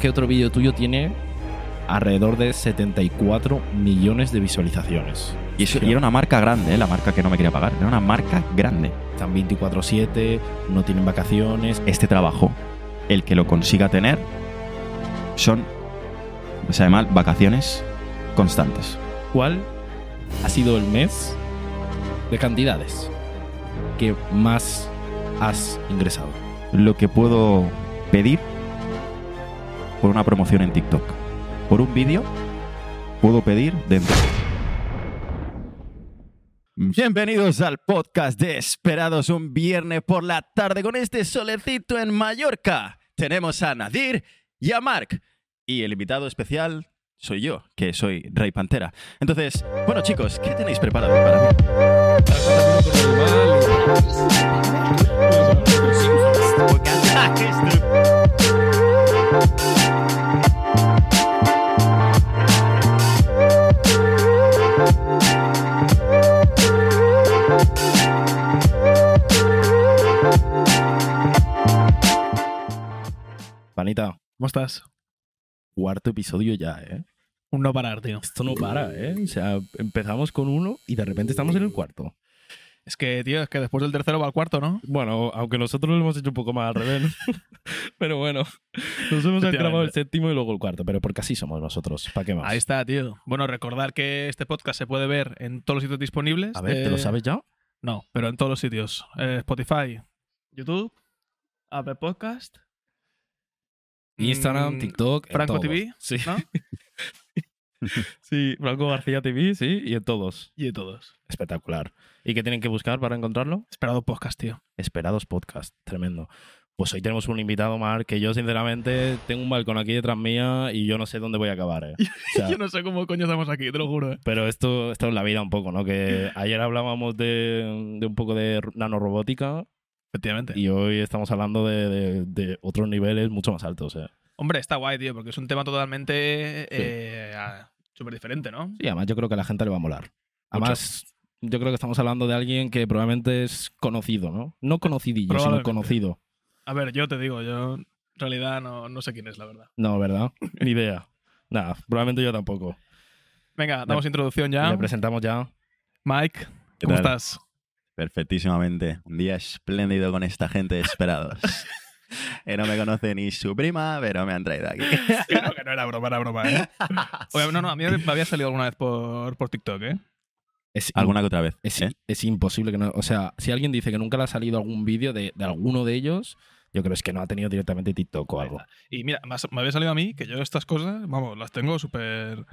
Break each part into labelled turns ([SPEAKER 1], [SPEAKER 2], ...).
[SPEAKER 1] que otro vídeo tuyo tiene alrededor de 74 millones de visualizaciones.
[SPEAKER 2] Y, eso, y era una marca grande, ¿eh? la marca que no me quería pagar. Era una marca grande.
[SPEAKER 1] Están 24/7, no tienen vacaciones.
[SPEAKER 2] Este trabajo, el que lo consiga tener, son, o sea, mal, vacaciones constantes.
[SPEAKER 1] ¿Cuál ha sido el mes de cantidades que más has ingresado?
[SPEAKER 2] Lo que puedo pedir por una promoción en TikTok. Por un vídeo puedo pedir dentro. Bienvenidos al podcast de Esperados un viernes por la tarde con este solecito en Mallorca. Tenemos a Nadir y a Mark. Y el invitado especial soy yo, que soy Rey Pantera. Entonces, bueno chicos, ¿qué tenéis preparado para
[SPEAKER 1] Panita,
[SPEAKER 3] ¿Cómo estás?
[SPEAKER 1] cuarto episodio ya, ¿eh?
[SPEAKER 3] Un no parar, tío.
[SPEAKER 1] Esto no para, ¿eh? O sea, empezamos con uno y de repente estamos en el cuarto.
[SPEAKER 3] Es que, tío, es que después del tercero va al cuarto, ¿no?
[SPEAKER 4] Bueno, aunque nosotros lo hemos hecho un poco más al revés. ¿no? pero bueno, nos hemos grabado el séptimo y luego el cuarto, pero porque así somos nosotros. ¿Para qué más?
[SPEAKER 3] Ahí está, tío. Bueno, recordar que este podcast se puede ver en todos los sitios disponibles.
[SPEAKER 1] A ver, ¿te este, lo
[SPEAKER 3] Eh,
[SPEAKER 1] sabes ya?
[SPEAKER 3] No, pero en todos los sitios. Eh, Spotify, YouTube, Apple Podcast,
[SPEAKER 1] Instagram,
[SPEAKER 3] mm,
[SPEAKER 1] TikTok, en
[SPEAKER 3] Franco
[SPEAKER 1] todo.
[SPEAKER 3] TV,
[SPEAKER 4] Sí,
[SPEAKER 3] ¿no?
[SPEAKER 4] sí, Franco García TV, sí, y en todos.
[SPEAKER 3] y de todos.
[SPEAKER 1] Espectacular.
[SPEAKER 4] ¿Y qué tienen que buscar para encontrarlo?
[SPEAKER 3] Esperado podcast, tío.
[SPEAKER 1] Esperados podcast, tremendo. Pues hoy tenemos un invitado, Mar, que yo sinceramente tengo un balcón aquí detrás mía y yo no sé dónde voy a acabar, ¿eh? O sea,
[SPEAKER 3] Yo no sé cómo coño estamos aquí, te lo juro. eh.
[SPEAKER 1] Pero esto, esto es la vida un poco, ¿no? Que ayer hablábamos de, de un poco de nanorobótica
[SPEAKER 3] Efectivamente.
[SPEAKER 1] y hoy estamos hablando de, de- de otros niveles mucho más altos. ¿eh?
[SPEAKER 3] Hombre, está guay, tío, porque es un tema totalmente eh, ah, súper diferente, ¿no?
[SPEAKER 1] Y además yo creo que a la gente le va a molar. Además, yo creo que estamos hablando de alguien que probablemente es conocido, ¿no? No conocidillo, sino
[SPEAKER 3] Probablemente.
[SPEAKER 1] conocido.
[SPEAKER 3] A ver, yo te digo, yo en realidad no, no sé quién es, la verdad.
[SPEAKER 1] No, ¿verdad? Ni idea. Nada, probablemente yo tampoco.
[SPEAKER 3] Venga, damos introducción ya.
[SPEAKER 1] Le presentamos ya.
[SPEAKER 3] Mike, ¿cómo
[SPEAKER 2] tal?
[SPEAKER 3] estás?
[SPEAKER 2] Perfectísimamente. Un día espléndido con esta gente de esperados. Eh, no me conoce ni su prima, pero me han traído aquí.
[SPEAKER 3] Claro que no era broma, era broma, ¿eh? Oye, no, no, a mí me había salido alguna vez por, por TikTok, ¿eh?
[SPEAKER 1] Es,
[SPEAKER 2] Alguna que otra vez.
[SPEAKER 1] es,
[SPEAKER 2] ¿eh?
[SPEAKER 1] es imposible que no. O sea, si alguien dice que nunca le ha salido algún vídeo de, de alguno de ellos, yo creo es que no ha tenido directamente TikTok o algo.
[SPEAKER 3] Y mira, me, has- me había salido a mí que yo estas cosas, vamos, las tengo súper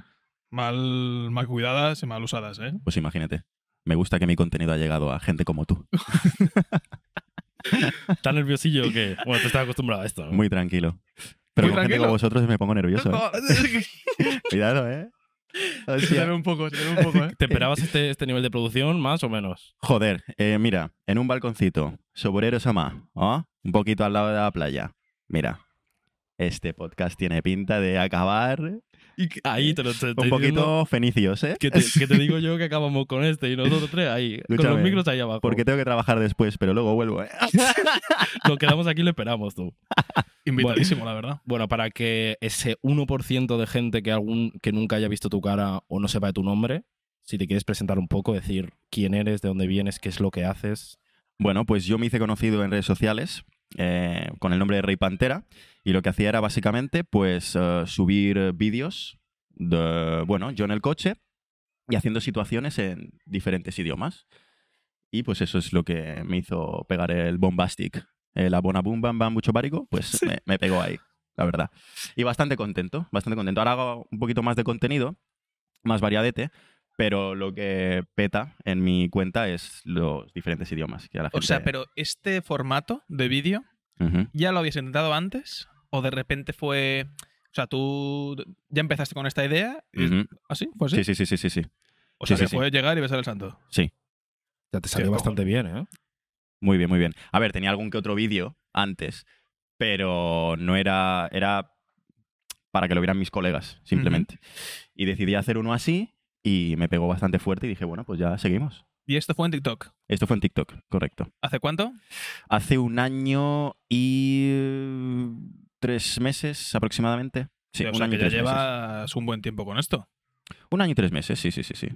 [SPEAKER 3] mal, mal cuidadas y mal usadas, ¿eh?
[SPEAKER 2] Pues imagínate. Me gusta que mi contenido ha llegado a gente como tú.
[SPEAKER 1] ¿Estás nerviosillo o qué? Bueno, tú estás acostumbrado a esto. ¿no?
[SPEAKER 2] Muy tranquilo. Pero con gente
[SPEAKER 3] Muy tranquilo.
[SPEAKER 2] como vosotros me pongo nervioso. ¿eh? Cuidado, ¿eh?
[SPEAKER 3] Se
[SPEAKER 2] Hostia.
[SPEAKER 3] te ve un poco, se te ve un poco, ¿eh?
[SPEAKER 1] ¿Te esperabas este, este nivel de producción más o menos?
[SPEAKER 2] Joder, eh, mira, en un balconcito, Soborero Sama, ¿ah? un poquito al lado de la playa. Mira, este podcast tiene pinta de acabar
[SPEAKER 1] Ahí te lo estoy
[SPEAKER 2] eh, un poquito fenicios, ¿eh?
[SPEAKER 1] Que te, que te digo yo que acabamos con este y nosotros tres ahí, con los
[SPEAKER 2] Escúchame,
[SPEAKER 1] micros ahí abajo.
[SPEAKER 2] Porque tengo que trabajar después, pero luego vuelvo, ¿eh?
[SPEAKER 1] Nos quedamos aquí y lo esperamos tú.
[SPEAKER 3] Invitadísimo, la verdad.
[SPEAKER 1] Bueno, para que ese 1% de gente que, algún, que nunca haya visto tu cara o no sepa de tu nombre, si te quieres presentar un poco, decir quién eres, de dónde vienes, qué es lo que haces.
[SPEAKER 2] Bueno, pues yo me hice conocido en redes sociales eh, con el nombre de Rey Pantera y lo que hacía era básicamente pues eh, subir eh, vídeos de, bueno, yo en el coche y haciendo situaciones en diferentes idiomas. Y pues eso es lo que me hizo pegar el bombastic. Eh, la bona boom bam bam mucho párico, pues me, me pegó ahí, la verdad. Y bastante contento, bastante contento. Ahora hago un poquito más de contenido, más variadete. Pero lo que peta en mi cuenta es los diferentes idiomas que a la
[SPEAKER 3] O
[SPEAKER 2] gente-
[SPEAKER 3] sea, pero este formato de vídeo,
[SPEAKER 2] Ujú.
[SPEAKER 3] ¿ya lo habías intentado antes? ¿O de repente fue... O sea, tú ya empezaste con esta idea? y-
[SPEAKER 2] Ujú.
[SPEAKER 3] ¿Ah, sí? ¿Fue así?
[SPEAKER 2] Sí, sí, sí, sí, sí, sí.
[SPEAKER 3] o sea,
[SPEAKER 2] sí,
[SPEAKER 3] que
[SPEAKER 2] sí, sí.
[SPEAKER 3] fue llegar y besar el santo.
[SPEAKER 1] Ya te salió
[SPEAKER 3] Sí,
[SPEAKER 1] bastante bien, ¿eh?
[SPEAKER 2] Muy bien, muy bien. A ver, tenía algún que otro vídeo antes, pero no era. Era para que lo vieran mis colegas, simplemente. Y decidí hacer uno así y me pegó bastante fuerte y dije, bueno, pues ya seguimos.
[SPEAKER 3] Y esto fue en TikTok.
[SPEAKER 2] Esto fue en TikTok, correcto.
[SPEAKER 3] ¿Hace cuánto?
[SPEAKER 2] Hace un año y. tres meses aproximadamente. Sí,
[SPEAKER 3] o
[SPEAKER 2] un
[SPEAKER 3] sea,
[SPEAKER 2] año
[SPEAKER 3] que
[SPEAKER 2] y
[SPEAKER 3] ya
[SPEAKER 2] tres meses.
[SPEAKER 3] llevas un buen tiempo con esto.
[SPEAKER 2] Un año y tres meses, sí, sí, sí, sí.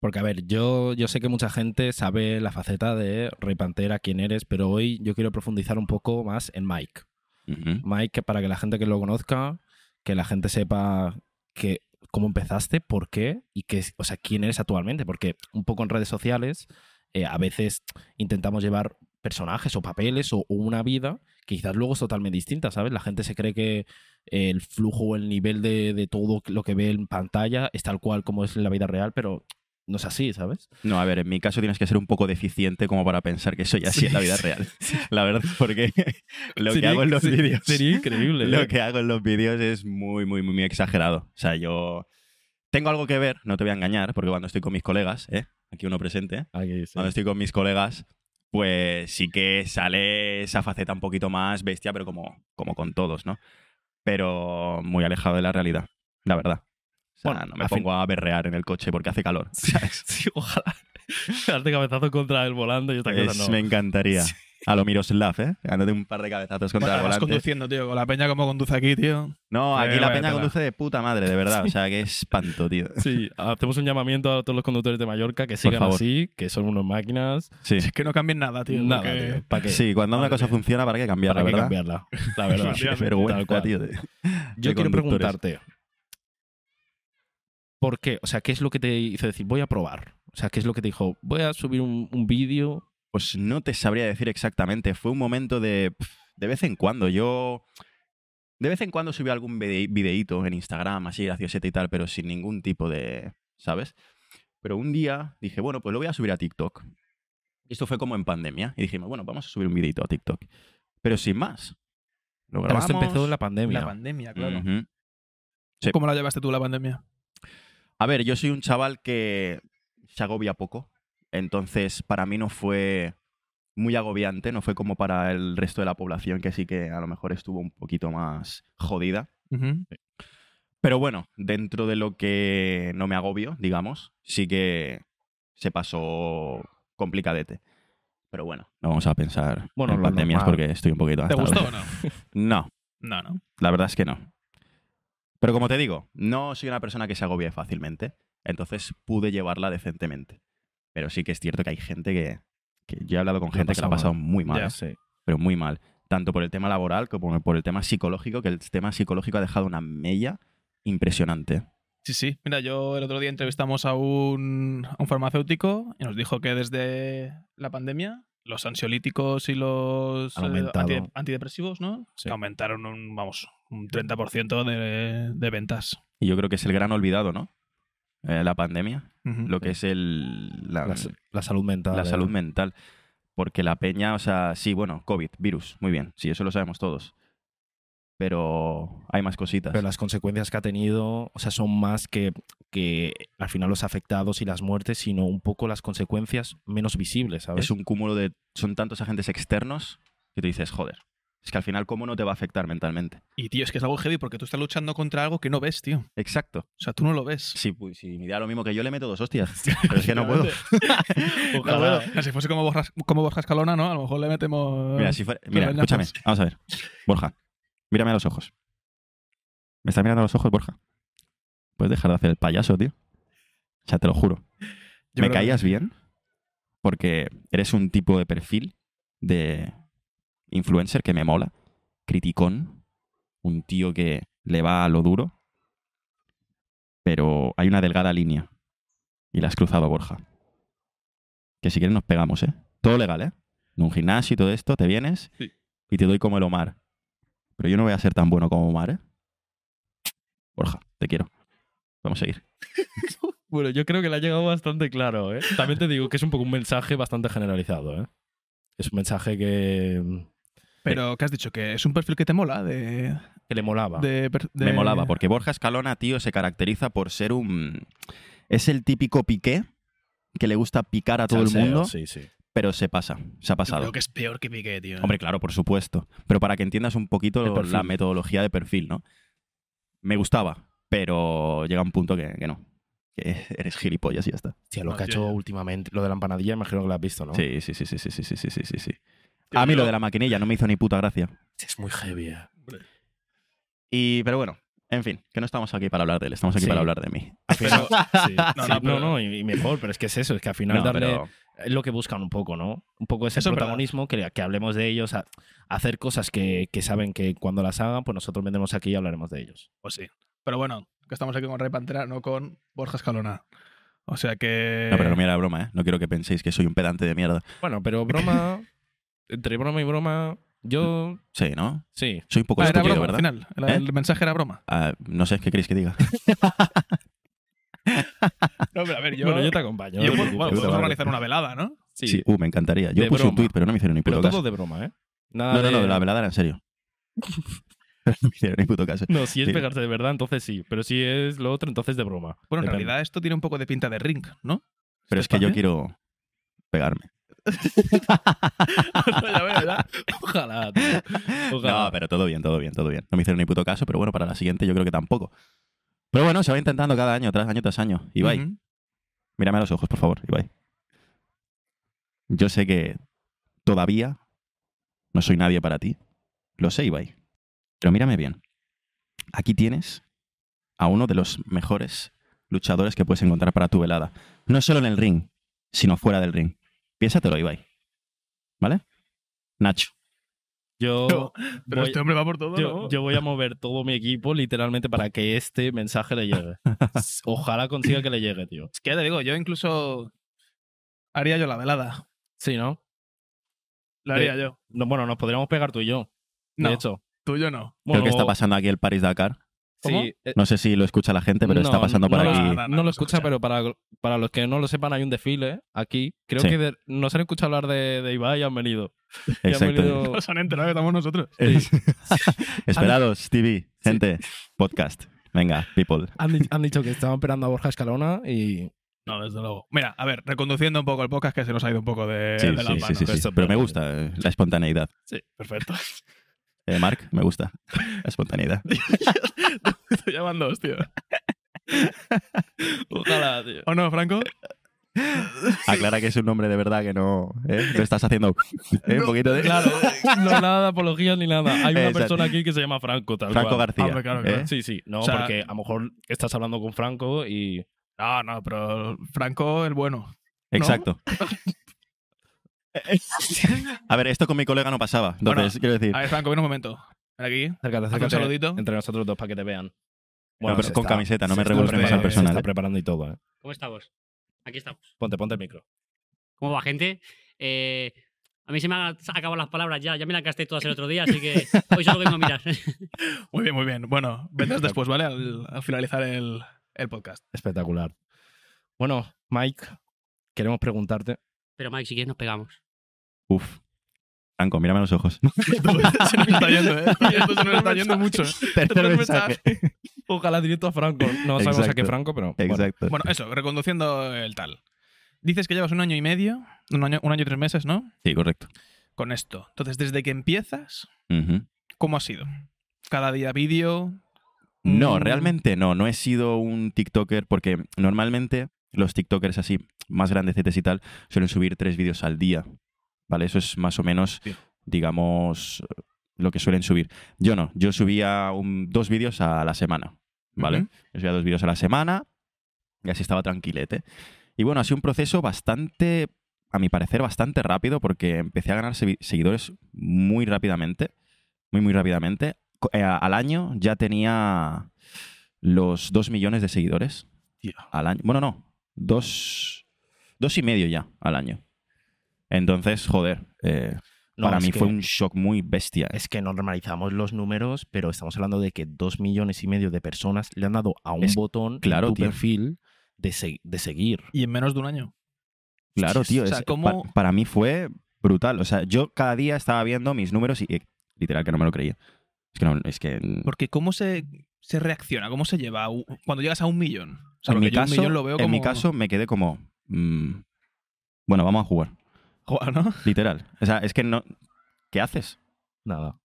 [SPEAKER 1] Porque, a ver, yo, yo sé que mucha gente sabe la faceta de Rey Pantera, quién eres, pero hoy yo quiero profundizar un poco más en Mike.
[SPEAKER 2] Ujú.
[SPEAKER 1] Mike, que para que la gente que lo conozca, que la gente sepa que cómo empezaste, por qué y qué, es- o sea, quién eres actualmente, porque un poco en redes sociales eh, a veces intentamos llevar personajes o papeles o, o una vida que quizás luego es totalmente distinta, ¿sabes? La gente se cree que el flujo o el nivel de, de todo lo que ve en pantalla es tal cual como es en la vida real, pero no es así, ¿sabes?
[SPEAKER 2] No, a ver, en mi caso tienes que ser un poco deficiente como para pensar que eso ya sí es la vida real. La verdad, porque lo que
[SPEAKER 4] Sería-
[SPEAKER 2] hago en los
[SPEAKER 4] se-
[SPEAKER 2] vídeos.
[SPEAKER 4] Sería increíble.
[SPEAKER 3] ¿eh?
[SPEAKER 4] ¿eh?
[SPEAKER 2] Lo que hago en los vídeos es muy, muy, muy, muy exagerado. O sea, yo tengo algo que ver, no te voy a engañar, porque cuando estoy con mis colegas, ¿eh? aquí uno presente,
[SPEAKER 1] Aquí, sí.
[SPEAKER 2] cuando estoy con mis colegas, pues sí que sale esa faceta un poquito más bestia, pero como, como con todos, ¿no? Pero muy alejado de la realidad, la verdad. O sea,
[SPEAKER 1] Bueno,
[SPEAKER 2] no me
[SPEAKER 1] a fin-
[SPEAKER 2] pongo a berrear en el coche porque hace calor. ¿sabes?
[SPEAKER 4] Sí, ojalá. Darte cabezazo contra el volante y esta
[SPEAKER 2] Es-
[SPEAKER 4] cosa no.
[SPEAKER 2] Me encantaría. A lo Miroslav, ¿eh? Dándote un par de cabezazos contra
[SPEAKER 3] Bueno,
[SPEAKER 2] el
[SPEAKER 3] vas
[SPEAKER 2] volante.
[SPEAKER 3] conduciendo, tío. Con la peña como conduce aquí, tío.
[SPEAKER 2] No, aquí
[SPEAKER 3] Eh,
[SPEAKER 2] la
[SPEAKER 3] vaya
[SPEAKER 2] peña
[SPEAKER 3] tela.
[SPEAKER 2] conduce de puta madre, de verdad. O sea, qué espanto, tío.
[SPEAKER 4] Sí, hacemos un llamamiento a todos los conductores de Mallorca que sigan
[SPEAKER 2] favor.
[SPEAKER 4] así, que son unas máquinas.
[SPEAKER 2] Sí.
[SPEAKER 3] Es que no cambien nada, tío.
[SPEAKER 4] Nada,
[SPEAKER 3] porque-
[SPEAKER 4] tío. ¿Para qué?
[SPEAKER 2] Sí, cuando una
[SPEAKER 3] Madre
[SPEAKER 2] cosa
[SPEAKER 3] mía.
[SPEAKER 2] funciona, ¿para qué cambiarla,
[SPEAKER 1] Para que
[SPEAKER 2] verdad?
[SPEAKER 1] cambiarla, la verdad.
[SPEAKER 2] Qué
[SPEAKER 3] Efectivamente,
[SPEAKER 1] tal
[SPEAKER 2] vergüenza,
[SPEAKER 1] cual.
[SPEAKER 2] tío. de-
[SPEAKER 1] Yo
[SPEAKER 2] de
[SPEAKER 1] quiero
[SPEAKER 2] conductores.
[SPEAKER 1] preguntarte, ¿por qué? O sea, ¿qué es lo que te hizo decir, voy a probar? O sea, ¿qué es lo que te dijo, voy a subir un, un vídeo?
[SPEAKER 2] Pues no te sabría decir exactamente. Fue un momento de. pf, De vez en cuando. Yo. De vez en cuando subí algún vide- videíto en Instagram, así graciosete y tal, pero sin ningún tipo de. ¿Sabes? Pero un día dije, bueno, pues lo voy a subir a TikTok. Y esto fue como en pandemia. Y dijimos, bueno, vamos a subir un videíto a TikTok. Pero sin más. Lo
[SPEAKER 1] Claro,
[SPEAKER 2] grabamos.
[SPEAKER 1] esto empezó en la pandemia.
[SPEAKER 3] La pandemia, claro.
[SPEAKER 2] Ujú. Sí.
[SPEAKER 3] ¿Cómo la llevaste tú la pandemia?
[SPEAKER 2] A ver, yo soy un chaval que se agobia poco. Entonces, para mí no fue muy agobiante, no fue como para el resto de la población, que sí que a lo mejor estuvo un poquito más jodida.
[SPEAKER 3] Ujú.
[SPEAKER 2] Pero bueno, dentro de lo que no me agobio, digamos, sí que se pasó complicadete. Pero bueno, no vamos a pensar
[SPEAKER 1] Bueno,
[SPEAKER 2] en
[SPEAKER 1] lo
[SPEAKER 2] pandemias
[SPEAKER 1] normal.
[SPEAKER 2] porque estoy un poquito
[SPEAKER 3] ¿Te
[SPEAKER 2] hasta
[SPEAKER 3] gustó
[SPEAKER 2] ahora.
[SPEAKER 3] o no?
[SPEAKER 2] No,
[SPEAKER 3] No, no.
[SPEAKER 2] la verdad es que no. Pero como te digo, no soy una persona que se agobie fácilmente, entonces pude llevarla decentemente. Pero sí que es cierto que hay gente que... que yo he hablado con
[SPEAKER 1] La
[SPEAKER 2] gente que la ha
[SPEAKER 1] pasaba.
[SPEAKER 2] pasado muy mal,
[SPEAKER 3] Ya.
[SPEAKER 1] Sí.
[SPEAKER 2] pero muy mal. Tanto por el tema laboral como por el tema psicológico, que el tema psicológico ha dejado una mella impresionante.
[SPEAKER 3] Sí, sí. Mira, yo el otro día entrevistamos a un, a un farmacéutico y nos dijo que desde la pandemia los ansiolíticos y los
[SPEAKER 1] Han aumentado.
[SPEAKER 3] antide- antidepresivos, ¿no?
[SPEAKER 1] Sí.
[SPEAKER 3] Que aumentaron un, vamos, un 30% de, de ventas.
[SPEAKER 2] Y yo creo que es el gran olvidado, ¿no? Eh, la pandemia,
[SPEAKER 3] Ujú.
[SPEAKER 2] lo que es el, la,
[SPEAKER 1] La, la salud mental.
[SPEAKER 2] la
[SPEAKER 1] eh.
[SPEAKER 2] salud mental. Porque la peña, o sea, sí, bueno, COVID, virus, muy bien, sí, eso lo sabemos todos. Pero hay más cositas.
[SPEAKER 1] Pero las consecuencias que ha tenido, o sea, son más que, que al final los afectados y las muertes, sino un poco las consecuencias menos visibles, ¿sabes?
[SPEAKER 2] es un cúmulo de. Son tantos agentes externos que te dices, joder, es que al final, ¿cómo no te va a afectar mentalmente?
[SPEAKER 3] Y tío, es que es algo heavy porque tú estás luchando contra algo que no ves, tío. O
[SPEAKER 2] Exacto.
[SPEAKER 3] sea, tú no lo ves.
[SPEAKER 2] Si, pues, si me da lo mismo que yo, le meto dos hostias. Pero es que no puedo.
[SPEAKER 3] Ojalá. Si fuese como Borja, como Borja Escalona, ¿no? A lo mejor le metemos.
[SPEAKER 2] Mira, si fuera- mira,
[SPEAKER 3] Pero
[SPEAKER 2] escúchame,
[SPEAKER 3] enlaces.
[SPEAKER 2] vamos a ver. Borja, mírame a los ojos. ¿Me estás mirando a los ojos, Borja? Puedes dejar de hacer el payaso, tío. O sea, te lo juro.
[SPEAKER 3] Yo
[SPEAKER 2] me
[SPEAKER 3] creo que-
[SPEAKER 2] caías bien porque eres un tipo de perfil de influencer que me mola, criticón, un tío que le va a lo duro, pero hay una delgada línea y la has cruzado, Borja. Que si quieres nos pegamos, ¿eh? Todo legal, ¿eh? En un gimnasio y todo esto, te vienes
[SPEAKER 3] Sí.
[SPEAKER 2] y te doy como el Omar. Pero yo no voy a ser tan bueno como Omar, ¿eh? Borja, te quiero. Vamos a seguir.
[SPEAKER 4] Bueno, yo creo que le ha llegado bastante claro, ¿eh? También te digo que es un poco un mensaje bastante generalizado, ¿eh? Es un mensaje que,
[SPEAKER 3] Pero, ¿qué has dicho? Que es un perfil que te mola de.
[SPEAKER 4] que le molaba.
[SPEAKER 3] de, per- de-
[SPEAKER 2] Me molaba, porque Borja Escalona, tío, se caracteriza por ser un... Es el típico piqué que le gusta picar a todo el
[SPEAKER 4] Salseo,
[SPEAKER 2] mundo,
[SPEAKER 4] Sí, sí.
[SPEAKER 2] pero se pasa, se ha
[SPEAKER 3] Yo
[SPEAKER 2] pasado.
[SPEAKER 3] creo que ¿eh? es peor que Piqué, tío.
[SPEAKER 2] Hombre, claro, por supuesto. Pero para que entiendas un poquito
[SPEAKER 4] El perfil.
[SPEAKER 2] la metodología de perfil, ¿no? Me gustaba, pero llega un punto que, que no. Que eres gilipollas y ya está.
[SPEAKER 1] Hostia, lo
[SPEAKER 3] No,
[SPEAKER 1] que ha
[SPEAKER 3] tío,
[SPEAKER 1] hecho
[SPEAKER 3] ya.
[SPEAKER 1] últimamente, lo de la empanadilla, imagino que lo has visto, ¿no?
[SPEAKER 2] Sí, sí, sí, sí, sí, sí, sí, sí, sí, sí, sí. A mí lo de la maquinilla no me hizo ni puta gracia.
[SPEAKER 1] Es muy heavy. eh.
[SPEAKER 2] Y, pero bueno, en fin, que no estamos aquí para hablar de él, estamos aquí
[SPEAKER 1] Sí.
[SPEAKER 2] para hablar de mí.
[SPEAKER 1] Al final- sí,
[SPEAKER 3] No,
[SPEAKER 1] sí,
[SPEAKER 3] no,
[SPEAKER 1] no,
[SPEAKER 3] pero-
[SPEAKER 1] no, y, y mejor, pero es que es eso, es que al final
[SPEAKER 2] No,
[SPEAKER 1] darle
[SPEAKER 2] pero-
[SPEAKER 1] es lo que buscan un poco, ¿no? Un poco ese
[SPEAKER 3] Eso es verdad.
[SPEAKER 1] protagonismo, que, que hablemos de ellos, a- hacer cosas que, que saben que cuando las hagan, pues nosotros vendremos aquí y hablaremos de ellos.
[SPEAKER 3] Pues sí. Pero bueno, que estamos aquí con Rey Pantera, no con Borja Escalona. O sea que.
[SPEAKER 2] No, pero no me era broma, ¿eh? No quiero que penséis que soy un pedante de mierda.
[SPEAKER 4] Bueno, pero broma, entre broma y broma, yo
[SPEAKER 2] Sí, ¿no?
[SPEAKER 4] sí.
[SPEAKER 2] Soy un poco
[SPEAKER 3] Ah, era
[SPEAKER 2] estúpido,
[SPEAKER 3] broma,
[SPEAKER 2] ¿verdad?
[SPEAKER 3] al final. El,
[SPEAKER 2] ¿Eh?
[SPEAKER 3] el mensaje era broma.
[SPEAKER 2] Ah, no sé, ¿qué queréis que diga?
[SPEAKER 3] No, pero a ver, yo.
[SPEAKER 4] Bueno, yo te acompaño.
[SPEAKER 3] yo-
[SPEAKER 4] no te
[SPEAKER 3] bueno,
[SPEAKER 4] preocupes.
[SPEAKER 3] podemos
[SPEAKER 2] madre.
[SPEAKER 3] organizar una velada, ¿no?
[SPEAKER 4] sí,
[SPEAKER 2] Sí, uh, me encantaría. Yo
[SPEAKER 4] De
[SPEAKER 2] puse un
[SPEAKER 4] broma.
[SPEAKER 2] tweet, pero no me hicieron ni
[SPEAKER 4] pero
[SPEAKER 2] puto
[SPEAKER 4] todo
[SPEAKER 2] caso.
[SPEAKER 4] de broma, ¿eh? Nada
[SPEAKER 2] No, no, no,
[SPEAKER 4] de-
[SPEAKER 2] de la velada era en serio. Pero no me hicieron ni puto caso.
[SPEAKER 4] No, si es
[SPEAKER 2] Sí.
[SPEAKER 4] pegarse de verdad, entonces sí. Pero si es lo otro, entonces de broma.
[SPEAKER 3] Bueno, en
[SPEAKER 4] Depende.
[SPEAKER 3] realidad esto tiene un poco de pinta de ring, ¿no?
[SPEAKER 2] Pero es que
[SPEAKER 3] espacio?
[SPEAKER 2] yo quiero pegarme.
[SPEAKER 4] Ya verás, ya. Ojalá, tío. Ojalá.
[SPEAKER 2] No, pero todo bien, todo bien, todo bien. No me hicieron ni puto caso, pero bueno, para la siguiente yo creo que tampoco. Pero bueno, se va intentando cada año, tras año tras año. Ibai,
[SPEAKER 3] Ujú.
[SPEAKER 2] mírame a los ojos, por favor, Ibai. Yo sé que todavía no soy nadie para ti. Lo sé, Ibai. Pero mírame bien. Aquí tienes a uno de los mejores luchadores que puedes encontrar para tu velada. No solo en el ring, sino fuera del ring. Piénsatelo, Ibai. ¿Vale? Nacho.
[SPEAKER 4] Yo,
[SPEAKER 3] Pero- Pero
[SPEAKER 4] voy-
[SPEAKER 3] este hombre va por todo.
[SPEAKER 4] yo,
[SPEAKER 3] ¿no?
[SPEAKER 4] yo voy a mover todo mi equipo literalmente para que este mensaje le llegue. Ojalá consiga que le llegue, tío.
[SPEAKER 3] Es que ya te digo, yo incluso. Haría yo la velada.
[SPEAKER 4] Sí, ¿no?
[SPEAKER 3] La
[SPEAKER 4] De-
[SPEAKER 3] haría yo.
[SPEAKER 4] No, bueno, nos podríamos pegar tú y yo.
[SPEAKER 3] No,
[SPEAKER 4] De hecho.
[SPEAKER 3] tú y yo no.
[SPEAKER 2] Creo
[SPEAKER 4] Bueno,
[SPEAKER 2] que está pasando aquí el Paris Dakar.
[SPEAKER 3] ¿Cómo?
[SPEAKER 4] Sí, eh,
[SPEAKER 2] No sé si lo escucha la gente, pero
[SPEAKER 4] No,
[SPEAKER 2] está pasando por
[SPEAKER 4] no,
[SPEAKER 2] aquí.
[SPEAKER 4] no,
[SPEAKER 3] no,
[SPEAKER 4] no lo escucha, pero para, para los que no lo sepan, hay un desfile aquí. Creo
[SPEAKER 2] Sí.
[SPEAKER 4] que de- nos han escuchado hablar de, de Ibai y han venido. Y
[SPEAKER 2] Exacto.
[SPEAKER 4] han venido-
[SPEAKER 3] No se han enterado que estamos nosotros.
[SPEAKER 2] Es- Esperados, TV, gente, podcast. Venga, people.
[SPEAKER 4] han, di- han dicho que estaban esperando a Borja Escalona y.
[SPEAKER 3] No, desde luego. Mira, a ver, reconduciendo un poco el podcast que se nos ha ido un poco de,
[SPEAKER 2] Sí,
[SPEAKER 3] Eh, de la
[SPEAKER 2] sí,
[SPEAKER 3] mano.
[SPEAKER 2] sí, sí, sí.
[SPEAKER 4] Esto es
[SPEAKER 2] Pero me
[SPEAKER 4] verdad.
[SPEAKER 2] gusta eh, la espontaneidad.
[SPEAKER 3] Sí, perfecto.
[SPEAKER 2] Eh, Mark, me gusta la espontaneidad.
[SPEAKER 3] Te llaman dos, tío.
[SPEAKER 4] Ojalá, tío.
[SPEAKER 3] ¿O no, Franco?
[SPEAKER 2] Aclara que es un nombre de verdad que no. ¿eh? Lo estás haciendo. ¿eh? Un poquito de.
[SPEAKER 4] Claro, eh, no nada de apología ni nada. Hay una
[SPEAKER 2] Exacto.
[SPEAKER 4] persona aquí que se llama Franco, tal
[SPEAKER 2] Franco
[SPEAKER 4] cual.
[SPEAKER 2] García.
[SPEAKER 3] Hombre, claro,
[SPEAKER 2] ¿eh?
[SPEAKER 3] claro.
[SPEAKER 4] Sí, sí, no,
[SPEAKER 3] O sea-
[SPEAKER 4] porque a lo mejor estás hablando con Franco y.
[SPEAKER 3] No, no, pero Franco el bueno.
[SPEAKER 2] Exacto. A ver, esto con mi colega no pasaba. Entonces, quiero decir.
[SPEAKER 3] A ver, Franco, ven un momento. Ven aquí.
[SPEAKER 4] Acércate,
[SPEAKER 3] Haz un saludito.
[SPEAKER 4] Entre nosotros dos para que te vean.
[SPEAKER 2] no, pero
[SPEAKER 1] se
[SPEAKER 2] con
[SPEAKER 1] está-
[SPEAKER 2] camiseta, no
[SPEAKER 1] se
[SPEAKER 2] me
[SPEAKER 1] está
[SPEAKER 2] revolvemos
[SPEAKER 1] preparando-
[SPEAKER 2] al
[SPEAKER 3] preparado,
[SPEAKER 1] Se
[SPEAKER 2] personal.
[SPEAKER 1] está preparando y todo, ¿eh?
[SPEAKER 5] ¿Cómo estamos? Aquí estamos.
[SPEAKER 4] Ponte, ponte el micro.
[SPEAKER 5] ¿Cómo va, gente? Eh, a mí se me han acabado las palabras ya. Ya me las gasté todas el otro día, así que hoy solo vengo a mirar.
[SPEAKER 3] Muy bien, muy bien. Bueno, vendrás después, ¿vale? Al, al finalizar el, el podcast.
[SPEAKER 4] Espectacular. Bueno, Mike, queremos preguntarte.
[SPEAKER 5] Pero Mike, si quieres nos pegamos.
[SPEAKER 2] Uf. Franco, mírame a los ojos.
[SPEAKER 3] se nos está yendo, ¿eh? Esto se nos está yendo mucho. ¿eh?
[SPEAKER 2] Tercer
[SPEAKER 3] mensaje.
[SPEAKER 4] Ojalá directo a Franco. No sabemos a qué
[SPEAKER 2] Exacto.
[SPEAKER 4] Franco, pero. bueno.
[SPEAKER 2] Exacto.
[SPEAKER 3] Bueno, eso, reconduciendo el tal. Dices que llevas un año y medio, un año, un año y tres meses, ¿no?
[SPEAKER 2] Sí, correcto.
[SPEAKER 3] Con esto. Entonces, desde que empiezas,
[SPEAKER 2] Ujú.
[SPEAKER 3] ¿cómo ha sido? ¿Cada día vídeo?
[SPEAKER 2] No,
[SPEAKER 3] Mm,
[SPEAKER 2] realmente no. No he sido un TikToker porque normalmente los TikTokers así, más grandecetes y tal, suelen subir tres vídeos al día. ¿Vale? Eso es más o menos,
[SPEAKER 3] Bien.
[SPEAKER 2] digamos, lo que suelen subir. Yo no. Yo subía un- dos vídeos a la semana. ¿Vale?
[SPEAKER 3] Ujú.
[SPEAKER 2] Yo subía dos vídeos a la semana y así estaba tranquilete. Y bueno, ha sido un proceso bastante, a mi parecer, bastante rápido porque empecé a ganar segui- seguidores muy rápidamente. Muy, muy rápidamente. Co- eh, al año ya tenía los 2 millones de seguidores.
[SPEAKER 3] Tío.
[SPEAKER 2] Al año. Bueno, no. Dos, dos y medio ya al año. Entonces, joder. eh,
[SPEAKER 1] No,
[SPEAKER 2] para
[SPEAKER 1] es
[SPEAKER 2] mí
[SPEAKER 1] que-
[SPEAKER 2] fue un shock muy bestia.
[SPEAKER 1] Es que normalizamos los números, pero estamos hablando de que dos millones y medio de personas le han dado a un
[SPEAKER 2] Es-
[SPEAKER 1] botón
[SPEAKER 2] claro,
[SPEAKER 1] en tu
[SPEAKER 2] tío.
[SPEAKER 1] perfil de, se- de seguir.
[SPEAKER 3] Y en menos de un año.
[SPEAKER 2] Claro, tío.
[SPEAKER 3] O sea,
[SPEAKER 2] es- eh, pa-
[SPEAKER 3] ¿cómo-
[SPEAKER 2] para, mí fue brutal. O sea, yo cada día estaba viendo mis números y, y literal que no me lo creía. Es que no, es que.
[SPEAKER 3] Porque ¿cómo se, se reacciona? ¿Cómo se lleva a u- cuando llegas a un millón? O sea,
[SPEAKER 2] en mi
[SPEAKER 3] porque yo un
[SPEAKER 2] caso,
[SPEAKER 3] millón lo veo
[SPEAKER 2] en mi
[SPEAKER 3] como-
[SPEAKER 2] caso me quedé como. mm, bueno, vamos a jugar.
[SPEAKER 3] Joder, ¿no?
[SPEAKER 2] Literal. O sea, es que no. ¿Qué haces?
[SPEAKER 1] Nada.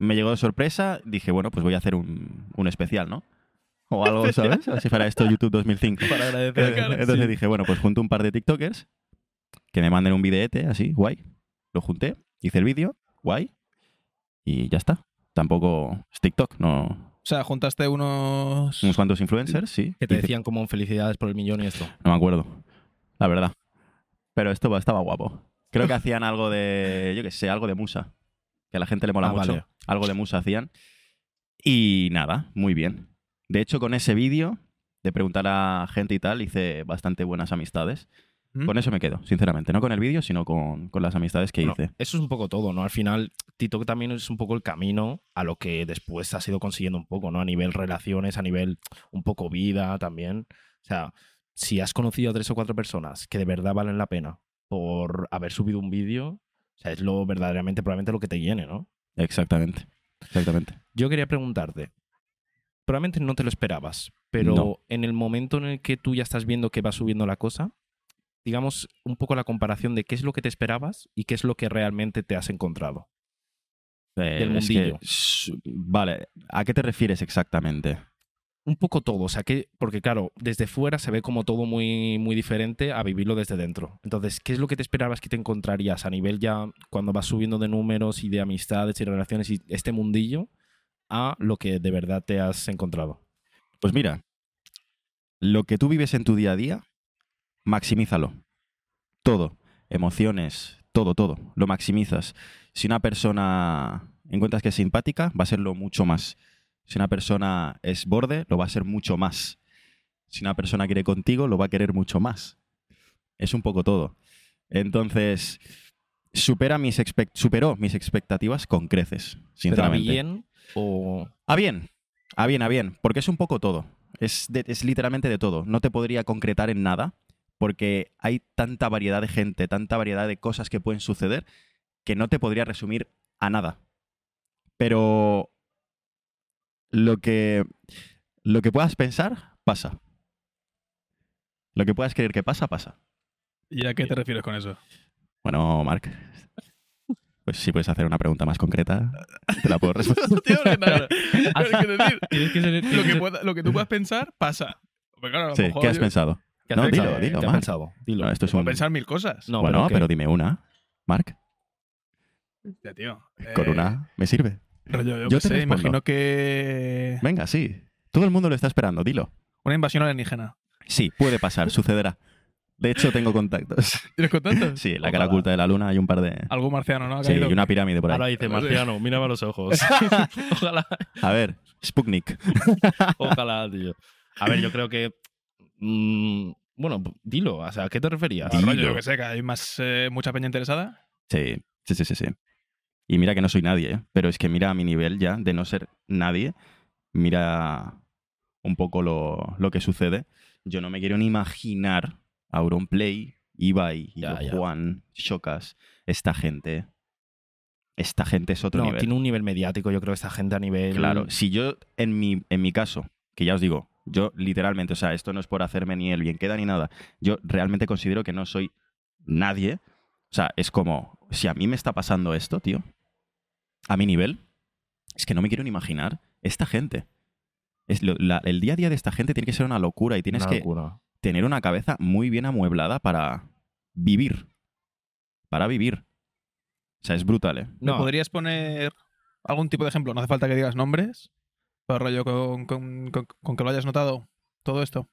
[SPEAKER 2] me llegó de sorpresa, dije, bueno, pues voy a hacer un, un especial, ¿no? O algo, ¿sabes? Así para esto YouTube 2005.
[SPEAKER 4] Para agradecer.
[SPEAKER 2] Entonces dije, bueno, pues junto un par de TikTokers que me manden un videete así, guay. Lo junté Hice el vídeo, guay, y ya está. Tampoco es TikTok, no.
[SPEAKER 3] O sea, juntaste unos.
[SPEAKER 2] Unos cuantos influencers, sí.
[SPEAKER 1] Que te
[SPEAKER 2] Hice-
[SPEAKER 1] decían como felicidades por el millón y esto.
[SPEAKER 2] No me acuerdo, la verdad. Pero esto va- estaba guapo. Creo que hacían algo de, yo qué sé, algo de Musa. Que a la gente le mola
[SPEAKER 1] Ah,
[SPEAKER 2] mucho.
[SPEAKER 1] vale.
[SPEAKER 2] Algo de Musa hacían. Y nada, muy bien. De hecho, con ese vídeo de preguntar a gente y tal, hice bastante buenas amistades.
[SPEAKER 3] ¿Mm?
[SPEAKER 2] Con eso me quedo, sinceramente. No con el vídeo, sino con, con las amistades que
[SPEAKER 1] Bueno,
[SPEAKER 2] hice.
[SPEAKER 1] eso es un poco todo, ¿no? Al final, TikTok también es un poco el camino a lo que después has ido consiguiendo un poco, ¿no? A nivel relaciones, a nivel un poco vida también. O sea, si has conocido a tres o cuatro personas que de verdad valen la pena por haber subido un vídeo, o sea, es lo verdaderamente probablemente lo que te llene, ¿no?
[SPEAKER 2] Exactamente. Exactamente.
[SPEAKER 1] Yo quería preguntarte, probablemente no te lo esperabas, pero
[SPEAKER 2] No.
[SPEAKER 1] en el momento en el que tú ya estás viendo que va subiendo la cosa, digamos un poco la comparación de qué es lo que te esperabas y qué es lo que realmente te has encontrado.
[SPEAKER 2] Eh,
[SPEAKER 1] Del
[SPEAKER 2] es que-
[SPEAKER 1] mundillo.
[SPEAKER 2] s- vale, ¿a qué te refieres exactamente?
[SPEAKER 1] Un poco todo, o sea que, porque claro, desde fuera se ve como todo muy, muy diferente a vivirlo desde dentro. Entonces, ¿qué es lo que te esperabas que te encontrarías a nivel ya cuando vas subiendo de números y de amistades y relaciones y este mundillo a lo que de verdad te has encontrado?
[SPEAKER 2] Pues mira, lo que tú vives en tu día a día, maximízalo. Todo. Emociones, todo, todo. Lo maximizas. Si una persona encuentras que es simpática, va a serlo mucho más. Si una persona es borde, lo va a ser mucho más. Si una persona quiere contigo, lo va a querer mucho más. Es un poco todo. Entonces, supera mis expec- superó mis expectativas con creces,
[SPEAKER 1] ¿Pero a
[SPEAKER 2] sinceramente.
[SPEAKER 1] bien o...?
[SPEAKER 2] A bien, a bien, a bien, porque es un poco todo. Es, de- es literalmente de todo. No te podría concretar en nada, porque hay tanta variedad de gente, tanta variedad de cosas que pueden suceder, que no te podría resumir a nada. Pero lo que, lo que puedas pensar, pasa. Lo que puedas creer que pasa, pasa.
[SPEAKER 3] ¿Y a qué te refieres con eso?
[SPEAKER 2] Bueno, Marc, pues si puedes hacer una pregunta más concreta, te la puedo responder.
[SPEAKER 3] Tío, que nada. Es que decir,
[SPEAKER 4] Tienes que ser-
[SPEAKER 3] lo que, pueda- lo que tú puedas pensar, pasa. Pero claro, a lo
[SPEAKER 2] Sí,
[SPEAKER 3] mejor
[SPEAKER 2] ¿qué has
[SPEAKER 3] yo-
[SPEAKER 2] pensado?
[SPEAKER 1] ¿Qué has
[SPEAKER 2] No,
[SPEAKER 1] pensado?
[SPEAKER 2] dilo, dilo,
[SPEAKER 1] ¿Qué has
[SPEAKER 2] Marc.
[SPEAKER 1] pensado? Dilo.
[SPEAKER 2] No, esto es
[SPEAKER 3] puedo
[SPEAKER 2] un-
[SPEAKER 3] pensar mil cosas.
[SPEAKER 1] No,
[SPEAKER 2] bueno,
[SPEAKER 1] ¿qué?
[SPEAKER 2] pero, dime una, Marc.
[SPEAKER 3] Ya, tío.
[SPEAKER 2] Con
[SPEAKER 3] Eh,
[SPEAKER 2] una me sirve.
[SPEAKER 3] rollo, yo
[SPEAKER 2] yo
[SPEAKER 3] qué
[SPEAKER 2] te
[SPEAKER 3] sé,
[SPEAKER 2] respondo.
[SPEAKER 3] imagino que.
[SPEAKER 2] Venga, sí. Todo el mundo lo está esperando, dilo.
[SPEAKER 3] Una invasión alienígena.
[SPEAKER 2] Sí, puede pasar, sucederá. De hecho, tengo contactos.
[SPEAKER 3] ¿Tienes contactos?
[SPEAKER 2] Sí, en la cara oculta de la luna hay un par de...
[SPEAKER 3] Algún marciano, ¿no? Ha
[SPEAKER 2] Sí, y
[SPEAKER 3] caído.
[SPEAKER 2] una pirámide por
[SPEAKER 4] Ahora
[SPEAKER 2] ahí.
[SPEAKER 4] dice,
[SPEAKER 3] No sé.
[SPEAKER 4] Marciano, mírame a los ojos. ojalá,
[SPEAKER 2] A ver, Sputnik.
[SPEAKER 4] ojalá, tío.
[SPEAKER 1] A ver, yo creo que. mm, bueno, dilo, o sea, ¿a qué te referías?
[SPEAKER 3] Ah, rollo, yo que sé, que hay más, eh, mucha peña interesada.
[SPEAKER 2] Sí, sí, sí, sí, sí. Y mira que no soy nadie, ¿eh? pero es que mira a mi nivel ya, de no ser nadie, mira un poco lo, lo que sucede. Yo no me quiero ni imaginar a Auronplay, Ibai,
[SPEAKER 1] Ya, ya.
[SPEAKER 2] Juan, Chocas, esta gente. Esta gente es otro
[SPEAKER 1] No,
[SPEAKER 2] nivel.
[SPEAKER 1] tiene un nivel mediático, yo creo, esta gente a nivel.
[SPEAKER 2] Claro, si yo, en mi, en mi caso, que ya os digo, yo literalmente, o sea, esto no es por hacerme ni el bien queda ni nada, yo realmente considero que no soy nadie. O sea, es como, si a mí me está pasando esto, tío, a mi nivel, es que no me quiero ni imaginar esta gente. Es lo- la- el día a día de esta gente tiene que ser una locura y tienes
[SPEAKER 1] una
[SPEAKER 2] que
[SPEAKER 1] locura.
[SPEAKER 2] tener una cabeza muy bien amueblada para vivir. Para vivir. O sea, es brutal, ¿eh?
[SPEAKER 3] ¿Me
[SPEAKER 1] No,
[SPEAKER 3] podrías poner algún tipo de ejemplo? No hace falta que digas nombres, pero rollo con, con- con- con que lo hayas notado. Todo esto.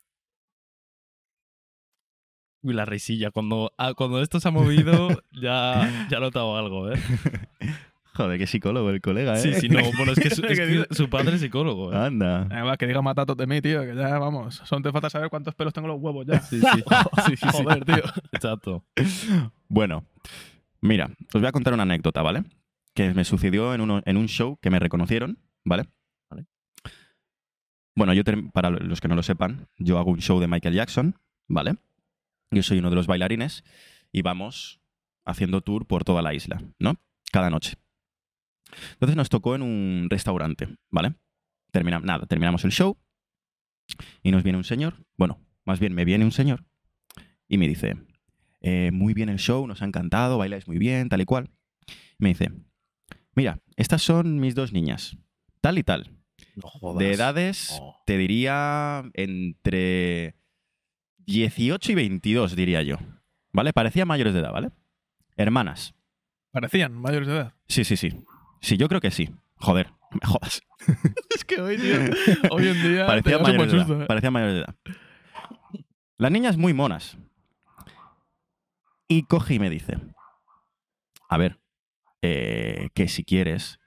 [SPEAKER 4] Y la risilla, cuando, ah, cuando esto se ha movido, ya, ya he notado algo, ¿eh?
[SPEAKER 2] Joder, qué psicólogo el colega, ¿eh?
[SPEAKER 4] Sí, sí, no, bueno, es que su, es que su padre es psicólogo, ¿eh?
[SPEAKER 2] Anda.
[SPEAKER 3] Eh, va, que diga matatos de mí, tío, que ya vamos. Solo te falta saber cuántos pelos tengo en los huevos ya.
[SPEAKER 4] Sí, sí, sí, sí, sí,
[SPEAKER 3] Joder, tío.
[SPEAKER 4] exacto.
[SPEAKER 2] Bueno, mira, os voy a contar una anécdota, ¿vale? Que me sucedió en, uno- en un show que me reconocieron, ¿vale?
[SPEAKER 1] Vale.
[SPEAKER 2] Bueno, yo, term- para los que no lo sepan, yo hago un show de Michael Jackson, ¿vale? Yo soy uno de los bailarines y vamos haciendo tour por toda la isla, ¿no? Cada noche. Entonces nos tocó en un restaurante, ¿vale? Termina, nada, terminamos el show y nos viene un señor, bueno, más bien me viene un señor y me dice, eh, muy bien el show, nos ha encantado, bailáis muy bien, tal y cual. Me dice, mira, estas son mis dos niñas, tal y tal.
[SPEAKER 1] no jodas.
[SPEAKER 2] De edades,
[SPEAKER 1] Oh.
[SPEAKER 2] te diría entre 18 y 22, diría yo. ¿Vale? Parecía mayores de edad, ¿vale? Hermanas.
[SPEAKER 3] Parecían mayores de edad.
[SPEAKER 2] Sí, sí, sí. Sí, yo creo que sí. Joder, no me jodas.
[SPEAKER 3] Es que hoy, tío, hoy en día.
[SPEAKER 2] Parecía
[SPEAKER 3] te llevas
[SPEAKER 2] mayor,
[SPEAKER 3] un buen
[SPEAKER 2] de
[SPEAKER 3] susto,
[SPEAKER 2] edad,
[SPEAKER 3] ¿eh?
[SPEAKER 2] parecía mayor de edad. Las niñas muy monas. Y coge y me dice, a ver, eh, que si quieres,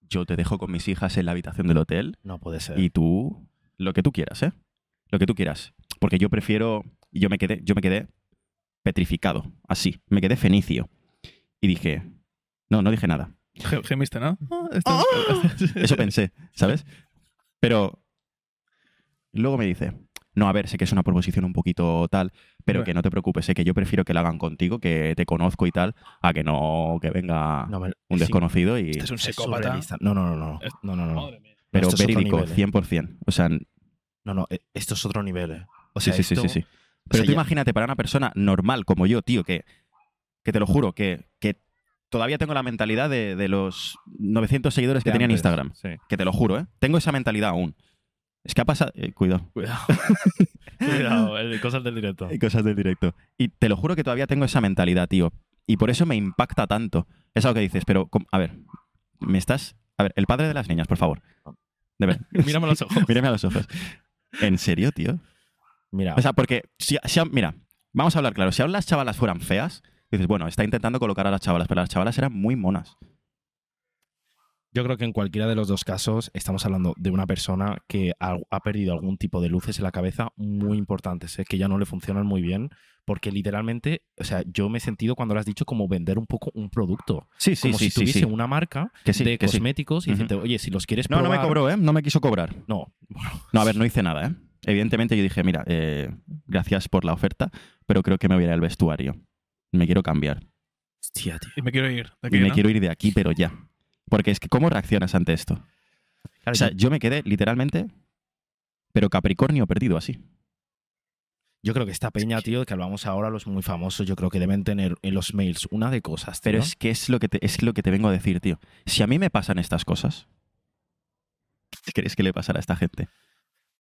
[SPEAKER 2] yo te dejo con mis hijas en la habitación del hotel
[SPEAKER 1] No puede ser.
[SPEAKER 2] y tú, lo que tú quieras, ¿eh? Lo que tú quieras. Porque yo prefiero, y yo me quedé, yo me quedé petrificado, así, me quedé fenicio. Y dije, no, no dije nada.
[SPEAKER 3] Ge- Gemiste, Ah, ¿no?
[SPEAKER 2] Eso pensé, ¿sabes? Pero luego me dice, no, a ver, sé que es una proposición un poquito tal, pero
[SPEAKER 3] Bueno.
[SPEAKER 2] que no te preocupes, sé que yo prefiero que la hagan contigo, que te conozco y tal, a que no que venga
[SPEAKER 1] No, me- sí,
[SPEAKER 2] un desconocido y...
[SPEAKER 3] Este es un
[SPEAKER 1] es
[SPEAKER 3] psicópata.
[SPEAKER 1] surrealista. No, no, no, no.
[SPEAKER 3] Es-
[SPEAKER 1] No, no, no, no.
[SPEAKER 3] Madre mía.
[SPEAKER 2] pero
[SPEAKER 1] esto es otro
[SPEAKER 2] verídico,
[SPEAKER 1] nivel, eh.
[SPEAKER 2] 100%. O sea, n-
[SPEAKER 1] No, no, eh, esto es otro nivel, eh. O
[SPEAKER 2] sí,
[SPEAKER 1] sea,
[SPEAKER 2] sí, sí,
[SPEAKER 1] esto-
[SPEAKER 2] sí, sí.
[SPEAKER 1] o
[SPEAKER 2] Pero
[SPEAKER 1] sea,
[SPEAKER 2] tú
[SPEAKER 1] ya-
[SPEAKER 2] imagínate, para una persona normal como yo, tío, que, que te lo juro, que, que todavía tengo la mentalidad de, de los 900 seguidores que
[SPEAKER 1] de
[SPEAKER 2] tenía en
[SPEAKER 1] antes.
[SPEAKER 2] Instagram.
[SPEAKER 1] Sí.
[SPEAKER 2] Que te lo juro, ¿eh? Tengo esa mentalidad aún. Es que ha pasado... eh, cuidado.
[SPEAKER 4] Cuidado. Cuidado, el- cosas del directo.
[SPEAKER 1] Eh,
[SPEAKER 2] Y cosas del directo. Y te lo juro que todavía tengo esa mentalidad, tío. Y por eso me impacta tanto. Es algo que dices, pero com- a ver, me estás. A ver, el padre de las niñas, por favor. De ver,
[SPEAKER 4] Mírame los ojos.
[SPEAKER 2] mírame a los ojos. ¿En serio, tío?
[SPEAKER 1] Mira,
[SPEAKER 2] O sea, porque si, si- mira, vamos a hablar claro. Si aún las chavalas fueran feas, dices, bueno, está intentando colocar a las chavalas, pero las chavalas eran muy monas.
[SPEAKER 1] yo creo que en cualquiera de los dos casos estamos hablando de una persona que ha, ha perdido algún tipo de luces en la cabeza muy importantes, eh, que ya no le funcionan muy bien, porque literalmente, o sea, yo me he sentido cuando lo has dicho como vender un poco un producto,
[SPEAKER 2] Sí, sí,
[SPEAKER 1] como
[SPEAKER 2] sí,
[SPEAKER 1] si
[SPEAKER 2] sí,
[SPEAKER 1] tuviese
[SPEAKER 2] sí.
[SPEAKER 1] una marca
[SPEAKER 2] Que sí,
[SPEAKER 1] de
[SPEAKER 2] que sí.
[SPEAKER 1] cosméticos y
[SPEAKER 2] Ujú.
[SPEAKER 1] decirte, oye, si los quieres
[SPEAKER 2] No, no
[SPEAKER 1] probar,
[SPEAKER 2] me cobró, ¿eh? No me quiso cobrar.
[SPEAKER 1] No,
[SPEAKER 2] No, a ver, no hice nada, ¿eh? Evidentemente yo dije, mira, eh, gracias por la oferta, pero creo que me voy a ir al vestuario. Me quiero cambiar.
[SPEAKER 1] hostia, tío.
[SPEAKER 3] Y me quiero ir. de
[SPEAKER 2] y
[SPEAKER 3] aquí,
[SPEAKER 2] me
[SPEAKER 3] ¿no?
[SPEAKER 2] quiero ir de aquí, pero ya. Porque es que, ¿cómo reaccionas ante esto?
[SPEAKER 1] Claro,
[SPEAKER 2] O sea,
[SPEAKER 1] yo-
[SPEAKER 2] yo me quedé literalmente, pero Capricornio perdido así.
[SPEAKER 1] Yo creo que esta peña, tío, que hablamos ahora, los muy famosos, yo creo que deben tener en los mails una de cosas, tío.
[SPEAKER 2] Pero es que es lo que, te, es lo que te vengo a decir, tío. Si a mí me pasan estas cosas, ¿qué crees que le pasará a esta gente?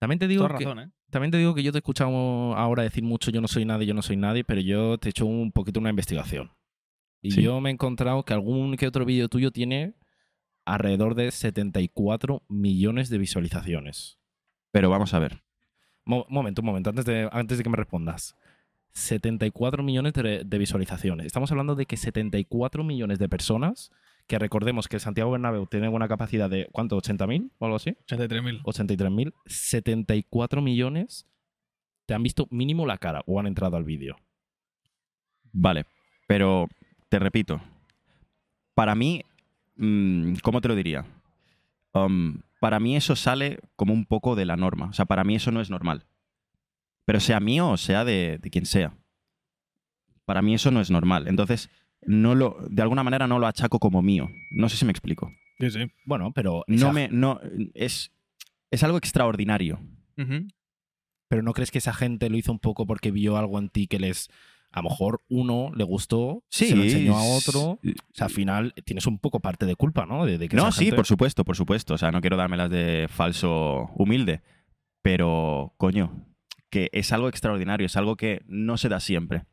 [SPEAKER 1] También te digo
[SPEAKER 3] Toda
[SPEAKER 1] que,
[SPEAKER 3] razón, ¿eh?
[SPEAKER 1] También te digo que yo te he escuchado ahora decir mucho yo no soy nadie, yo no soy nadie, pero yo te he hecho un poquito una investigación. Y
[SPEAKER 2] Sí.
[SPEAKER 1] yo me he encontrado que algún que otro vídeo tuyo tiene alrededor de 74 millones de visualizaciones.
[SPEAKER 2] Pero vamos a ver.
[SPEAKER 1] Mo- momento, un momento, antes de, antes de que me respondas. 74 millones de, de visualizaciones. Estamos hablando de que 74 millones de personas, que recordemos que el Santiago Bernabéu tiene una capacidad de, ¿cuánto? ¿80.000 o algo así?
[SPEAKER 3] 83.000.
[SPEAKER 1] 83.000, 74 millones te han visto mínimo la cara o han entrado al vídeo.
[SPEAKER 2] Vale. Pero, te repito, para mí, mm, ¿cómo te lo diría? Um, para mí eso sale como un poco de la norma. O sea, para mí eso no es normal. Pero sea mío o sea de, de quien sea. Para mí eso no es normal. Entonces, no lo, de alguna manera no lo achaco como mío. No sé si me explico.
[SPEAKER 3] Sí, sí.
[SPEAKER 1] Bueno, pero, o
[SPEAKER 2] No
[SPEAKER 1] sea,
[SPEAKER 2] me, no, es, es algo extraordinario.
[SPEAKER 3] Ujú.
[SPEAKER 1] pero ¿no crees que esa gente lo hizo un poco porque vio algo en ti que les... A lo mejor uno le gustó, se lo enseñó a otro. O sea, al final tienes un poco parte de culpa, ¿no? De, de que
[SPEAKER 2] No,
[SPEAKER 1] esa
[SPEAKER 2] sí,
[SPEAKER 1] gente-
[SPEAKER 2] por supuesto, por supuesto. O sea, no quiero dármelas de falso humilde. Pero, coño, que es algo extraordinario, es algo que no se da siempre.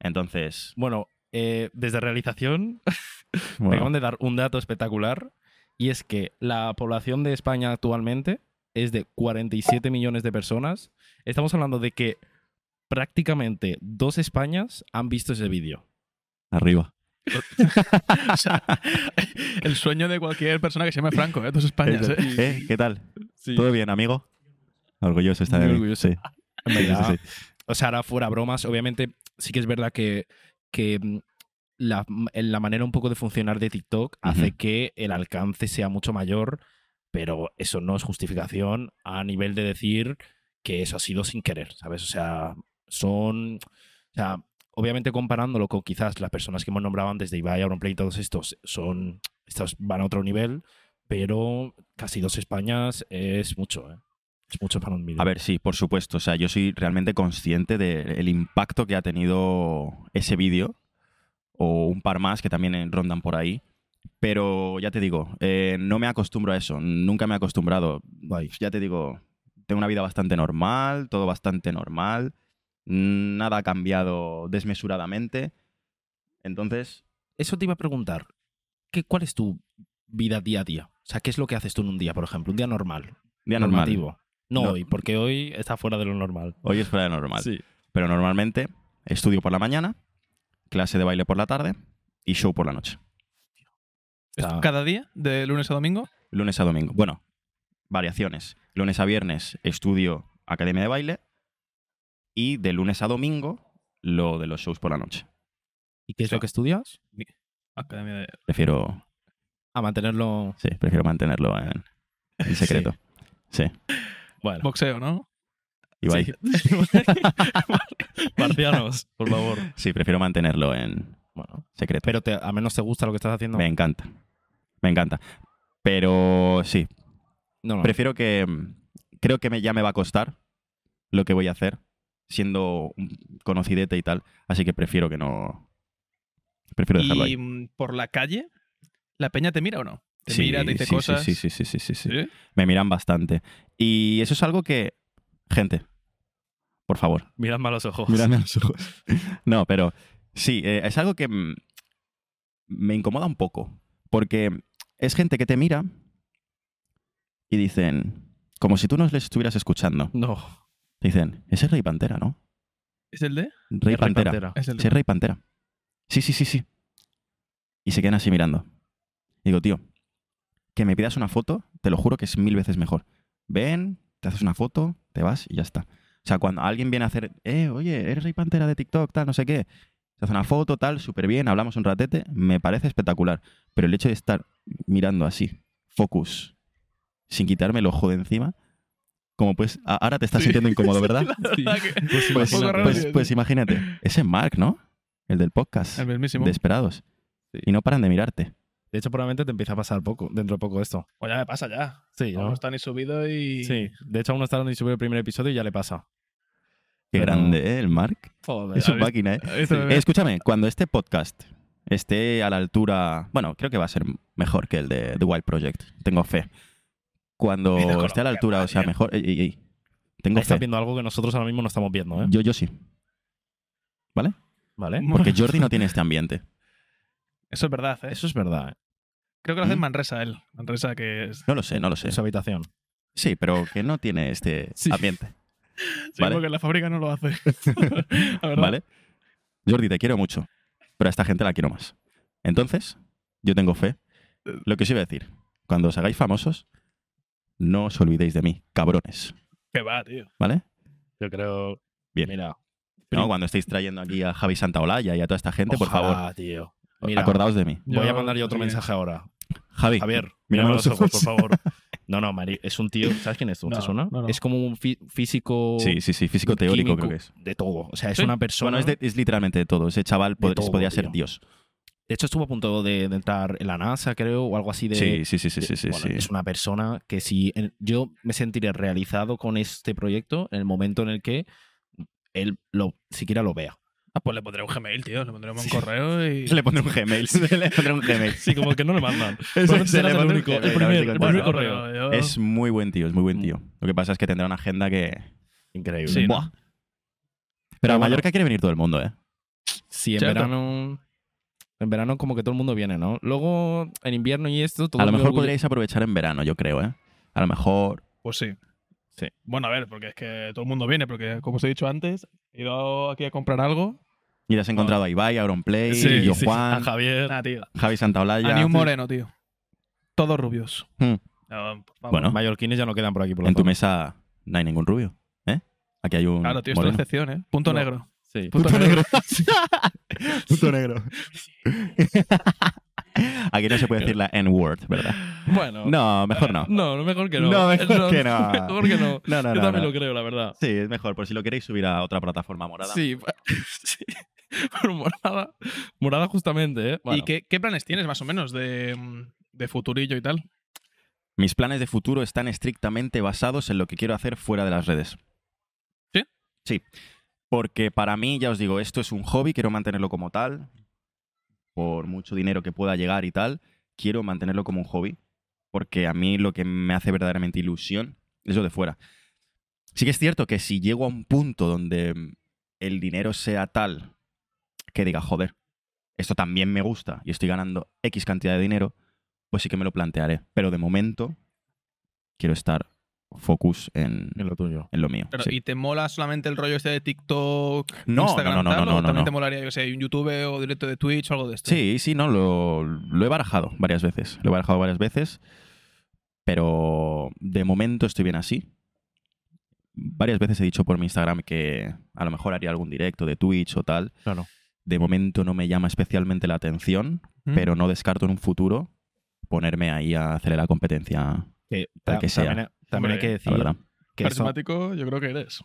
[SPEAKER 2] Entonces,
[SPEAKER 1] Bueno, eh, desde realización me
[SPEAKER 2] bueno,
[SPEAKER 1] acaban de dar un dato espectacular y es que la población de España actualmente es de 47 millones de personas. Estamos hablando de que prácticamente dos Españas han visto ese vídeo.
[SPEAKER 2] arriba.
[SPEAKER 3] O sea, el sueño de cualquier persona que se llame Franco, ¿eh? Dos Españas, ¿eh?
[SPEAKER 2] ¿Eh? ¿Qué tal?
[SPEAKER 4] Sí.
[SPEAKER 2] ¿Todo bien, amigo? Orgulloso está de
[SPEAKER 4] Muy
[SPEAKER 2] mí.
[SPEAKER 4] orgulloso.
[SPEAKER 2] Sí.
[SPEAKER 1] En
[SPEAKER 2] Sí, sí,
[SPEAKER 1] verdad,
[SPEAKER 2] sí.
[SPEAKER 1] O sea, ahora fuera bromas, obviamente sí que es verdad que, que mm, la, mm, en la manera un poco de funcionar de TikTok hace
[SPEAKER 2] Ujú.
[SPEAKER 1] que el alcance sea mucho mayor, pero eso no es justificación a nivel de decir que eso ha sido sin querer, ¿sabes? O sea, son... O sea, obviamente comparándolo con quizás las personas que hemos nombrado antes de Ibai, Auronplay y todos estos, son... Estos van a otro nivel, pero casi dos Españas es mucho, ¿eh? Es mucho para un vídeo.
[SPEAKER 2] A ver, sí, por supuesto. O sea, yo soy realmente consciente del impacto que ha tenido ese vídeo o un par más que también eh, rondan por ahí. Pero ya te digo, eh, no me acostumbro a eso. Nunca me he acostumbrado.
[SPEAKER 1] Guay.
[SPEAKER 2] Ya te digo, tengo una vida bastante normal, todo bastante normal. Nada ha cambiado desmesuradamente. Entonces,
[SPEAKER 1] eso te iba a preguntar. ¿qué, ¿Cuál es tu vida día a día? O sea, ¿qué es lo que haces tú en un día, por ejemplo? Un día normal.
[SPEAKER 2] Día normal.
[SPEAKER 1] normativo. No,
[SPEAKER 2] No.
[SPEAKER 1] hoy, porque hoy está fuera de lo normal.
[SPEAKER 2] Hoy es fuera de normal.
[SPEAKER 1] Sí.
[SPEAKER 2] Pero normalmente estudio por la mañana, clase de baile por la tarde y show por la noche.
[SPEAKER 1] Está-
[SPEAKER 3] ¿Cada día? ¿De lunes a domingo?
[SPEAKER 2] Lunes a domingo. Bueno, variaciones. Lunes a viernes estudio academia de baile y de lunes a domingo lo de los shows por la noche.
[SPEAKER 1] ¿Y qué es lo que estudias?
[SPEAKER 3] Academia de...
[SPEAKER 2] Prefiero,
[SPEAKER 1] A mantenerlo.
[SPEAKER 2] sí, prefiero mantenerlo en, en secreto. Sí.
[SPEAKER 1] Bueno,
[SPEAKER 3] Boxeo, ¿no?
[SPEAKER 2] Ibai. Sí.
[SPEAKER 4] Marcianos, por favor.
[SPEAKER 2] prefiero mantenerlo en
[SPEAKER 1] bueno.
[SPEAKER 2] secreto.
[SPEAKER 1] Pero te, a menos te gusta lo que estás haciendo.
[SPEAKER 2] Me encanta. Me encanta. Pero sí,
[SPEAKER 3] Ah.
[SPEAKER 1] No, no.
[SPEAKER 2] prefiero que. Creo que me, ya me va a costar lo que voy a hacer, siendo un conocidete y tal. Así que prefiero que no. Prefiero dejarlo
[SPEAKER 3] Y
[SPEAKER 2] ahí.
[SPEAKER 3] mm, por la calle, ¿la peña te mira o no? Te
[SPEAKER 2] Sí,
[SPEAKER 3] mira, te dice
[SPEAKER 2] sí, sí,
[SPEAKER 3] cosas.
[SPEAKER 2] Sí, sí, sí, sí, sí, sí.
[SPEAKER 3] ¿Sí?
[SPEAKER 2] Me miran bastante. Y eso es algo que. Gente, por favor,
[SPEAKER 4] Miradme a los ojos.
[SPEAKER 2] Mírame a los ojos. No, pero sí, eh, es algo que mm, me incomoda un poco. Porque es gente que te mira y dicen, como si tú no les estuvieras escuchando.
[SPEAKER 4] No.
[SPEAKER 2] Dicen, ese es Rey Pantera, ¿no?
[SPEAKER 3] ¿Es el de?
[SPEAKER 2] Rey
[SPEAKER 4] Es Rey
[SPEAKER 2] Pantera.
[SPEAKER 4] Pantera.
[SPEAKER 3] Es el de.
[SPEAKER 2] Ese es Rey Pantera. Sí, sí, sí, sí. Y se quedan así mirando. Y digo, tío, que me pidas una foto, te lo juro que es mil veces mejor. Ven, te haces una foto, te vas y ya está. O sea, cuando alguien viene a hacer, eh, oye, eres Rey Pantera de TikTok, tal, no sé qué. Se hace una foto, tal, súper bien, hablamos un ratete, me parece espectacular. Pero el hecho de estar mirando así, focus, sin quitarme el ojo de encima, como pues, a- ahora te estás sintiendo incómodo, ¿verdad?
[SPEAKER 3] Sí.
[SPEAKER 2] Pues,
[SPEAKER 3] Un
[SPEAKER 4] Pues,
[SPEAKER 3] poco
[SPEAKER 4] imagínate.
[SPEAKER 3] raro,
[SPEAKER 2] pues-
[SPEAKER 3] tío,
[SPEAKER 2] pues
[SPEAKER 3] sí.
[SPEAKER 2] imagínate, ese Mark, ¿no? El del podcast.
[SPEAKER 3] El mismísimo.
[SPEAKER 2] Desesperados. Y no paran de mirarte.
[SPEAKER 1] De hecho, probablemente te empieza a pasar poco, dentro de poco esto.
[SPEAKER 3] Pues ya me pasa ya.
[SPEAKER 1] Sí,
[SPEAKER 3] No,
[SPEAKER 1] ¿no?
[SPEAKER 3] está ni subido y...
[SPEAKER 1] Sí. De hecho, aún no está dando ni subir el primer episodio y ya le pasa.
[SPEAKER 2] Qué
[SPEAKER 1] Pero- Pues,
[SPEAKER 2] grande, ¿eh? El Mark.
[SPEAKER 1] Joder.
[SPEAKER 2] Es un máquina, ¿eh?
[SPEAKER 3] Ah, Esto me-
[SPEAKER 2] Eh, Escúchame, cuando este podcast esté a la altura. Bueno, creo que va a ser mejor que el de The Wild Project. Tengo fe. Cuando
[SPEAKER 3] Mira,
[SPEAKER 2] esté a la
[SPEAKER 3] Colombia,
[SPEAKER 2] altura, o sea,
[SPEAKER 1] ¿eh?
[SPEAKER 3] María.
[SPEAKER 2] mejor. ey, ey, ey. Tengo
[SPEAKER 1] Estás
[SPEAKER 2] fe.
[SPEAKER 1] viendo algo que nosotros ahora mismo no estamos viendo, ¿eh?
[SPEAKER 2] Yo, yo sí. ¿Vale?
[SPEAKER 1] ¿Vale?
[SPEAKER 2] ¿eh? Porque Jordi no tiene este ambiente.
[SPEAKER 3] Eso es verdad, ¿eh?
[SPEAKER 1] Eso es verdad. ¿eh?
[SPEAKER 3] Creo que lo hace
[SPEAKER 2] ¿Mm?
[SPEAKER 3] Manresa él. Manresa que es...
[SPEAKER 2] No lo sé, no lo sé.
[SPEAKER 1] En su habitación.
[SPEAKER 2] Sí, pero que no tiene este
[SPEAKER 1] Sí.
[SPEAKER 2] ambiente.
[SPEAKER 3] Sí,
[SPEAKER 2] Vale.
[SPEAKER 3] porque en la fábrica no lo hace. La verdad.
[SPEAKER 2] ¿Vale? Jordi, te quiero mucho, pero a esta gente la quiero más. Entonces, yo tengo fe. Lo que os iba a decir, cuando os hagáis famosos, no os olvidéis de mí, cabrones,
[SPEAKER 3] Que va, tío.
[SPEAKER 2] ¿vale?
[SPEAKER 4] Yo creo.
[SPEAKER 2] Bien.
[SPEAKER 4] Mira.
[SPEAKER 2] No, cuando estéis trayendo aquí a Javi Santaolalla y a toda esta gente, por
[SPEAKER 1] Ojalá,
[SPEAKER 2] favor,
[SPEAKER 1] tío. Mira,
[SPEAKER 2] acordaos de mí.
[SPEAKER 1] voy
[SPEAKER 3] Yo-
[SPEAKER 1] a mandar yo otro
[SPEAKER 3] sí.
[SPEAKER 1] mensaje ahora.
[SPEAKER 2] Javi,
[SPEAKER 1] Javier, mírame
[SPEAKER 2] mírame a
[SPEAKER 1] a
[SPEAKER 2] los
[SPEAKER 1] los ojos, por favor. No, no, Mari, es un tío, ¿sabes quién es tú?
[SPEAKER 3] No,
[SPEAKER 1] ¿Te suena?
[SPEAKER 3] no, no.
[SPEAKER 1] Es como un fí- físico
[SPEAKER 2] sí, sí, sí, físico teórico
[SPEAKER 1] químico,
[SPEAKER 2] creo que es.
[SPEAKER 1] de todo. O sea, es
[SPEAKER 3] Sí.
[SPEAKER 1] una persona...
[SPEAKER 2] Bueno, es,
[SPEAKER 1] de...
[SPEAKER 2] de- es literalmente de todo. Ese chaval pod-
[SPEAKER 1] todo,
[SPEAKER 2] podría ser
[SPEAKER 1] tío.
[SPEAKER 2] Dios.
[SPEAKER 1] hecho, estuvo a punto de, de entrar en la NASA, creo, o algo así de...
[SPEAKER 2] Sí, sí, sí, sí,
[SPEAKER 1] de-
[SPEAKER 2] sí, sí,
[SPEAKER 1] bueno,
[SPEAKER 2] sí.
[SPEAKER 1] Es una persona que si en- yo me sentiré realizado con este proyecto en el momento en el que él lo siquiera lo vea.
[SPEAKER 3] Ah, pues le pondré un Gmail, tío. Le pondré un correo y...
[SPEAKER 2] Le pondré un Gmail. le pondré un Gmail.
[SPEAKER 4] Sí, como que no le mandan.
[SPEAKER 3] Pues
[SPEAKER 2] Ese-
[SPEAKER 4] serás
[SPEAKER 2] le pondré
[SPEAKER 4] el
[SPEAKER 2] un
[SPEAKER 4] único,
[SPEAKER 2] Gmail, a ver
[SPEAKER 4] el
[SPEAKER 2] si
[SPEAKER 4] primer- el
[SPEAKER 2] contesta.
[SPEAKER 4] primer
[SPEAKER 3] Bueno,
[SPEAKER 4] correo.
[SPEAKER 3] pero yo-
[SPEAKER 2] Es muy buen tío, es muy buen tío. Lo que pasa es que tendrá una agenda que.
[SPEAKER 1] Increíble.
[SPEAKER 3] Sí, ¿no?
[SPEAKER 2] Buah. Pero,
[SPEAKER 1] Pero
[SPEAKER 2] a
[SPEAKER 1] bueno.
[SPEAKER 2] Mallorca quiere venir todo el mundo, ¿eh?
[SPEAKER 1] Sí, en
[SPEAKER 3] Cierto.
[SPEAKER 1] verano... En verano como que todo el mundo viene, ¿no? Luego, en invierno y esto... Todo
[SPEAKER 2] A lo
[SPEAKER 1] muy
[SPEAKER 2] mejor
[SPEAKER 1] orgullo-
[SPEAKER 2] podríais aprovechar en verano, yo creo, ¿eh? A lo mejor.
[SPEAKER 3] Pues sí.
[SPEAKER 1] Sí.
[SPEAKER 3] Bueno, a ver, porque es que todo el mundo viene, porque como os he dicho antes, he ido aquí a comprar algo.
[SPEAKER 2] Y te has encontrado a Ibai, a Auronplay,
[SPEAKER 3] Sí,
[SPEAKER 2] yo
[SPEAKER 4] Sí,
[SPEAKER 2] Juan,
[SPEAKER 4] A Javier.
[SPEAKER 3] Nada, tío.
[SPEAKER 2] Javi Santaolalla.
[SPEAKER 3] A ni un moreno, tío. Todos rubios.
[SPEAKER 2] Hmm.
[SPEAKER 3] No, por favor.
[SPEAKER 2] Bueno,
[SPEAKER 1] Mallorquines ya no quedan por aquí por la
[SPEAKER 2] en tu
[SPEAKER 1] zona.
[SPEAKER 2] mesa no hay ningún rubio, ¿eh? Aquí hay un.
[SPEAKER 4] Ah,
[SPEAKER 3] Claro, tío, esto es
[SPEAKER 2] moreno.
[SPEAKER 3] excepción, ¿eh? Punto
[SPEAKER 1] No.
[SPEAKER 3] negro.
[SPEAKER 1] Sí.
[SPEAKER 3] Punto, negro.
[SPEAKER 2] Puto negro. Aquí no se puede decir la N-word, ¿verdad?
[SPEAKER 4] Bueno.
[SPEAKER 2] No, mejor no.
[SPEAKER 4] No, no, mejor que no.
[SPEAKER 2] No, mejor que no.
[SPEAKER 4] Mejor que no.
[SPEAKER 2] No, no,
[SPEAKER 4] Yo
[SPEAKER 2] no.
[SPEAKER 4] también
[SPEAKER 2] no.
[SPEAKER 4] lo creo, la verdad.
[SPEAKER 2] Sí, es mejor, por si lo queréis subir a otra plataforma morada.
[SPEAKER 4] Sí, sí. Pero morada. Morada justamente, ¿eh?
[SPEAKER 3] ¿Y qué, qué planes tienes más o menos de, mm, de futurillo y tal?
[SPEAKER 2] Mis planes de futuro están estrictamente basados en lo que quiero hacer fuera de las redes.
[SPEAKER 3] ¿Sí?
[SPEAKER 2] Sí. Porque para mí, ya os digo, esto es un hobby, quiero mantenerlo como tal. Por mucho dinero que pueda llegar y tal, quiero mantenerlo como un hobby. Porque a mí lo que me hace verdaderamente ilusión es lo de fuera. Sí que es cierto que si llego a un punto donde el dinero sea tal que diga, joder, esto también me gusta y estoy ganando X cantidad de dinero, pues sí que me lo plantearé. Pero de momento quiero estar focus en,
[SPEAKER 4] en lo tuyo.
[SPEAKER 2] en lo mío.
[SPEAKER 3] Pero,
[SPEAKER 2] sí.
[SPEAKER 3] ¿Y te mola solamente el rollo este de TikTok,
[SPEAKER 2] No,
[SPEAKER 3] Instagram,
[SPEAKER 2] no, no, no,
[SPEAKER 3] tal,
[SPEAKER 2] no,
[SPEAKER 3] o
[SPEAKER 2] no,
[SPEAKER 3] también
[SPEAKER 2] no.
[SPEAKER 3] te molaría, yo qué sé, un YouTube o directo de Twitch o algo de esto?
[SPEAKER 2] Sí, sí, no, lo, lo he barajado varias veces. Lo he barajado varias veces. Pero de momento estoy bien así. Varias veces he dicho por mi Instagram que a lo mejor haría algún directo de Twitch o tal.
[SPEAKER 4] Claro.
[SPEAKER 2] De momento no me llama especialmente la atención,
[SPEAKER 3] ¿Mm?
[SPEAKER 2] pero no descarto en un futuro ponerme ahí a hacerle la competencia.
[SPEAKER 1] Que
[SPEAKER 2] Para
[SPEAKER 1] ta-
[SPEAKER 2] que sea.
[SPEAKER 1] también, también hay que
[SPEAKER 2] La
[SPEAKER 1] decir
[SPEAKER 2] verdad.
[SPEAKER 1] que eso-
[SPEAKER 3] Carismático, yo creo que eres.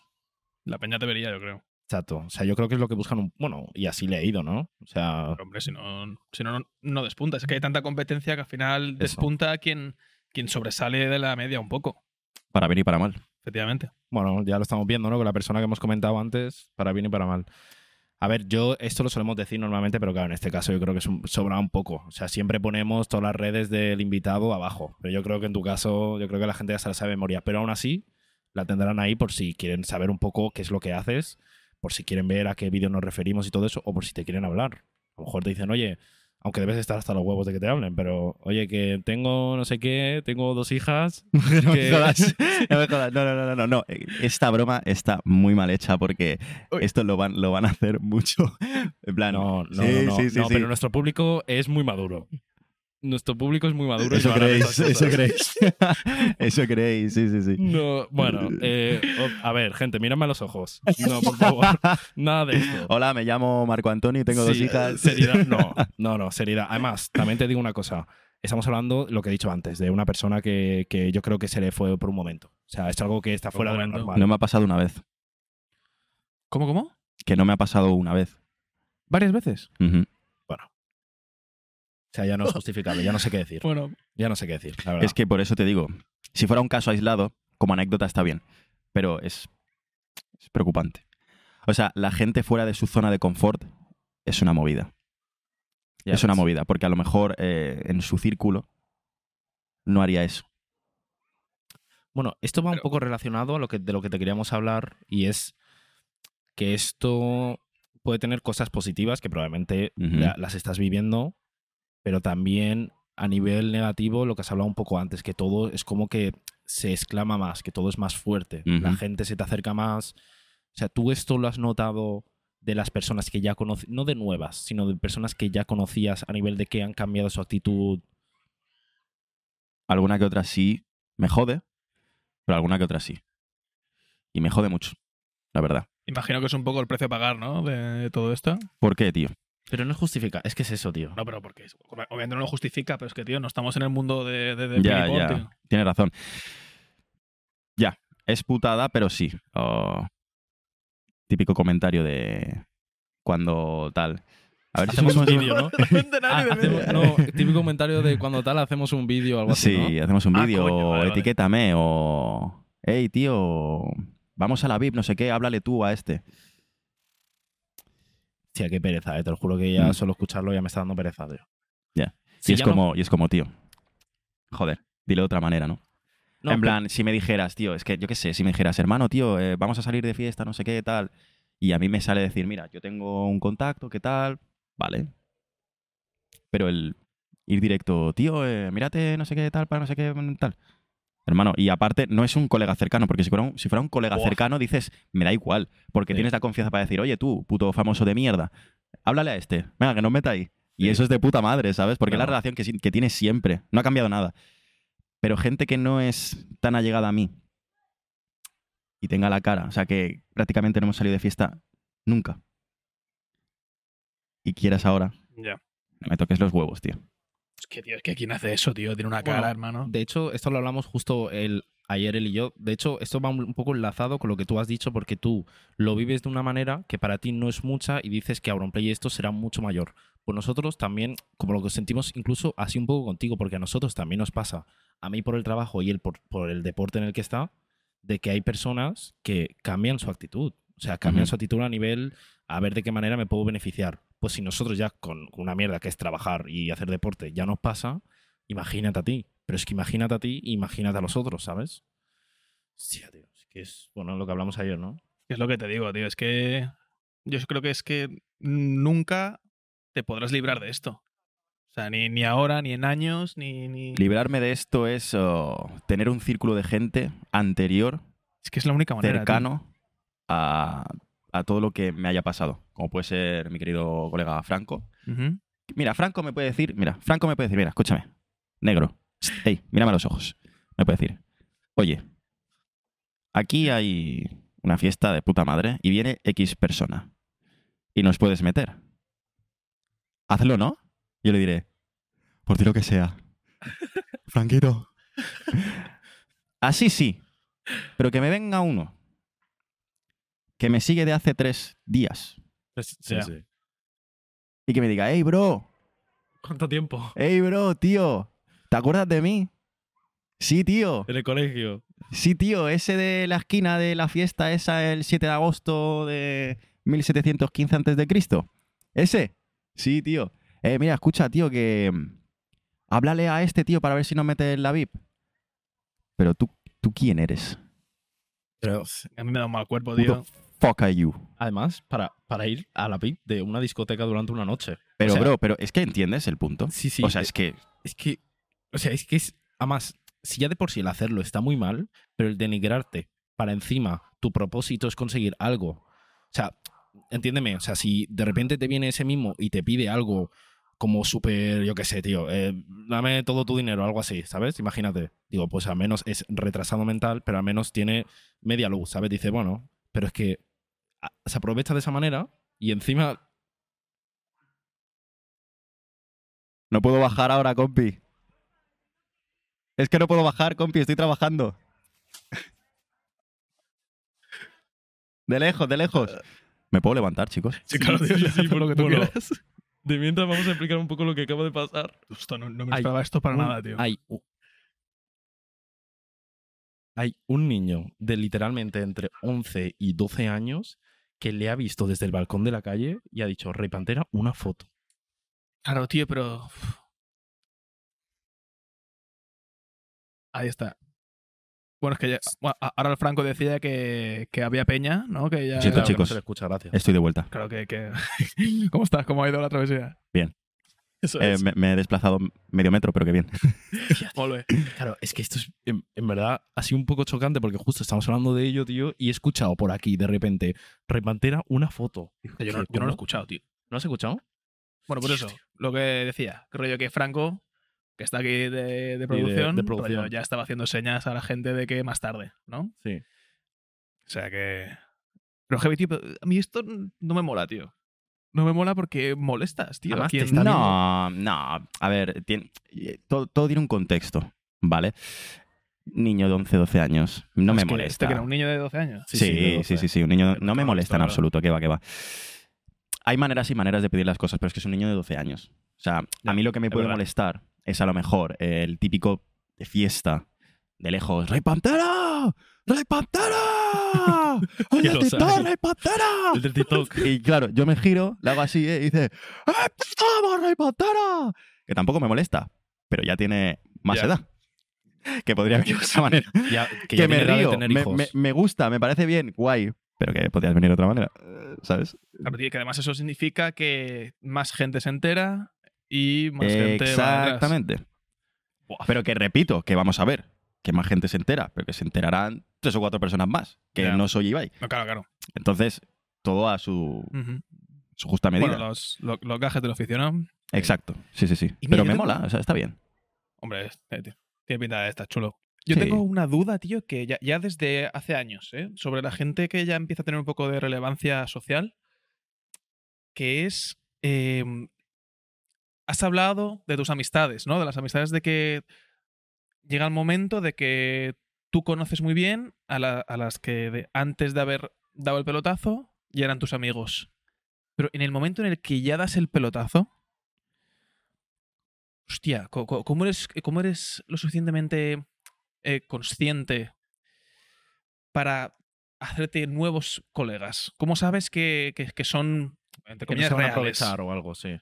[SPEAKER 3] La peña te vería, yo creo.
[SPEAKER 1] Exacto. O sea, yo creo que es lo que buscan un. Bueno, y así leído, ¿no? O sea.
[SPEAKER 3] Pero, hombre, si no, si no, no, no despunta. Es que hay tanta competencia que al final despunta quien, quien sobresale de la media un poco,
[SPEAKER 2] Para bien y para mal.
[SPEAKER 3] efectivamente.
[SPEAKER 1] Bueno, ya lo estamos viendo, ¿no? Con la persona que hemos comentado antes, para bien y para mal. A ver, yo esto lo solemos decir normalmente, pero claro, en este caso yo creo que es un- sobra un poco. O sea, siempre ponemos todas las redes del invitado abajo. Pero yo creo que en tu caso, yo creo que la gente ya se la sabe de memoria. Pero aún así, la tendrán ahí por si quieren saber un poco qué es lo que haces, por si quieren ver a qué vídeo nos referimos y todo eso, o por si te quieren hablar. A lo mejor te dicen, oye, aunque debes estar hasta los huevos de que te hablen, pero oye, que tengo no sé qué, tengo dos hijas.
[SPEAKER 2] No me
[SPEAKER 1] que-
[SPEAKER 2] jodas. No, me jodas. no, no, no, no, no, no. Esta broma está muy mal hecha porque
[SPEAKER 3] Uy.
[SPEAKER 2] esto lo van, lo van a hacer mucho. En plan,
[SPEAKER 1] Ah, No, no,
[SPEAKER 2] sí,
[SPEAKER 1] no, no,
[SPEAKER 2] sí, sí,
[SPEAKER 1] no,
[SPEAKER 2] sí.
[SPEAKER 1] pero nuestro público es muy maduro.
[SPEAKER 4] Nuestro público es muy maduro. y
[SPEAKER 2] Eso
[SPEAKER 4] van a ver
[SPEAKER 2] creéis,
[SPEAKER 4] esas
[SPEAKER 2] eso
[SPEAKER 4] cosas.
[SPEAKER 2] creéis. eso creéis, sí, sí, sí.
[SPEAKER 4] No, bueno, eh, o- a ver, gente, mírame a los ojos. No, por favor. Nada de esto.
[SPEAKER 2] Hola, me llamo Marco Antonio y Oh, tengo dos
[SPEAKER 4] Sí,
[SPEAKER 2] hijas.
[SPEAKER 1] Seriedad, no, no, no, seriedad. Además, también te digo una cosa. Estamos hablando, lo que he dicho antes, de una persona que, que yo creo que se le fue por un momento. O sea, es algo que está
[SPEAKER 3] Por
[SPEAKER 1] fuera
[SPEAKER 3] un
[SPEAKER 1] de lo
[SPEAKER 3] momento.
[SPEAKER 1] normal.
[SPEAKER 2] No me ha pasado una vez.
[SPEAKER 3] ¿Cómo, cómo?
[SPEAKER 2] Que no me ha pasado una vez.
[SPEAKER 3] ¿Varias veces?
[SPEAKER 2] Ujú.
[SPEAKER 1] O sea, ya no es justificable, ya no sé qué decir.
[SPEAKER 3] Bueno,
[SPEAKER 1] Ya no sé qué decir, la verdad.
[SPEAKER 2] Es que por eso te digo, si fuera un caso aislado, como anécdota está bien, pero es, es preocupante. O sea, la gente fuera de su zona de confort es una movida.
[SPEAKER 1] Ya
[SPEAKER 2] es una
[SPEAKER 1] ves.
[SPEAKER 2] movida, porque a lo mejor eh, en su círculo no haría eso.
[SPEAKER 1] Bueno, esto va un
[SPEAKER 3] Pero-
[SPEAKER 1] poco relacionado a lo que, de lo que te queríamos hablar y es que esto puede tener cosas positivas que probablemente
[SPEAKER 2] Ujú.
[SPEAKER 1] la- las estás viviendo, pero también a nivel negativo lo que has hablado un poco antes, que todo es como que se exclama más, que todo es más fuerte,
[SPEAKER 2] Ujú.
[SPEAKER 1] la gente se te acerca más. O sea, tú esto lo has notado de las personas que ya conoces, no de nuevas, sino de personas que ya conocías a nivel de que han cambiado su actitud.
[SPEAKER 2] Alguna que otra sí me jode, pero alguna que otra sí. Y me jode mucho, la verdad.
[SPEAKER 3] imagino que es un poco el precio a pagar, ¿no? De, todo esto.
[SPEAKER 2] ¿Por qué, tío?
[SPEAKER 1] Pero no es justifica, es que es eso, tío.
[SPEAKER 3] No, pero porque es- obviamente no lo justifica, pero es que, tío, no estamos en el mundo de, de, de
[SPEAKER 2] ya,
[SPEAKER 3] Playboy,
[SPEAKER 2] ya.
[SPEAKER 3] tío.
[SPEAKER 2] Tienes razón. Ya, es putada, pero sí. Oh, típico comentario de cuando tal. A ver si
[SPEAKER 4] Hacemos
[SPEAKER 2] somos-
[SPEAKER 4] un vídeo, ¿no?
[SPEAKER 3] Absolutamente
[SPEAKER 4] Ah,
[SPEAKER 3] nadie de
[SPEAKER 4] hacemos-
[SPEAKER 3] media.
[SPEAKER 4] no, típico comentario de cuando tal hacemos un vídeo o algo así.
[SPEAKER 2] Sí,
[SPEAKER 4] ¿no?
[SPEAKER 2] hacemos un
[SPEAKER 3] Ah,
[SPEAKER 2] vídeo,
[SPEAKER 3] coño,
[SPEAKER 2] o
[SPEAKER 3] vale, vale.
[SPEAKER 2] etiquétame, o. Hey, tío, vamos a la VIP, no sé qué, háblale tú a este.
[SPEAKER 1] Hostia, qué pereza, eh, te lo juro que ya
[SPEAKER 2] Mm.
[SPEAKER 1] solo escucharlo ya me está dando pereza, tío.
[SPEAKER 2] Ya.
[SPEAKER 1] Sí,
[SPEAKER 2] y, es
[SPEAKER 1] ya no-
[SPEAKER 2] como, y es como, tío. Joder, dile de otra manera, ¿no?
[SPEAKER 1] no,
[SPEAKER 2] en plan, si me dijeras, tío, es que yo qué sé, si me dijeras, hermano, tío, eh, vamos a salir de fiesta, no sé qué, tal. Y a mí me sale decir, mira, yo tengo un contacto, ¿qué tal? Vale. Pero el ir directo, tío, eh, mírate, no sé qué, tal, para no sé qué, mm, tal. Hermano, y aparte, no es un colega cercano, porque si fuera un, si fuera un colega
[SPEAKER 3] Buah.
[SPEAKER 2] cercano, dices, me da igual, porque
[SPEAKER 1] Sí.
[SPEAKER 2] tienes la confianza para decir, oye, tú, puto famoso de mierda, háblale a este, venga, que nos meta ahí. Y
[SPEAKER 1] Sí.
[SPEAKER 2] eso es de puta madre, ¿sabes? Porque es la
[SPEAKER 1] Claro.
[SPEAKER 2] relación que, si- que tienes siempre, no ha cambiado nada. Pero gente que no es tan allegada a mí y tenga la cara, o sea, que prácticamente no hemos salido de fiesta nunca. Y quieras ahora,
[SPEAKER 3] Ya.
[SPEAKER 2] no me toques los huevos, tío.
[SPEAKER 1] Mm.
[SPEAKER 3] Es que, tío, es que quien hace eso, tío, tiene una cara,
[SPEAKER 1] Bueno,
[SPEAKER 3] hermano.
[SPEAKER 1] De hecho, esto lo hablamos justo el, ayer él y yo. De hecho, esto va un un poco enlazado con lo que tú has dicho, porque tú lo vives de una manera que para ti no es mucha y dices que Auronplay esto será mucho mayor. Pues nosotros también, como lo que sentimos incluso así un poco contigo, porque a nosotros también nos pasa, a mí por el trabajo y él por, por el deporte en el que está, de que hay personas que cambian su actitud. O sea, cambian
[SPEAKER 2] Ujú.
[SPEAKER 1] su actitud a nivel a ver de qué manera me puedo beneficiar. Pues si nosotros ya con con una mierda que es trabajar y hacer deporte ya nos pasa, imagínate a ti. Pero es que imagínate a ti, imagínate a los otros, ¿sabes? Sí, tío. Es que es, bueno, lo que hablamos ayer, ¿no?
[SPEAKER 3] Es lo que te digo, tío. Es que yo creo que es que nunca te podrás librar de esto. O sea, ni, ni ahora, ni en años, ni... ni-
[SPEAKER 2] Librarme de esto es oh, tener un círculo de gente anterior,
[SPEAKER 3] Es que es la única manera. tío.
[SPEAKER 2] cercano a, a todo lo que me haya pasado, como puede ser mi querido colega Franco.
[SPEAKER 3] Ujú.
[SPEAKER 2] Mira, Franco me puede decir, mira, Franco me puede decir, mira, escúchame, negro, psst, hey, mírame a los ojos. Me puede decir, oye, aquí hay una fiesta de puta madre y viene X persona y nos puedes meter. Hazlo, ¿no? Yo le diré, por ti lo que sea. Franquito. Así sí, pero que me venga uno que me sigue de hace tres días
[SPEAKER 1] Sí,
[SPEAKER 3] Ya.
[SPEAKER 1] sí.
[SPEAKER 2] y que me diga, hey, bro,
[SPEAKER 1] ¿Cuánto tiempo?
[SPEAKER 2] Ey, bro, tío, ¿te acuerdas de mí? Sí, tío.
[SPEAKER 1] En el colegio.
[SPEAKER 2] Sí, tío, ese de la esquina de la fiesta esa el 7 de agosto de 1715 antes de Cristo. ¿Ese? Sí, tío. Eh, mira, escucha, tío, que mm, háblale a este tío para ver si nos mete en la VIP. Pero tú tú quién eres?
[SPEAKER 1] Pero
[SPEAKER 3] A mí me da un mal cuerpo,
[SPEAKER 2] Who
[SPEAKER 3] tío.
[SPEAKER 2] the fuck are you?
[SPEAKER 1] además, para, para ir a la VIP de una discoteca durante una noche. O
[SPEAKER 2] Pero
[SPEAKER 1] sea-
[SPEAKER 2] bro, pero es que entiendes el punto.
[SPEAKER 1] Sí, sí. eh,
[SPEAKER 2] o sea, es que
[SPEAKER 1] Es que, o sea, es que es, además, si ya de por sí el hacerlo está muy mal, pero el denigrarte para encima, tu propósito es conseguir algo. O sea, entiéndeme, o sea, si de repente te viene ese mismo y te pide algo como súper, yo qué sé, tío, eh, dame todo tu dinero, algo así, ¿sabes? Imagínate. Digo, pues al menos es retrasado mental, pero al menos tiene media luz, ¿sabes? Dice, bueno, pero es que a- se aprovecha de esa manera y encima
[SPEAKER 2] No puedo bajar ahora, compi. Es que no puedo bajar, compi, estoy trabajando. De lejos, de lejos. Me puedo levantar, chicos.
[SPEAKER 3] Sí, claro, tío,
[SPEAKER 1] sí,
[SPEAKER 3] ya,
[SPEAKER 1] sí,
[SPEAKER 3] por lo que tú
[SPEAKER 1] bueno.
[SPEAKER 3] quieras.
[SPEAKER 1] de mientras vamos a explicar un poco lo que acaba de pasar.
[SPEAKER 3] Hostia, no, no me
[SPEAKER 1] Ay,
[SPEAKER 3] esperaba esto para
[SPEAKER 1] un-
[SPEAKER 3] nada, tío.
[SPEAKER 1] Hay, u- hay un niño de literalmente entre 11 y 12 años que le ha visto desde el balcón de la calle y ha dicho, Rey Pantera, una foto.
[SPEAKER 3] Claro, tío, pero. Ahí está. Bueno, es que ya- bueno, a- ahora el Franco decía que, que había peña, ¿no? Ah, Que ya.
[SPEAKER 2] Sí,
[SPEAKER 1] Claro,
[SPEAKER 2] Siento,
[SPEAKER 1] que
[SPEAKER 2] chicos.
[SPEAKER 1] No se le escucha, gracias.
[SPEAKER 2] Estoy de vuelta.
[SPEAKER 3] Claro que. que- ¿Cómo estás? ¿Cómo ha ido la travesía?
[SPEAKER 2] Bien.
[SPEAKER 3] Eso
[SPEAKER 2] Eh,
[SPEAKER 3] es.
[SPEAKER 2] me, me he desplazado medio metro, pero qué bien.
[SPEAKER 3] Volve.
[SPEAKER 1] Claro, es que esto es, en, en verdad ha sido un poco chocante porque justo estamos hablando de ello, tío, y he escuchado por aquí de repente, Rey Pantera, una foto.
[SPEAKER 3] Yo, no, yo no lo he escuchado, tío.
[SPEAKER 1] ¿No has escuchado?
[SPEAKER 3] Bueno, por eso, lo que decía, creo yo que Franco, que está aquí de, de producción,
[SPEAKER 1] de producción.
[SPEAKER 3] rollo, ya estaba haciendo señas a la gente de que más tarde, ¿no?
[SPEAKER 1] Sí.
[SPEAKER 3] O sea que. Pero heavy, tío, pero a mí esto no me mola, tío. No me mola porque molestas, tío.
[SPEAKER 1] Además,
[SPEAKER 3] aquí
[SPEAKER 1] te
[SPEAKER 3] en-
[SPEAKER 1] está
[SPEAKER 2] No, no. A ver, tien- eh, todo, todo tiene un contexto, ¿vale? Niño de 11, 12 años. No me
[SPEAKER 3] Es que
[SPEAKER 2] molesta.
[SPEAKER 3] este que era un niño de 12 años.
[SPEAKER 2] Sí,
[SPEAKER 1] Sí, sí,
[SPEAKER 2] sí,
[SPEAKER 1] de
[SPEAKER 2] sí,
[SPEAKER 1] 12.
[SPEAKER 2] sí, sí, Un niño no me
[SPEAKER 3] Claro,
[SPEAKER 2] molesta en
[SPEAKER 3] claro.
[SPEAKER 2] absoluto, que va, que va. Hay maneras y maneras de pedir las cosas, pero es que es un niño de 12 años. O sea, a mí lo que me
[SPEAKER 1] es
[SPEAKER 2] puede
[SPEAKER 1] verdad.
[SPEAKER 2] molestar es a lo mejor el típico de fiesta de lejos. ¡Rey Pantera! ¡Rey Pantera! ¡Oye,
[SPEAKER 1] lo
[SPEAKER 2] Titán,
[SPEAKER 1] sabe.
[SPEAKER 2] Rey Pantera!
[SPEAKER 1] El del TikTok.
[SPEAKER 2] Y claro, yo me giro, le hago así, ¿eh? y dice, ¡Eh, ¡Estamos, Rey Pantera! Que tampoco me molesta, pero ya tiene más
[SPEAKER 3] Ya.
[SPEAKER 2] edad. Que podría venir de esa manera
[SPEAKER 1] Ya- que
[SPEAKER 2] que,
[SPEAKER 1] ya
[SPEAKER 2] me
[SPEAKER 1] tiene edad de
[SPEAKER 2] río,
[SPEAKER 1] tener
[SPEAKER 2] me,
[SPEAKER 1] hijos.
[SPEAKER 2] me- me gusta, me parece bien, guay, pero que podías venir de otra manera, eh, ¿sabes?
[SPEAKER 3] Claro, tío, que además eso significa que más gente se entera y más gente. va detrás.
[SPEAKER 2] Exactamente.
[SPEAKER 3] Buah.
[SPEAKER 2] Pero que repito, que vamos a ver, que más gente se entera, pero que se enterarán tres o cuatro personas más, que
[SPEAKER 3] Ya.
[SPEAKER 2] no soy Ibai.
[SPEAKER 3] No, claro, claro.
[SPEAKER 2] Entonces, todo a su,
[SPEAKER 3] Ujú.
[SPEAKER 2] su justa medida.
[SPEAKER 3] Bueno, los, lo- los gajes del aficionado.
[SPEAKER 2] Exacto, sí, sí, sí.
[SPEAKER 3] Y
[SPEAKER 2] pero
[SPEAKER 3] mira, yo
[SPEAKER 2] me
[SPEAKER 3] tengo-
[SPEAKER 2] mola, o sea, está bien.
[SPEAKER 3] Hombre, eh, tío, tiene pinta de estar chulo. Yo
[SPEAKER 2] Sí.
[SPEAKER 3] tengo una duda, tío, que ya, ya desde hace años, ¿eh? sobre la gente que ya empieza a tener un poco de relevancia social, que es... eh, has hablado de tus amistades, ¿no? De las amistades de que llega el momento de que tú conoces muy bien a, la- a las que de- antes de haber dado el pelotazo ya eran tus amigos. Pero en el momento en el que ya das el pelotazo, Hostia, co- co- ¿cómo eres, cómo eres lo suficientemente eh, consciente para hacerte nuevos colegas? ¿Cómo sabes que, que- que son, entre
[SPEAKER 1] Que no
[SPEAKER 3] comillas,
[SPEAKER 1] se van a
[SPEAKER 3] reales?
[SPEAKER 1] aprovechar o algo, sí.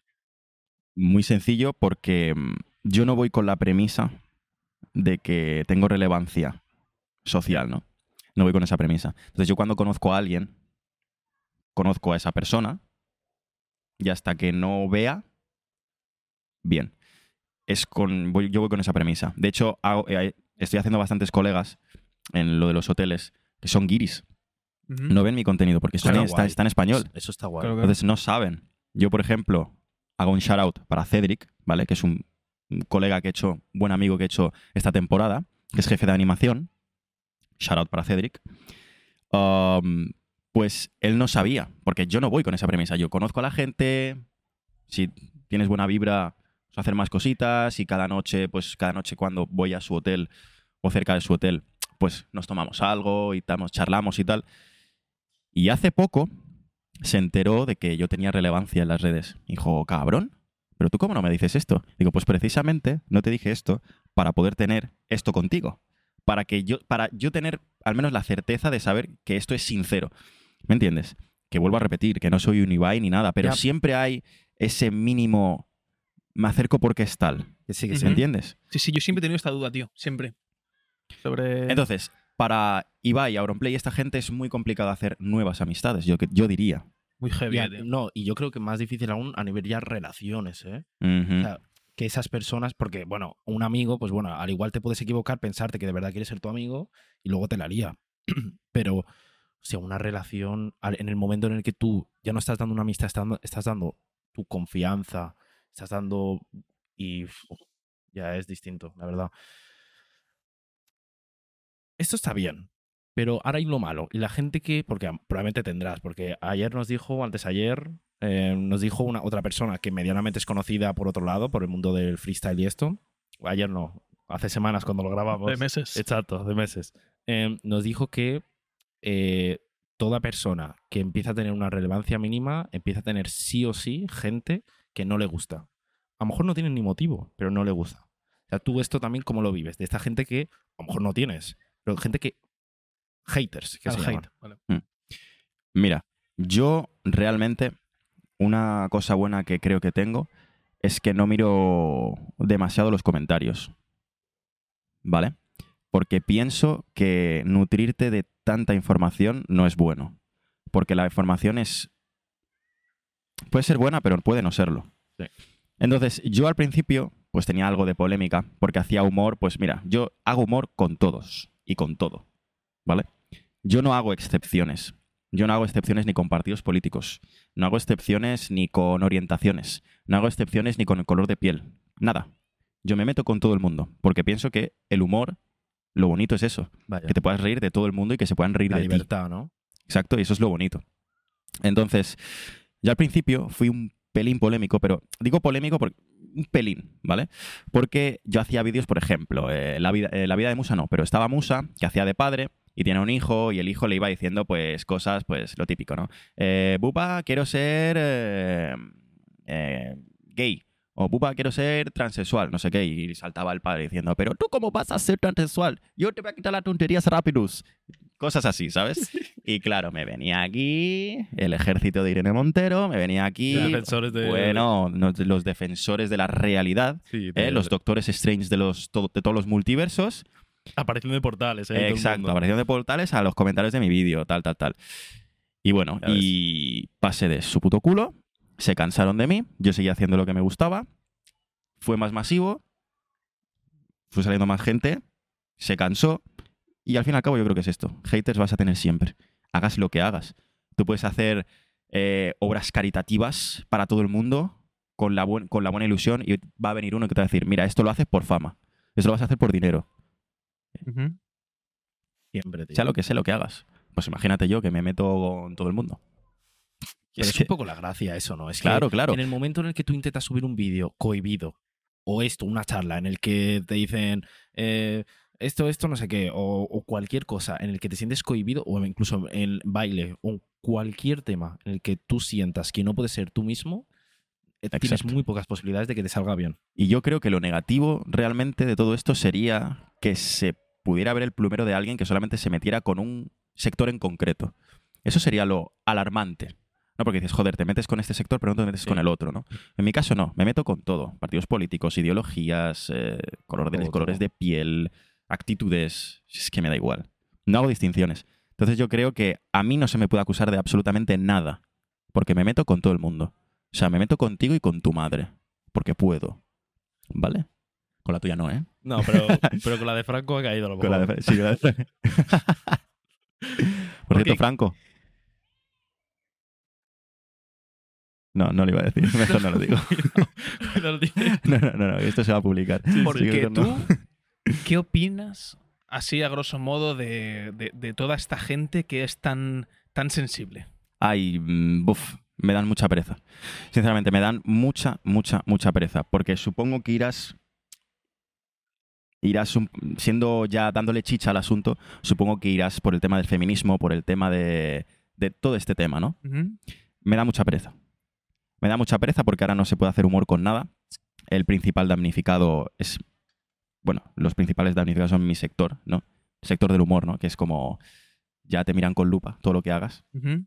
[SPEAKER 2] Muy sencillo porque mm, yo no voy con la premisa de que tengo relevancia social, ¿no? No voy con esa premisa. Entonces yo cuando conozco a alguien, conozco a esa persona, y hasta que no vea, bien. Es con, voy- yo voy con esa premisa. De hecho, hago- eh, estoy haciendo bastantes colegas en lo de los hoteles que son guiris.
[SPEAKER 3] Ujú.
[SPEAKER 2] No ven mi contenido porque está,
[SPEAKER 1] Claro,
[SPEAKER 2] en- está-
[SPEAKER 1] guay.
[SPEAKER 2] está en español.
[SPEAKER 1] Eso está guay.
[SPEAKER 3] Claro, claro.
[SPEAKER 2] Entonces no saben. Yo, por ejemplo, hago un shout out para Cedric, ¿vale? Que es un, un colega que he hecho, un buen amigo que he hecho esta temporada, que es jefe de animación. Shout out para Cedric. Um, pues él no sabía, porque yo no voy con esa premisa. Yo conozco a la gente, si tienes buena vibra, pues hacer más cositas y cada noche, pues cada noche cuando voy a su hotel o cerca de su hotel, pues nos tomamos algo y tamos- charlamos y tal. Y hace poco se enteró de que yo tenía relevancia en las redes. Dijo, cabrón, pero tú cómo no me dices esto? Digo, pues precisamente no te dije esto para poder tener esto contigo. Para que yo, para yo tener al menos la certeza de saber que esto es sincero. ¿Me entiendes? Que vuelvo a repetir, que no soy un Ibai ni nada, pero
[SPEAKER 1] Ya.
[SPEAKER 2] siempre hay ese mínimo me acerco porque es tal.
[SPEAKER 1] Que sí, que
[SPEAKER 3] Ujú.
[SPEAKER 1] sí.
[SPEAKER 2] ¿Me entiendes?
[SPEAKER 3] Sí, sí, yo siempre he tenido esta duda, tío. Siempre. Sobre.
[SPEAKER 2] Entonces, para Ibai, Auronplay, esta gente es muy complicado hacer nuevas amistades, yo, que- yo diría.
[SPEAKER 3] muy heavy,
[SPEAKER 1] Ya,
[SPEAKER 3] tío.
[SPEAKER 1] no, y yo creo que más difícil aún a nivel ya relaciones, ¿eh?
[SPEAKER 2] Ujú.
[SPEAKER 1] sea, que esas personas, porque, bueno, un amigo, pues bueno, al igual te puedes equivocar, pensarte que de verdad quieres ser tu amigo y luego te la lía. Pero, o sea, una relación, al- en el momento en el que tú ya no estás dando una amistad, estás dando, estás dando tu confianza, estás dando. Y uf, ya es distinto, la verdad. Esto está bien, pero ahora hay lo malo. Y la gente que, porque am- probablemente tendrás, porque ayer nos dijo, antes ayer, eh, nos dijo una otra persona que medianamente es conocida por otro lado, por el mundo del freestyle y esto. Ayer no, hace semanas cuando lo grabamos.
[SPEAKER 3] De meses.
[SPEAKER 1] Exacto, de meses. Eh, nos dijo que eh, toda persona que empieza a tener una relevancia mínima empieza a tener sí o sí gente que no le gusta. A lo mejor no tienen ni motivo, pero no le gusta. O sea, tú esto también cómo lo vives, de esta gente que a lo mejor no tienes, pero gente que... Haters, que
[SPEAKER 3] Al
[SPEAKER 1] se
[SPEAKER 3] hate,
[SPEAKER 1] llaman.
[SPEAKER 3] vale.
[SPEAKER 2] Mira, yo realmente una cosa buena que creo que tengo es que no miro demasiado los comentarios. ¿Vale? Porque pienso que nutrirte de tanta información no es bueno. Porque la información es... Puede ser buena, pero puede no serlo.
[SPEAKER 1] Sí.
[SPEAKER 2] Entonces, yo al principio pues tenía algo de polémica, porque hacía humor, pues mira, yo hago humor con todos y con todo. ¿Vale? Yo no hago excepciones. Yo no hago excepciones ni con partidos políticos. No hago excepciones ni con orientaciones. No hago excepciones ni con el color de piel. Nada. Yo me meto con todo el mundo. Porque pienso que el humor, lo bonito es eso.
[SPEAKER 1] Vaya,
[SPEAKER 2] Que te puedas reír de todo el mundo y que se puedan reír
[SPEAKER 1] la
[SPEAKER 2] de ti.
[SPEAKER 1] libertad, ¿no?
[SPEAKER 2] Exacto, y eso es lo bonito. Entonces, yo al principio fui un pelín polémico, pero digo polémico porque un pelín, ¿vale? Porque yo hacía vídeos, por ejemplo, eh, la, vida, eh, la vida de Musa no, pero estaba Musa, que hacía de padre, y tiene un hijo, y el hijo le iba diciendo, pues, cosas, pues, lo típico, ¿no? Eh, Bupa, quiero ser eh, eh, gay. O Bupa, quiero ser transexual, no sé qué. Y saltaba el padre diciendo, pero tú cómo vas a ser transexual? Yo te voy a quitar las tonterías rápidos. Cosas así, ¿sabes? Y claro, me venía aquí el ejército de Irene Montero, me venía aquí.
[SPEAKER 4] Defensores de-
[SPEAKER 2] Bueno, no- los defensores de la realidad,
[SPEAKER 4] Sí,
[SPEAKER 2] ¿eh?
[SPEAKER 4] de-
[SPEAKER 2] los doctores Strange de, los, to- de todos los multiversos.
[SPEAKER 4] Apareciendo de portales, ¿eh? Todo el
[SPEAKER 2] Exacto,
[SPEAKER 4] mundo.
[SPEAKER 2] aparición de portales a los comentarios de mi vídeo, tal, tal, tal. Y bueno,
[SPEAKER 4] Ya ves.
[SPEAKER 2] y pasé de su puto culo, se cansaron de mí, yo seguía haciendo lo que me gustaba, fue más masivo, fue saliendo más gente, se cansó, y al fin y al cabo yo creo que es esto, haters vas a tener siempre, hagas lo que hagas. Tú puedes hacer eh, obras caritativas para todo el mundo con la, buen- con la buena ilusión y va a venir uno que te va a decir, mira, esto lo haces por fama, esto lo vas a hacer por dinero
[SPEAKER 3] Ujú.
[SPEAKER 1] Siempre, tío.
[SPEAKER 2] sea lo que sé lo que hagas. Pues imagínate yo que me meto con todo el mundo.
[SPEAKER 1] Pero
[SPEAKER 2] Es
[SPEAKER 1] es
[SPEAKER 2] que-
[SPEAKER 1] un poco la gracia eso, ¿no? Es que
[SPEAKER 2] Claro, claro.
[SPEAKER 1] En el momento en el que tú intentas subir un vídeo cohibido, o esto, una charla en el que te dicen eh, esto, esto, no sé qué, o, o cualquier cosa en el que te sientes cohibido, o incluso el baile, o cualquier tema en el que tú sientas que no puedes ser tú mismo, eh, tienes
[SPEAKER 2] Exacto.
[SPEAKER 1] muy pocas posibilidades de que te salga bien.
[SPEAKER 2] Y yo creo que lo negativo realmente de todo esto sería que se pudiera ver el plumero de alguien que solamente se metiera con un sector en concreto. Eso sería lo alarmante. No, porque dices, joder, te metes con este sector, pero no te metes con el otro, ¿no? En mi caso no, me meto con todo. Partidos políticos, ideologías, eh, color de,
[SPEAKER 1] Todo,
[SPEAKER 2] colores
[SPEAKER 1] todo.
[SPEAKER 2] de piel, actitudes. Si Es que me da igual. No hago distinciones. Entonces yo creo que a mí no se me puede acusar de absolutamente nada, porque me meto con todo el mundo. O sea, me meto contigo y con tu madre, porque puedo. ¿Vale? Con la tuya no, ¿eh?
[SPEAKER 1] No, pero, pero con la de Franco ha caído a lo mejor.
[SPEAKER 2] Con la de- sí, con la de Franco. Por
[SPEAKER 3] Ok.
[SPEAKER 2] cierto, Franco. No, no lo iba a decir. Mejor no lo digo.
[SPEAKER 3] Lo digo.
[SPEAKER 2] No, no, no, no, esto se va a publicar. Yo
[SPEAKER 3] Porque
[SPEAKER 2] creo que
[SPEAKER 3] tú,
[SPEAKER 2] no.
[SPEAKER 3] ¿qué opinas, así a grosso modo, de, de- de toda esta gente que es tan, tan sensible?
[SPEAKER 2] Ay, mm, buf, me dan mucha pereza. Sinceramente, me dan mucha, mucha, mucha pereza. Porque supongo que irás. Irás un- siendo ya dándole chicha al asunto, supongo que irás por el tema del feminismo, por el tema de, de todo este tema, ¿no?
[SPEAKER 3] Ujú.
[SPEAKER 2] me da mucha pereza. Me da mucha pereza porque ahora no se puede hacer humor con nada. El principal damnificado es. Bueno, los principales damnificados son mi sector, ¿no? El sector del humor, ¿no? Que es como. Ya te miran con lupa todo lo que hagas.
[SPEAKER 3] Ujú.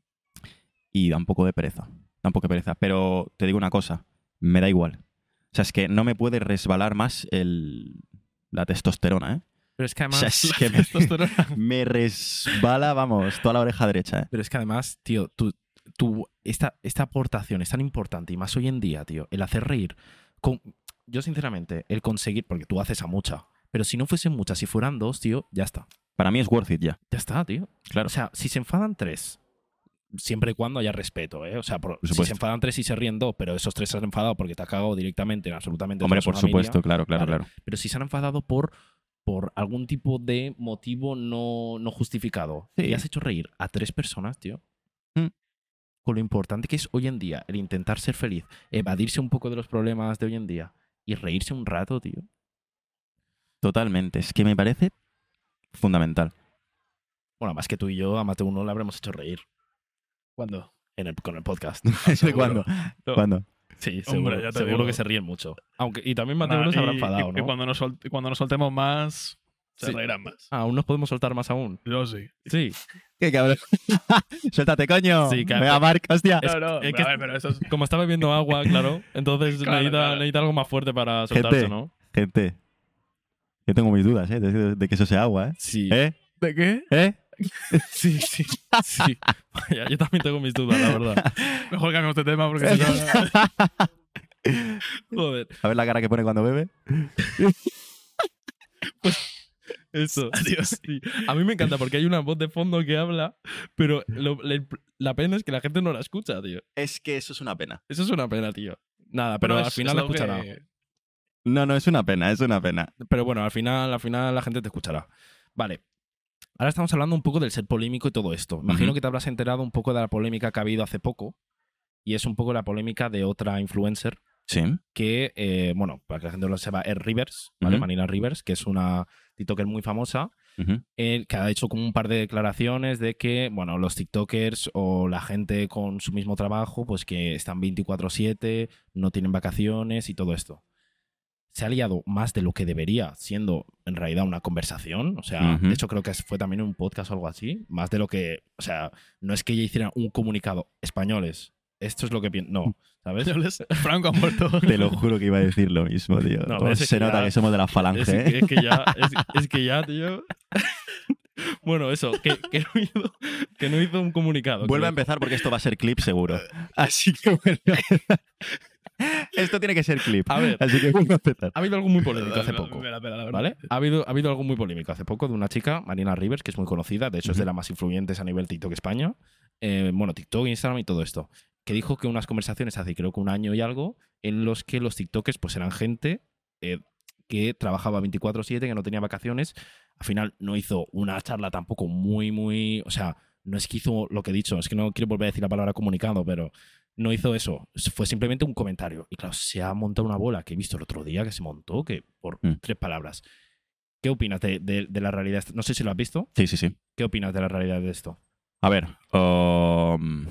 [SPEAKER 2] Y da un poco de pereza. Da un poco de pereza. Pero te digo una cosa. Me da igual. O sea, es que no me puede resbalar más el. La testosterona, ¿eh?
[SPEAKER 1] Pero es que
[SPEAKER 2] O sea,
[SPEAKER 1] además.
[SPEAKER 2] es que me, me resbala, vamos, toda la oreja derecha, ¿eh?
[SPEAKER 1] Pero es que además, tío, tú, tú- esta, esta aportación es tan importante y más hoy en día, tío, el hacer reír. Con, yo, sinceramente, el conseguir, porque tú haces a mucha, pero si no fuesen muchas, si fueran dos, tío, ya está.
[SPEAKER 2] Para mí es worth it ya.
[SPEAKER 1] Ya está, tío.
[SPEAKER 2] Claro.
[SPEAKER 1] O sea, si se enfadan tres, siempre y cuando haya respeto, ¿eh? O sea, por- si
[SPEAKER 2] supuesto.
[SPEAKER 1] se enfadan tres y se ríen dos, pero esos tres se han enfadado porque te has cagado directamente, en absolutamente.
[SPEAKER 2] Hombre,
[SPEAKER 1] toda su
[SPEAKER 2] por
[SPEAKER 1] familia,
[SPEAKER 2] supuesto, claro, claro,
[SPEAKER 1] Vale.
[SPEAKER 2] claro.
[SPEAKER 1] Pero si se han enfadado por, por algún tipo de motivo no, no justificado
[SPEAKER 2] Sí.
[SPEAKER 1] y has hecho reír a tres personas, tío.
[SPEAKER 2] Mm.
[SPEAKER 1] Con lo importante que es hoy en día el intentar ser feliz, evadirse un poco de los problemas de hoy en día y reírse un rato, tío.
[SPEAKER 2] Totalmente, es que me parece fundamental.
[SPEAKER 1] Bueno, más que tú y yo, a Mateo uno le habremos hecho reír
[SPEAKER 3] ¿Cuándo?
[SPEAKER 1] en el- con el podcast.
[SPEAKER 2] ¿De cuándo? ¿Cuándo?
[SPEAKER 1] Sí,
[SPEAKER 3] Hombre,
[SPEAKER 1] seguro,
[SPEAKER 3] ya te
[SPEAKER 1] seguro
[SPEAKER 3] digo.
[SPEAKER 1] que se ríen mucho. Aunque, y también Mateo uno se habrá
[SPEAKER 3] y-
[SPEAKER 1] enfadado,
[SPEAKER 3] y-
[SPEAKER 1] ¿no?
[SPEAKER 3] y cuando, nos sol- cuando nos soltemos más, se
[SPEAKER 1] Sí.
[SPEAKER 3] reirán más.
[SPEAKER 1] Ah, aún nos podemos soltar más aún.
[SPEAKER 3] Yo sí.
[SPEAKER 1] Sí.
[SPEAKER 2] ¿Qué cabrón? ¡Suéltate, coño!
[SPEAKER 1] Sí, cabrón.
[SPEAKER 2] Venga, Marc, hostia.
[SPEAKER 1] Es-
[SPEAKER 3] no, no,
[SPEAKER 1] es
[SPEAKER 3] pero
[SPEAKER 1] que-
[SPEAKER 3] a ver, pero eso es-
[SPEAKER 1] Como está bebiendo agua, claro, entonces
[SPEAKER 3] Claro,
[SPEAKER 1] necesita,
[SPEAKER 3] claro.
[SPEAKER 1] necesita algo más fuerte para soltarse,
[SPEAKER 2] Gente.
[SPEAKER 1] ¿no?
[SPEAKER 2] Gente, yo tengo mis dudas, ¿eh? De, de que eso sea agua, ¿eh?
[SPEAKER 1] Sí.
[SPEAKER 2] ¿Eh?
[SPEAKER 3] ¿De qué?
[SPEAKER 2] ¿Eh?
[SPEAKER 1] Sí, sí, sí. Vaya, yo también tengo mis dudas, la verdad.
[SPEAKER 3] Mejor cambiamos de tema porque si no...
[SPEAKER 1] Joder,
[SPEAKER 2] A ver la cara que pone cuando bebe.
[SPEAKER 1] eso. Sí. A mí me encanta porque hay una voz de fondo que habla, pero lo- la, la pena es que la gente no la escucha, tío.
[SPEAKER 2] Es que eso es una pena.
[SPEAKER 1] Eso es una pena, tío. Nada, pero
[SPEAKER 3] Bueno,
[SPEAKER 1] al
[SPEAKER 3] es-
[SPEAKER 1] final
[SPEAKER 3] es
[SPEAKER 1] la
[SPEAKER 3] algo que-
[SPEAKER 1] escuchará.
[SPEAKER 2] No, no, es una pena, es una pena.
[SPEAKER 1] Pero bueno, al final, al final la gente te escuchará. Vale. Ahora estamos hablando un poco del ser polémico y todo esto. Imagino
[SPEAKER 2] Ujú.
[SPEAKER 1] que te habrás enterado un poco de la polémica que ha habido hace poco. Y es un poco la polémica de otra influencer
[SPEAKER 2] Sí.
[SPEAKER 1] que, eh, bueno, para que la gente lo sepa, es Rivers, ¿vale?
[SPEAKER 2] Ujú.
[SPEAKER 1] Manila Rivers, que es una TikToker muy famosa,
[SPEAKER 2] Ujú.
[SPEAKER 1] eh, que ha hecho como un par de declaraciones de que, bueno, los TikTokers o la gente con su mismo trabajo, pues que están 24/7, no tienen vacaciones y todo esto. Se ha liado más de lo que debería, siendo en realidad una conversación. O sea,
[SPEAKER 2] Ujú.
[SPEAKER 1] de hecho creo que fue también un podcast o algo así. Más de lo que, o sea, no es que ella hiciera un comunicado españoles. Esto es lo que pienso. No, ¿sabes?
[SPEAKER 3] Franco ha muerto.
[SPEAKER 2] Te lo juro que iba a decir lo mismo, tío.
[SPEAKER 1] No,
[SPEAKER 2] Oh,
[SPEAKER 1] pero ese
[SPEAKER 2] se
[SPEAKER 1] que
[SPEAKER 2] nota
[SPEAKER 1] ya-
[SPEAKER 2] que somos de la
[SPEAKER 1] Es,
[SPEAKER 2] falange, ¿eh?
[SPEAKER 1] que- es que ya, es, es que ya, tío. Bueno, eso, que, que no hizo, que no hizo un comunicado.
[SPEAKER 2] Vuelve a
[SPEAKER 1] que-
[SPEAKER 2] empezar porque esto va a ser clip seguro. Así que bueno. esto tiene que ser clip.
[SPEAKER 1] A ver.
[SPEAKER 2] Así que vuelve a empezar.
[SPEAKER 1] Ha habido algo muy polémico hace
[SPEAKER 3] Me
[SPEAKER 1] poco,
[SPEAKER 3] la pela, la verdad.
[SPEAKER 1] ¿vale? Ha habido, ha habido algo muy polémico hace poco de una chica, Marina Rivers, que es muy conocida, de hecho es de las más influyentes a nivel TikTok España. Eh, bueno, TikTok, Instagram y todo esto. Que dijo que unas conversaciones hace creo que un año y algo, en los que los TikTokers pues eran gente eh, que trabajaba 24-7, que no tenía vacaciones. Al final no hizo una charla tampoco muy, muy. O sea, no es que hizo lo que he dicho, es que no quiero volver a decir la palabra comunicado, pero no hizo eso. Fue simplemente un comentario. Y claro, se ha montado una bola que he visto el otro día que se montó, que por
[SPEAKER 2] Mm.
[SPEAKER 1] tres palabras. ¿Qué opinas de, de- de la realidad? No sé si lo has visto.
[SPEAKER 2] Sí, sí, sí.
[SPEAKER 1] ¿Qué opinas de la realidad de esto?
[SPEAKER 2] A ver, um,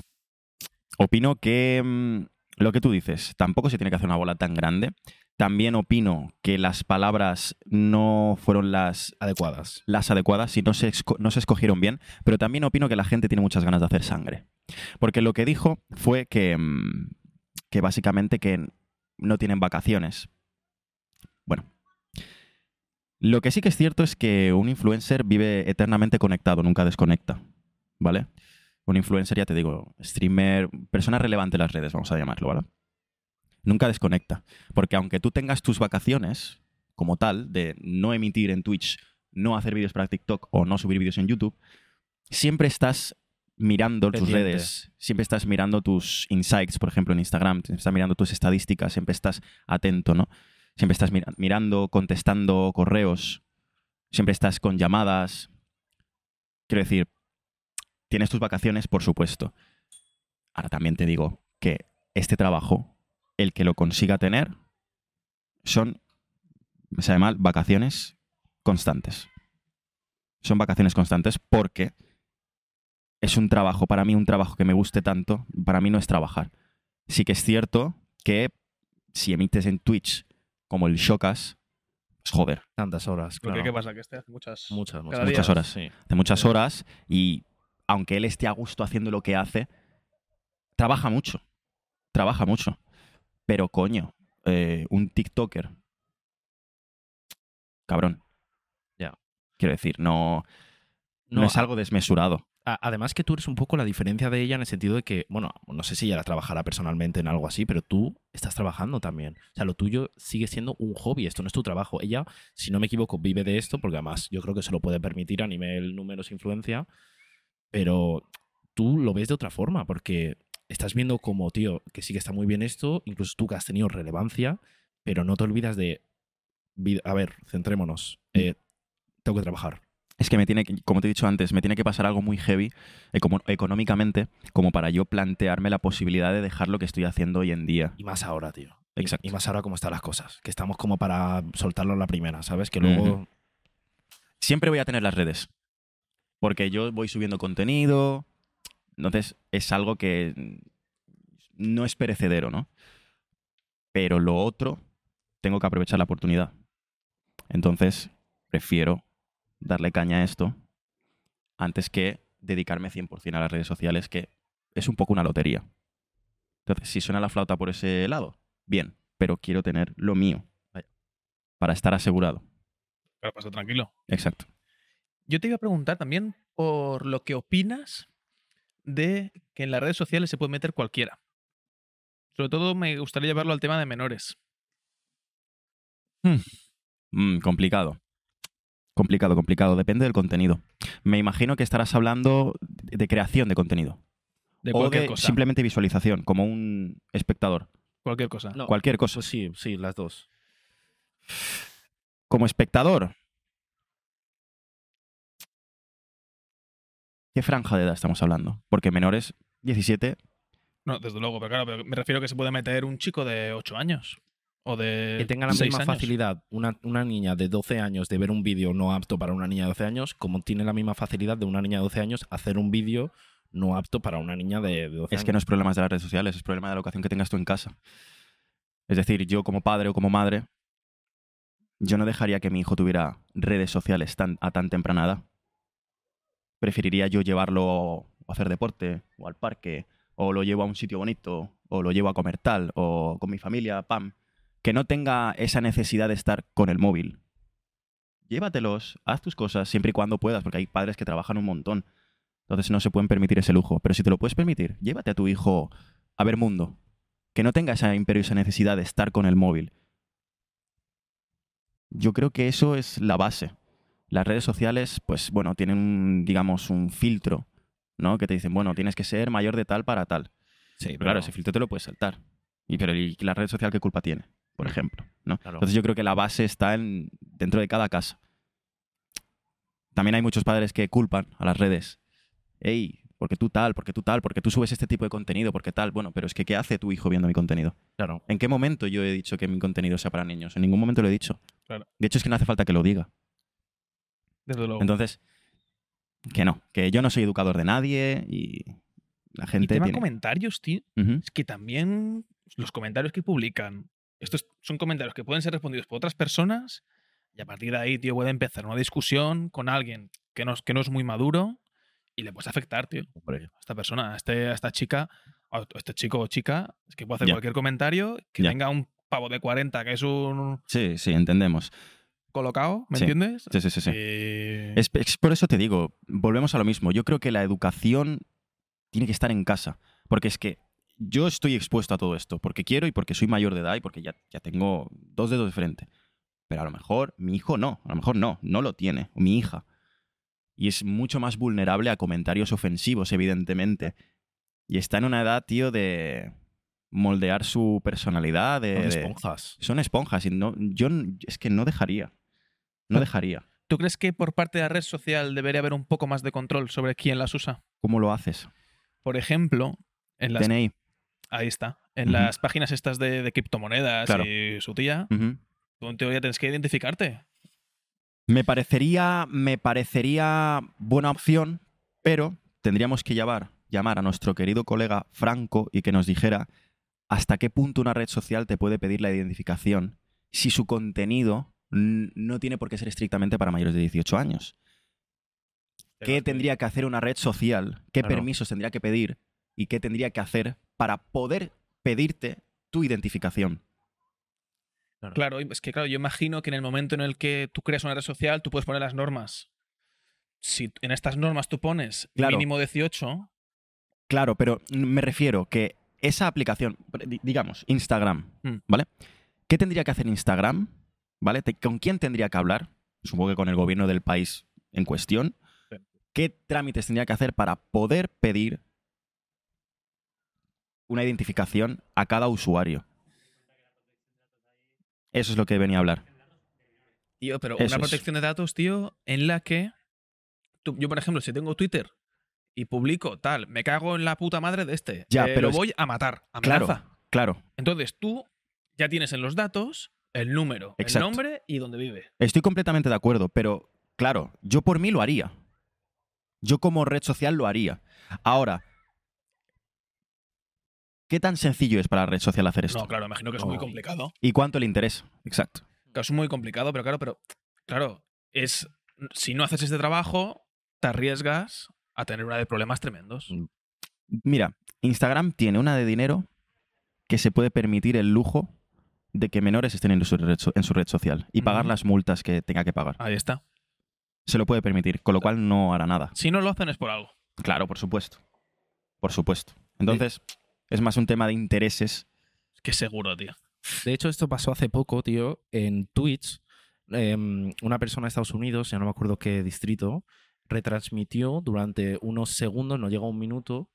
[SPEAKER 2] opino que mm, lo que tú dices, tampoco se tiene que hacer una bola tan grande. También opino que las palabras no fueron las,
[SPEAKER 1] Adecuadas.
[SPEAKER 2] las adecuadas y no se, esco- no se escogieron bien, pero también opino que la gente tiene muchas ganas de hacer sangre. Porque lo que dijo fue que, mm, que básicamente que no tienen vacaciones. Bueno. Lo que sí que es cierto es que un influencer vive eternamente conectado, nunca desconecta. ¿Vale? Un influencer, ya te digo, streamer, persona relevante en las redes, vamos a llamarlo, ¿vale? nunca desconecta. Porque aunque tú tengas tus vacaciones, como tal, de no emitir en Twitch, no hacer vídeos para TikTok o no subir vídeos en YouTube, siempre estás mirando tus
[SPEAKER 1] Pendiente.
[SPEAKER 2] redes, siempre estás mirando tus insights, por ejemplo, en Instagram, siempre estás mirando tus estadísticas, siempre estás atento, ¿no? Siempre estás mira- mirando, contestando correos, siempre estás con llamadas. Quiero decir, tienes tus vacaciones, por supuesto. Ahora también te digo que este trabajo, el que lo consiga tener, son, me sabe mal, vacaciones constantes. Son vacaciones constantes porque es un trabajo, para mí un trabajo que me guste tanto, para mí no es trabajar. Sí que es cierto que si emites en Twitch como el Shocas, pues joder,
[SPEAKER 1] Tantas horas,
[SPEAKER 3] Porque,
[SPEAKER 1] claro.
[SPEAKER 3] ¿Qué pasa? Que este hace muchas.
[SPEAKER 1] Muchas,
[SPEAKER 3] Cada
[SPEAKER 1] muchas,
[SPEAKER 3] día.
[SPEAKER 2] muchas horas.
[SPEAKER 1] Sí.
[SPEAKER 2] de muchas
[SPEAKER 3] Sí.
[SPEAKER 2] horas y aunque él esté a gusto haciendo lo que hace, trabaja mucho, trabaja mucho. Pero coño, eh, un TikToker, cabrón.
[SPEAKER 1] Ya.
[SPEAKER 2] Quiero decir, no, no,
[SPEAKER 1] No,
[SPEAKER 2] es algo desmesurado.
[SPEAKER 1] A- Además que tú eres un poco la diferencia de ella en el sentido de que, bueno, no sé si ella la trabajará personalmente en algo así, pero tú estás trabajando también. O sea, lo tuyo sigue siendo un hobby, esto no es tu trabajo. Ella, si no me equivoco, vive de esto, porque además yo creo que se lo puede permitir a nivel números influencia, pero tú lo ves de otra forma, porque estás viendo como, tío, que sí que está muy bien esto, incluso tú que has tenido relevancia, pero no te olvidas de... vi- A ver, centrémonos. Eh, tengo que trabajar.
[SPEAKER 2] Es que me tiene que, como te he dicho antes, me tiene que pasar algo muy heavy ecomo- económicamente como para yo plantearme la posibilidad de dejar lo que estoy haciendo hoy en día.
[SPEAKER 1] Y más ahora, tío. Y-
[SPEAKER 2] Exacto.
[SPEAKER 1] Y, más ahora como están las cosas. Que estamos como para soltarlo a la primera, ¿sabes? Que luego...
[SPEAKER 2] Ujú. siempre voy a tener las redes. Porque yo voy subiendo contenido. Entonces, es algo que mm, no es perecedero, ¿no? Pero lo otro, tengo que aprovechar la oportunidad. Entonces, prefiero darle caña a esto antes que dedicarme 100% a las redes sociales, que es un poco una lotería. Entonces, si suena la flauta por ese lado, bien, pero quiero tener lo mío para estar asegurado.
[SPEAKER 3] Pero pasa tranquilo.
[SPEAKER 2] Exacto.
[SPEAKER 3] Yo te iba a preguntar también por lo que opinas de que en las redes sociales se puede meter cualquiera. Sobre todo me gustaría llevarlo al tema de menores.
[SPEAKER 2] Mm, complicado. Complicado, complicado. Depende del contenido. Me imagino que estarás hablando de de creación de contenido.
[SPEAKER 3] De
[SPEAKER 2] o
[SPEAKER 3] cualquier
[SPEAKER 2] de
[SPEAKER 3] cosa.
[SPEAKER 2] simplemente visualización, como un espectador.
[SPEAKER 3] Cualquier cosa.
[SPEAKER 5] No.
[SPEAKER 2] Cualquier cosa.
[SPEAKER 1] Pues sí, sí, las dos.
[SPEAKER 2] Como espectador. ¿Qué franja de edad estamos hablando? Porque menores, 17.
[SPEAKER 3] No, desde luego, pero claro, pero me refiero a que se puede meter un chico de 8 años. O de.
[SPEAKER 1] que tenga la
[SPEAKER 3] 6
[SPEAKER 1] misma
[SPEAKER 3] años.
[SPEAKER 1] facilidad una, una niña de 12 años de ver un vídeo no apto para una niña de 12 años como tiene la misma facilidad de una niña de 12 años hacer un vídeo no apto para una niña de, de 12
[SPEAKER 2] Es que
[SPEAKER 1] años.
[SPEAKER 2] no es problema de las redes sociales, es problema de la educación que tengas tú en casa. Es decir, yo como padre o como madre, yo no dejaría que mi hijo tuviera redes sociales tan, a tan temprana edad. Preferiría yo llevarlo a hacer deporte, o al parque, o lo llevo a un sitio bonito, o lo llevo a comer tal, o con mi familia, pam. Que no tenga esa necesidad de estar con el móvil. Llévatelos, haz tus cosas siempre y cuando puedas, porque hay padres que trabajan un montón. Entonces no se pueden permitir ese lujo. Pero si te lo puedes permitir, llévate a tu hijo a ver mundo. Que no tenga esa imperiosa necesidad de estar con el móvil. Yo creo que eso es la base. Las redes sociales, pues bueno, tienen, un, digamos, un filtro, ¿no? Que te dicen, bueno, tienes que ser mayor de tal para tal.
[SPEAKER 1] Sí,
[SPEAKER 2] Pero claro, ese filtro te lo puedes saltar. Y pero ¿y la red social qué culpa tiene? Por ejemplo, ¿no?
[SPEAKER 1] Claro.
[SPEAKER 2] Entonces yo creo que la base está en, dentro de cada casa. También hay muchos padres que culpan a las redes. Ey, porque tú tal, porque tú tal, porque tú subes este tipo de contenido, porque tal. Bueno, pero es que ¿qué hace tu hijo viendo mi contenido?
[SPEAKER 1] claro.
[SPEAKER 2] ¿En qué momento yo he dicho que mi contenido sea para niños? En ningún momento lo he dicho.
[SPEAKER 3] Claro.
[SPEAKER 2] De hecho es que no hace falta que lo diga.
[SPEAKER 3] Desde luego.
[SPEAKER 2] Entonces, que no, que yo no soy educador de nadie y la
[SPEAKER 3] y
[SPEAKER 2] gente
[SPEAKER 3] tema
[SPEAKER 2] tiene...
[SPEAKER 3] comentarios, tío.
[SPEAKER 2] Ujú.
[SPEAKER 3] Es que también los comentarios que publican. Estos son comentarios que pueden ser respondidos por otras personas. Y a partir de ahí, tío, puede empezar una discusión con alguien que no, es- que no es muy maduro. Y le puedes afectar, tío.
[SPEAKER 1] Hombre,
[SPEAKER 3] a esta persona, a, este- a esta chica, a este chico o chica, es que puede hacer
[SPEAKER 2] Ya.
[SPEAKER 3] cualquier comentario, que
[SPEAKER 2] Ya.
[SPEAKER 3] venga un pavo de 40 que es un
[SPEAKER 2] Sí, sí, entendemos.
[SPEAKER 3] colocado, ¿me
[SPEAKER 2] Sí.
[SPEAKER 3] entiendes?
[SPEAKER 2] Sí, sí, sí. sí.
[SPEAKER 3] Eh,
[SPEAKER 2] Es, es por eso te digo, volvemos a lo mismo. Yo creo que la educación tiene que estar en casa. Porque es que yo estoy expuesto a todo esto, porque quiero y porque soy mayor de edad y porque ya, ya tengo dos dedos de frente. Pero a lo mejor mi hijo no, a lo mejor no, no lo tiene, o mi hija. Y es mucho más vulnerable a comentarios ofensivos, evidentemente. Y está en una edad, tío, de moldear su personalidad. De,
[SPEAKER 1] Son
[SPEAKER 2] de-
[SPEAKER 1] esponjas.
[SPEAKER 2] son esponjas. Y no, yo n- es que no dejaría. No dejaría.
[SPEAKER 3] ¿Tú crees que por parte de la red social debería haber un poco más de control sobre quién las usa?
[SPEAKER 2] ¿Cómo lo haces?
[SPEAKER 3] Por ejemplo, en las,
[SPEAKER 2] DNI.
[SPEAKER 3] ahí está, en
[SPEAKER 2] Ujú.
[SPEAKER 3] las páginas estas de, de criptomonedas
[SPEAKER 2] Claro.
[SPEAKER 3] y su tía,
[SPEAKER 2] Ujú.
[SPEAKER 3] tú en teoría tienes que identificarte.
[SPEAKER 2] Me parecería, me parecería buena opción, pero tendríamos que llamar, llamar a nuestro querido colega Franco y que nos dijera hasta qué punto una red social te puede pedir la identificación si su contenido n- no tiene por qué ser estrictamente para mayores de 18 años. ¿Qué tendría que hacer una red social? ¿Qué
[SPEAKER 1] Claro.
[SPEAKER 2] permisos tendría que pedir? ¿Y qué tendría que hacer para poder pedirte tu identificación?
[SPEAKER 3] Claro, es que claro, yo imagino que en el momento en el que tú creas una red social, tú puedes poner las normas. Si en estas normas tú pones
[SPEAKER 2] Claro.
[SPEAKER 3] mínimo 18,
[SPEAKER 2] Claro, pero me refiero que esa aplicación, di- digamos, Instagram,
[SPEAKER 3] Mm.
[SPEAKER 2] ¿vale? ¿Qué tendría que hacer Instagram? ¿Vale? Te- ¿Con quién tendría que hablar? Supongo que con el gobierno del país en cuestión.
[SPEAKER 3] Sí.
[SPEAKER 2] ¿Qué trámites tendría que hacer para poder pedir una identificación a cada usuario? Eso es lo que venía a hablar.
[SPEAKER 3] Tío, pero
[SPEAKER 2] Eso
[SPEAKER 3] una
[SPEAKER 2] es.
[SPEAKER 3] protección de datos, tío, en la que tú- yo, por ejemplo, si tengo Twitter y publico tal, me cago en la puta madre de este.
[SPEAKER 2] Ya,
[SPEAKER 3] eh,
[SPEAKER 2] pero
[SPEAKER 3] lo
[SPEAKER 2] es-
[SPEAKER 3] voy a matar.
[SPEAKER 2] Claro.
[SPEAKER 3] Amenaza.
[SPEAKER 2] Claro,
[SPEAKER 3] Entonces tú ya tienes en los datos el número,
[SPEAKER 2] Exacto.
[SPEAKER 3] el nombre y dónde vive.
[SPEAKER 2] estoy completamente de acuerdo, pero claro, yo por mí lo haría. Yo como red social lo haría. Ahora, ¿qué tan sencillo es para la red social hacer esto?
[SPEAKER 3] No, claro, imagino que es muy
[SPEAKER 5] Oh.
[SPEAKER 3] complicado.
[SPEAKER 2] ¿Y cuánto le interesa? Exacto.
[SPEAKER 3] Que es muy complicado, pero claro, pero claro, es si no haces este trabajo, te arriesgas a tener una de problemas tremendos.
[SPEAKER 2] Mira, Instagram tiene una de dinero que se puede permitir el lujo de que menores estén en su red, so- en su red social y pagar
[SPEAKER 3] Ujú. Ah.
[SPEAKER 2] las multas que tenga que pagar.
[SPEAKER 3] Ahí está.
[SPEAKER 2] Se lo puede permitir, con lo cual no hará nada.
[SPEAKER 3] Si no lo hacen es por algo.
[SPEAKER 2] Claro, por supuesto. Por supuesto. Entonces, es más un tema de intereses.
[SPEAKER 3] Que seguro, tío.
[SPEAKER 1] De hecho, esto pasó hace poco, tío, en Twitch. em, una persona de Estados Unidos, ya no me acuerdo qué distrito, retransmitió durante unos segundos, no llega a un minuto,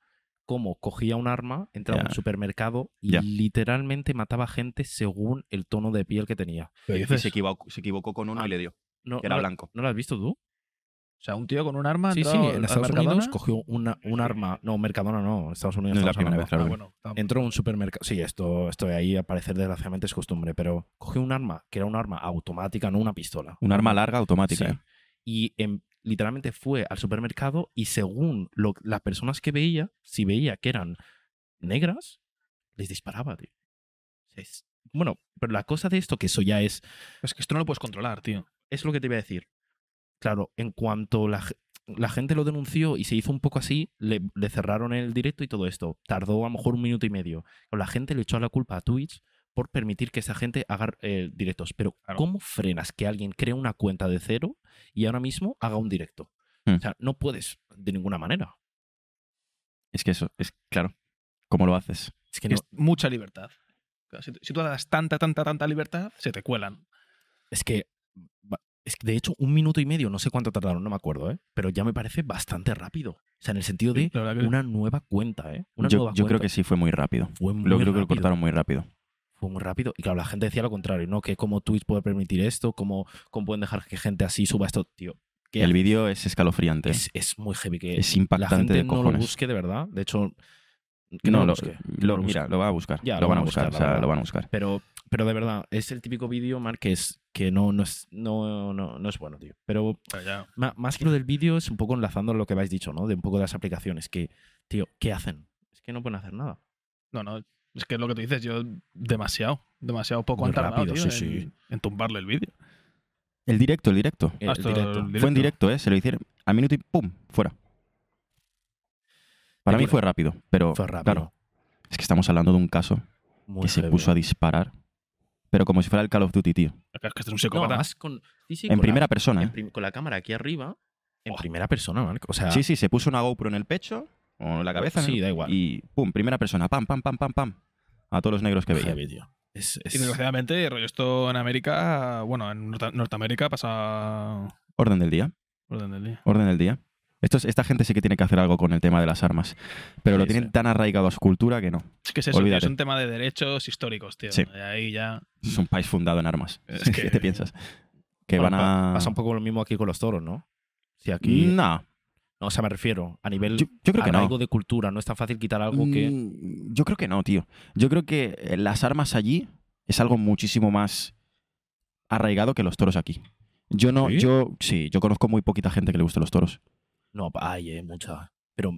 [SPEAKER 1] cómo cogía un arma, entraba a
[SPEAKER 2] Ya.
[SPEAKER 1] un supermercado y
[SPEAKER 2] Ya.
[SPEAKER 1] literalmente mataba gente según el tono de piel que tenía.
[SPEAKER 2] Y se equivocó, se equivocó con uno
[SPEAKER 1] Ah.
[SPEAKER 2] y le dio,
[SPEAKER 1] No,
[SPEAKER 2] que era
[SPEAKER 1] no-
[SPEAKER 2] blanco.
[SPEAKER 1] ¿no lo has visto tú?
[SPEAKER 3] O sea, un tío con un arma.
[SPEAKER 1] Sí,
[SPEAKER 3] entró
[SPEAKER 1] sí,
[SPEAKER 3] al- al
[SPEAKER 1] en Estados
[SPEAKER 3] Ah, Mercadona.
[SPEAKER 1] Unidos cogió una- un arma. No, Mercadona no, Estados Unidos
[SPEAKER 2] No es la
[SPEAKER 1] estamos
[SPEAKER 2] primera
[SPEAKER 1] hablando.
[SPEAKER 2] vez, claro.
[SPEAKER 3] Ah, bueno, tam-
[SPEAKER 1] Entró a un supermercado. Sí, esto, esto de ahí al parecer desgraciadamente es costumbre, pero cogió un arma que era un arma automática, no una pistola.
[SPEAKER 2] Un arma larga automática.
[SPEAKER 1] Sí.
[SPEAKER 2] ¿eh?
[SPEAKER 1] Y em, literalmente fue al supermercado y según lo- las personas que veía, si veía que eran negras, les disparaba, tío. Es- bueno, pero la cosa de esto, que eso ya es
[SPEAKER 3] Es que esto no lo puedes controlar, tío.
[SPEAKER 1] es lo que te iba a decir. Claro, en cuanto la, ge- la gente lo denunció y se hizo un poco así, le, le cerraron el directo y todo esto. Tardó a lo mejor un minuto y medio. La gente le echó la culpa a Twitch por permitir que esa gente haga eh, directos. Pero
[SPEAKER 3] Claro.
[SPEAKER 1] ¿cómo frenas que alguien cree una cuenta de cero y ahora mismo haga un directo?
[SPEAKER 2] Hmm.
[SPEAKER 1] O sea, no puedes de ninguna manera.
[SPEAKER 2] Es que eso, es claro. ¿Cómo lo haces?
[SPEAKER 1] Es que no-
[SPEAKER 3] Es mucha libertad. Claro, Si, si tú das tanta, tanta, tanta libertad, se te cuelan.
[SPEAKER 1] es que va- es que de hecho un minuto y medio, no sé cuánto tardaron, no me acuerdo, ¿eh? pero ya me parece bastante rápido. O sea, en el sentido de
[SPEAKER 3] La verdad que-
[SPEAKER 1] una nueva cuenta, ¿eh? Una
[SPEAKER 2] yo
[SPEAKER 1] nueva
[SPEAKER 2] yo creo
[SPEAKER 1] cuenta.
[SPEAKER 2] que sí fue muy rápido.
[SPEAKER 1] fue muy
[SPEAKER 2] Lo creo que lo
[SPEAKER 1] rápido.
[SPEAKER 2] cortaron muy rápido.
[SPEAKER 1] Fue muy rápido. Y claro, la gente decía lo contrario, ¿no? Que cómo Twitch puede permitir esto, cómo, cómo pueden dejar que gente así suba esto, tío. Que
[SPEAKER 2] El vídeo es escalofriante.
[SPEAKER 1] es, es muy heavy. Que
[SPEAKER 2] Es
[SPEAKER 1] la
[SPEAKER 2] impactante
[SPEAKER 1] gente
[SPEAKER 2] de
[SPEAKER 1] no
[SPEAKER 2] cojones.
[SPEAKER 1] lo busque de verdad. De hecho, que no,
[SPEAKER 2] no, lo,
[SPEAKER 1] lo, busque. que
[SPEAKER 2] lo-
[SPEAKER 1] no lo busque.
[SPEAKER 2] mira, lo van a buscar.
[SPEAKER 1] Ya,
[SPEAKER 2] lo, van a buscar,
[SPEAKER 1] la
[SPEAKER 2] o sea,
[SPEAKER 1] verdad.
[SPEAKER 2] lo van a buscar.
[SPEAKER 1] Pero, pero de verdad, es el típico vídeo, man, que es que no, no, es, no, no, no es bueno, tío. Pero
[SPEAKER 3] Pero ya.
[SPEAKER 1] ma- más que lo del vídeo es un poco enlazando lo que habéis dicho, ¿no? De un poco de las aplicaciones. Que, tío, ¿qué hacen? Es que no pueden hacer nada.
[SPEAKER 3] No, no. Es que es lo que tú dices, yo demasiado, demasiado poco
[SPEAKER 1] Muy
[SPEAKER 3] han tardado,
[SPEAKER 1] rápido,
[SPEAKER 3] tío,
[SPEAKER 1] sí,
[SPEAKER 3] en,
[SPEAKER 1] sí.
[SPEAKER 3] en tumbarle el vídeo.
[SPEAKER 2] El directo, el directo.
[SPEAKER 1] El
[SPEAKER 3] Hasta
[SPEAKER 1] directo.
[SPEAKER 3] el
[SPEAKER 2] Fue en directo, ¿eh? Se lo hicieron a minuto y ¡pum! Fuera. Para mí
[SPEAKER 1] Locura.
[SPEAKER 2] fue rápido, pero
[SPEAKER 1] Fue rápido.
[SPEAKER 2] claro, es que estamos hablando de un caso
[SPEAKER 1] Muy
[SPEAKER 2] que se
[SPEAKER 1] heavy. eh.
[SPEAKER 2] puso a disparar, pero como si fuera el Call of Duty, tío.
[SPEAKER 3] Es que este es un
[SPEAKER 1] No,
[SPEAKER 3] psicópata.
[SPEAKER 1] además con, sí, sí,
[SPEAKER 2] En
[SPEAKER 1] con la-
[SPEAKER 2] primera persona,
[SPEAKER 1] en
[SPEAKER 2] ¿eh?
[SPEAKER 1] prim- con la cámara aquí arriba, en primera persona, man. O sea,
[SPEAKER 2] Sí, sí, se puso una GoPro en el pecho o la cabeza.
[SPEAKER 1] Sí,
[SPEAKER 2] ¿no?
[SPEAKER 1] da igual.
[SPEAKER 2] Y pum, primera persona, pam, pam, pam, pam, pam. A todos los negros que veía.
[SPEAKER 1] Heavy, tío. Es- es-
[SPEAKER 3] Y desgraciadamente, rollo, esto en América, bueno, en Norte- Norteamérica pasa
[SPEAKER 2] Orden del día,
[SPEAKER 3] orden del día.
[SPEAKER 2] orden del día. Estos- esta gente sí que tiene que hacer algo con el tema de las armas, pero lo
[SPEAKER 1] Sí,
[SPEAKER 2] tienen
[SPEAKER 1] sí.
[SPEAKER 2] tan arraigado a su cultura que no.
[SPEAKER 3] Es que es eso, tío,
[SPEAKER 2] Olvídate.
[SPEAKER 3] es un tema de derechos históricos, tío.
[SPEAKER 2] Sí.
[SPEAKER 3] Y Ahí ya.
[SPEAKER 2] Es un país fundado en armas.
[SPEAKER 3] Es que-
[SPEAKER 2] ¿Qué te piensas? Que
[SPEAKER 1] bueno,
[SPEAKER 2] van
[SPEAKER 1] pa-
[SPEAKER 2] a...
[SPEAKER 1] Pasa un poco lo mismo aquí con los toros, ¿no? Si aquí.
[SPEAKER 2] No,
[SPEAKER 1] No, o sea, me refiero a nivel
[SPEAKER 2] yo, yo creo que no.
[SPEAKER 1] arraigo de cultura. No es tan fácil quitar algo que.
[SPEAKER 2] Mm, Yo creo que no, tío. Yo creo que eh, las armas allí es algo muchísimo más arraigado que los toros aquí. Yo no,
[SPEAKER 1] ¿Sí?
[SPEAKER 2] yo sí, yo conozco muy poquita gente que le guste los toros.
[SPEAKER 1] No, hay eh, mucha. Pero,